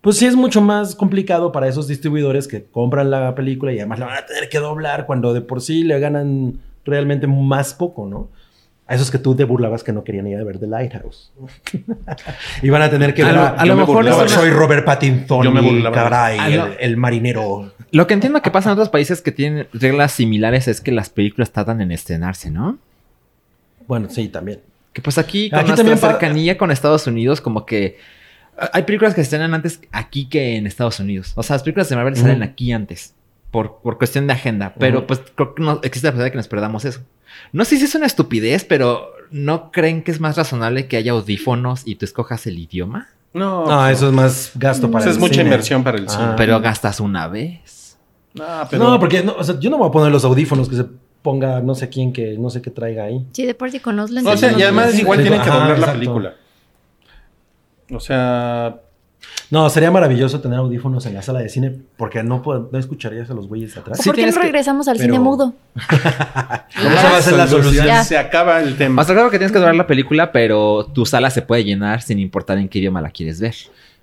[SPEAKER 4] pues sí es mucho más complicado para esos distribuidores que compran la película y además la van a tener que doblar cuando de por sí le ganan realmente más poco, ¿no? A esos que tú te burlabas que no querían ir a ver The Lighthouse. y van a tener que
[SPEAKER 3] A
[SPEAKER 4] ver
[SPEAKER 3] lo-
[SPEAKER 4] a-
[SPEAKER 3] a lo
[SPEAKER 4] yo me
[SPEAKER 3] mejor
[SPEAKER 4] burlaba,
[SPEAKER 3] es una-
[SPEAKER 4] soy Robert Pattinson,
[SPEAKER 2] Yo me
[SPEAKER 4] y,
[SPEAKER 2] burlaba.
[SPEAKER 4] caray,
[SPEAKER 3] A
[SPEAKER 4] el,
[SPEAKER 3] lo-
[SPEAKER 4] el marinero.
[SPEAKER 3] Lo que entiendo que pasa en otros países que tienen reglas similares es que las películas tardan en estrenarse, ¿no?
[SPEAKER 4] Bueno, sí, también.
[SPEAKER 3] Que pues aquí, con
[SPEAKER 4] Aquí
[SPEAKER 3] nuestra
[SPEAKER 4] también pa-
[SPEAKER 3] cercanía con Estados Unidos, como que ah, hay películas que se estrenan antes aquí que en Estados Unidos. O sea, las películas de Marvel
[SPEAKER 4] Ujú.
[SPEAKER 3] salen aquí antes, por, por cuestión de agenda. Pero
[SPEAKER 4] Ujú.
[SPEAKER 3] pues creo que no, existe la posibilidad de que nos perdamos eso. No sé si es una estupidez, pero ¿no creen que es más razonable que haya audífonos y tú escojas el idioma?
[SPEAKER 2] No,
[SPEAKER 4] No, eso es más gasto
[SPEAKER 2] pues,
[SPEAKER 4] para
[SPEAKER 2] es
[SPEAKER 4] el
[SPEAKER 2] mucha
[SPEAKER 4] cine.
[SPEAKER 2] inversión para el cine.
[SPEAKER 4] Ah.
[SPEAKER 3] Pero gastas una vez.
[SPEAKER 2] No, pero...
[SPEAKER 4] No, porque no, o sea, yo no voy a poner los audífonos que se ponga no sé quién que no sé qué traiga ahí.
[SPEAKER 5] Sí, de por sí con los lentes.
[SPEAKER 2] O sea,
[SPEAKER 5] no
[SPEAKER 2] y
[SPEAKER 5] nos
[SPEAKER 2] además
[SPEAKER 5] vemos.
[SPEAKER 2] igual
[SPEAKER 4] Sí,
[SPEAKER 2] tienen que
[SPEAKER 4] ajá,
[SPEAKER 2] doblar la
[SPEAKER 4] exacto.
[SPEAKER 2] película. O sea,
[SPEAKER 4] No, sería maravilloso tener audífonos en la sala de cine porque no, pod- no escucharías a los güeyes atrás.
[SPEAKER 5] ¿O
[SPEAKER 3] Sí
[SPEAKER 5] ¿Por qué
[SPEAKER 3] tienes
[SPEAKER 5] no
[SPEAKER 3] que-
[SPEAKER 5] regresamos al
[SPEAKER 4] pero-
[SPEAKER 5] cine mudo?
[SPEAKER 4] ¿Cómo se va a hacer la solución?
[SPEAKER 5] Ya.
[SPEAKER 2] se acaba el tema.
[SPEAKER 3] Más claro que tienes que durar la película, pero tu sala se puede llenar sin importar en qué idioma la quieres ver.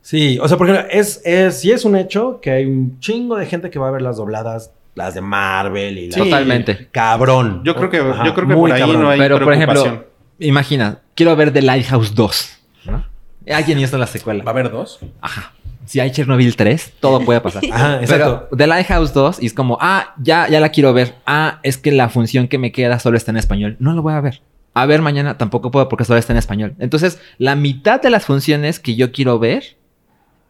[SPEAKER 4] Sí, o sea, porque es, es, sí es un hecho que hay un chingo de gente que va a ver las dobladas, las de Marvel y las...
[SPEAKER 2] Sí.
[SPEAKER 3] Totalmente.
[SPEAKER 4] Cabrón.
[SPEAKER 2] Yo creo que,
[SPEAKER 4] Ajá,
[SPEAKER 2] yo creo que
[SPEAKER 4] muy
[SPEAKER 2] por ahí
[SPEAKER 4] cabrón.
[SPEAKER 2] no hay
[SPEAKER 3] Pero, por ejemplo,
[SPEAKER 2] preocupación.
[SPEAKER 3] Imagina, quiero ver The Lighthouse 2. ¿no? Alguien hizo la
[SPEAKER 2] ¿Va a
[SPEAKER 3] secuela.
[SPEAKER 2] haber dos?
[SPEAKER 3] Ajá. Si hay Chernobyl 3, todo puede pasar.
[SPEAKER 4] Ajá, Ah, exacto.
[SPEAKER 3] Pero The Lighthouse 2 y es como, ah, ya, ya la quiero ver. Ah, es que la función que me queda solo está en español. No lo voy a ver. A ver, mañana tampoco puedo porque solo está en español. Entonces, la mitad de las funciones que yo quiero ver,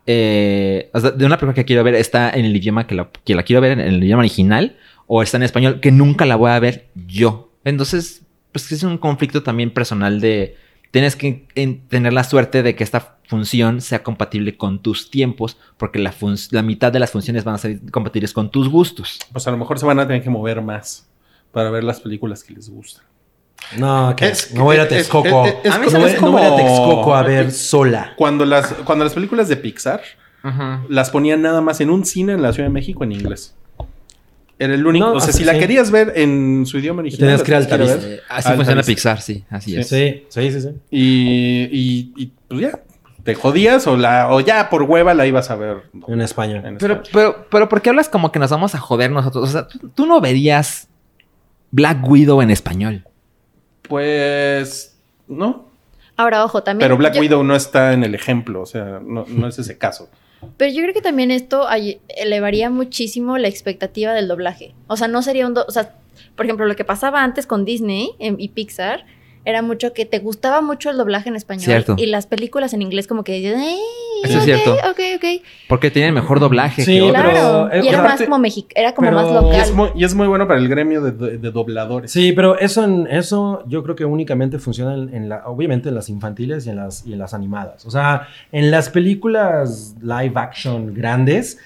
[SPEAKER 3] eh, o sea, de una película que quiero ver, está en el idioma que la, que la quiero ver, en el idioma original, o está en español, que nunca la voy a ver yo. Entonces, pues es un conflicto también personal de, tienes que en- tener la suerte de que esta función sea compatible con tus tiempos, porque la, fun- la mitad de las funciones van a ser compatibles con tus gustos.
[SPEAKER 2] Pues a lo mejor se van a tener que mover más para ver las películas que les gustan.
[SPEAKER 4] No, que
[SPEAKER 2] Es-
[SPEAKER 4] no voy a ir a
[SPEAKER 2] es- es-
[SPEAKER 4] Texcoco.
[SPEAKER 2] es- es-
[SPEAKER 4] A mí
[SPEAKER 2] es
[SPEAKER 4] no, voy, no voy a ir a
[SPEAKER 2] como-
[SPEAKER 4] Texcoco a ver sola.
[SPEAKER 2] Cuando las, cuando las películas de Pixar las ponían nada más en un cine en la Ciudad de México en inglés. Era el único.
[SPEAKER 4] No,
[SPEAKER 2] o sea,
[SPEAKER 4] así
[SPEAKER 2] si la
[SPEAKER 4] sí.
[SPEAKER 2] querías ver en su idioma original.
[SPEAKER 4] Tenías
[SPEAKER 2] la
[SPEAKER 4] que ir al
[SPEAKER 2] tenías
[SPEAKER 4] tabiz.
[SPEAKER 2] ver.
[SPEAKER 3] Eh, así
[SPEAKER 2] Al
[SPEAKER 3] funciona
[SPEAKER 2] tabiz.
[SPEAKER 3] Pixar, sí, así
[SPEAKER 2] Sí.
[SPEAKER 3] es.
[SPEAKER 4] Sí, sí, sí, sí.
[SPEAKER 2] Y, y, y, pues ya. Te jodías o, la, o ya por hueva la ibas a ver.
[SPEAKER 4] En España.
[SPEAKER 2] en
[SPEAKER 3] Pero,
[SPEAKER 2] español.
[SPEAKER 3] pero, pero, ¿por qué hablas como que nos vamos a joder nosotros? O sea, tú, tú no verías Black Widow en español.
[SPEAKER 2] pues. No.
[SPEAKER 5] Ahora, ojo, también.
[SPEAKER 2] Pero Black
[SPEAKER 5] yo-
[SPEAKER 2] Widow no está en el ejemplo. O sea, no, no es ese caso.
[SPEAKER 5] Pero yo creo que también esto ay- elevaría muchísimo la expectativa del doblaje. O sea, no sería un... do- o sea, por ejemplo, lo que pasaba antes con Disney em, y Pixar era mucho que te gustaba mucho el doblaje en español
[SPEAKER 3] Cierto.
[SPEAKER 5] y las películas en inglés como que... dices, "Ey,
[SPEAKER 3] Eso es
[SPEAKER 5] ok,
[SPEAKER 3] cierto.
[SPEAKER 5] Ok, ok.
[SPEAKER 3] Porque tienen mejor doblaje
[SPEAKER 4] Sí,
[SPEAKER 3] que otros.
[SPEAKER 4] pero-
[SPEAKER 5] Claro.
[SPEAKER 4] eh,
[SPEAKER 5] y
[SPEAKER 4] o
[SPEAKER 5] era
[SPEAKER 4] sea,
[SPEAKER 5] más
[SPEAKER 2] te-
[SPEAKER 5] como, mexi- era como
[SPEAKER 4] pero-
[SPEAKER 5] más
[SPEAKER 2] Y
[SPEAKER 5] local.
[SPEAKER 2] es, muy, y es muy bueno para el gremio de, de- de dobladores.
[SPEAKER 4] Sí, pero eso en eso yo creo que únicamente funciona en, en la obviamente en las infantiles y en las y en las animadas. O sea, en las películas live action grandes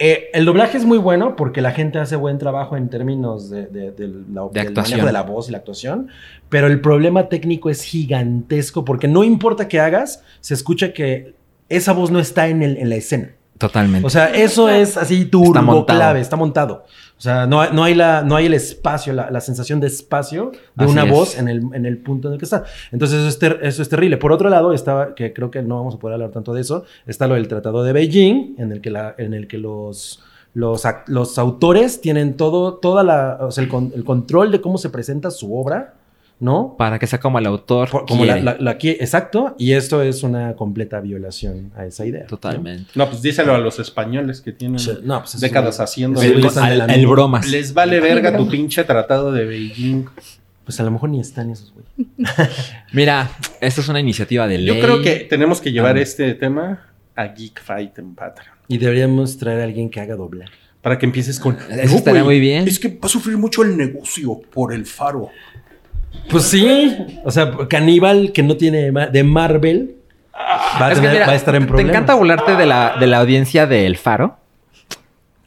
[SPEAKER 4] Eh, el doblaje es muy bueno porque la gente hace buen trabajo en términos de, de- de la, del manejo
[SPEAKER 3] actuación.
[SPEAKER 4] de la voz y la actuación, pero el problema técnico es gigantesco porque no importa que hagas, se escucha que esa voz no está en, el- en la escena.
[SPEAKER 3] Totalmente.
[SPEAKER 4] O sea, eso es así turbo
[SPEAKER 3] Está montado.
[SPEAKER 4] clave, está montado. O sea, no, hay- no hay, la, no hay el espacio, la, la sensación de espacio de
[SPEAKER 3] Así
[SPEAKER 4] una
[SPEAKER 3] es.
[SPEAKER 4] voz en el, en el punto en el que está. Entonces, eso es, ter- eso es terrible. Por otro lado, estaba, que creo que no vamos a poder hablar tanto de eso, está lo del Tratado de Beijing, en el que, la, en el que los. Los, ac- los autores tienen todo, toda la, o sea, el, con- el control de cómo se presenta su obra, ¿no?
[SPEAKER 3] para que sea como el autor.
[SPEAKER 4] Por- como la,
[SPEAKER 3] quiere.
[SPEAKER 4] la- la qui- exacto, y esto es una completa violación a esa idea. ¿no?
[SPEAKER 3] Totalmente.
[SPEAKER 2] No, pues díselo a los españoles que tienen
[SPEAKER 4] Sí, no, pues es
[SPEAKER 2] décadas
[SPEAKER 4] una-
[SPEAKER 2] haciendo.
[SPEAKER 4] Sí,
[SPEAKER 3] El,
[SPEAKER 4] pues,
[SPEAKER 3] al-
[SPEAKER 4] el-
[SPEAKER 3] el bromas.
[SPEAKER 2] Les vale verga tu pinche tratado de Beijing.
[SPEAKER 4] Pues a lo mejor ni están esos, güey.
[SPEAKER 3] Mira, esta es una iniciativa de ley.
[SPEAKER 2] Yo creo que tenemos que llevar
[SPEAKER 3] Ah.
[SPEAKER 2] este tema a Geek Fight en Patreon.
[SPEAKER 4] Y deberíamos traer a alguien que haga doblar.
[SPEAKER 2] Para que empieces con.
[SPEAKER 4] Eh,
[SPEAKER 3] Eso estaría
[SPEAKER 2] güey,
[SPEAKER 3] muy bien.
[SPEAKER 2] Es que va a sufrir mucho el negocio por el faro.
[SPEAKER 4] Pues sí. O sea, Caníbal, que no tiene ma- de Marvel, va a,
[SPEAKER 3] Es que
[SPEAKER 4] tener-
[SPEAKER 3] mira,
[SPEAKER 4] va a estar en
[SPEAKER 3] te-
[SPEAKER 4] problemas.
[SPEAKER 3] Te encanta burlarte de la, de la audiencia del Faro,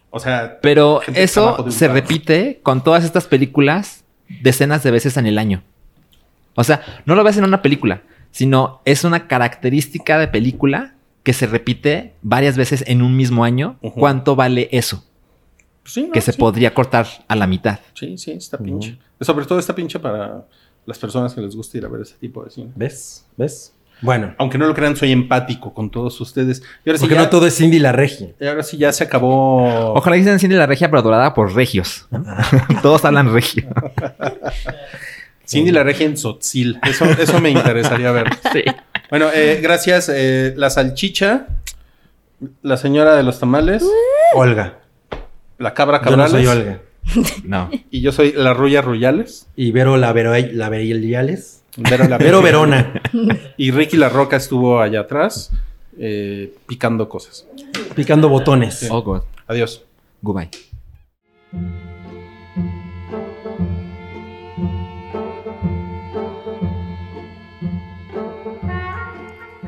[SPEAKER 2] O sea,
[SPEAKER 3] pero
[SPEAKER 2] Gente que está abajo de
[SPEAKER 3] eso
[SPEAKER 2] un
[SPEAKER 3] se
[SPEAKER 2] faro.
[SPEAKER 3] repite con todas estas películas decenas de veces en el año. O sea, no lo ves en una película, sino es una característica de película que se repite varias veces en un mismo año.
[SPEAKER 2] Ujú.
[SPEAKER 3] ¿Cuánto vale eso?
[SPEAKER 2] pues sí, ¿no?
[SPEAKER 3] Que se
[SPEAKER 2] sí.
[SPEAKER 3] podría cortar a la mitad.
[SPEAKER 2] Sí, sí, está
[SPEAKER 4] Ujú.
[SPEAKER 2] pinche. Sobre todo está pinche para las personas que les gusta ir a ver ese tipo de cine.
[SPEAKER 4] ¿Ves? ¿Ves? Bueno,
[SPEAKER 2] Aunque no lo crean, soy empático con todos ustedes. Y ahora sí,
[SPEAKER 4] porque
[SPEAKER 2] ya,
[SPEAKER 4] no todo es Cindy la regia.
[SPEAKER 2] y ahora sí ya se acabó.
[SPEAKER 3] Ojalá que se enciende la regia, pero dorada por regios. Todos hablan regio.
[SPEAKER 2] Cindy la regia en Sotzil. Eso, eso me interesaría ver.
[SPEAKER 3] Sí.
[SPEAKER 2] Bueno, eh, gracias. eh, la salchicha, la señora de los tamales,
[SPEAKER 4] Olga.
[SPEAKER 2] la cabra
[SPEAKER 4] Yo no
[SPEAKER 2] cabrales.
[SPEAKER 4] soy Olga.
[SPEAKER 3] No.
[SPEAKER 2] Y yo soy la rulla ruyales.
[SPEAKER 4] Y Vero la Vero la Verieliales.
[SPEAKER 2] Vero, la-
[SPEAKER 4] Vero Verona.
[SPEAKER 2] Y Ricky La Roca estuvo allá atrás eh, picando cosas.
[SPEAKER 4] picando botones.
[SPEAKER 3] Oh, God.
[SPEAKER 2] Adiós.
[SPEAKER 3] Goodbye.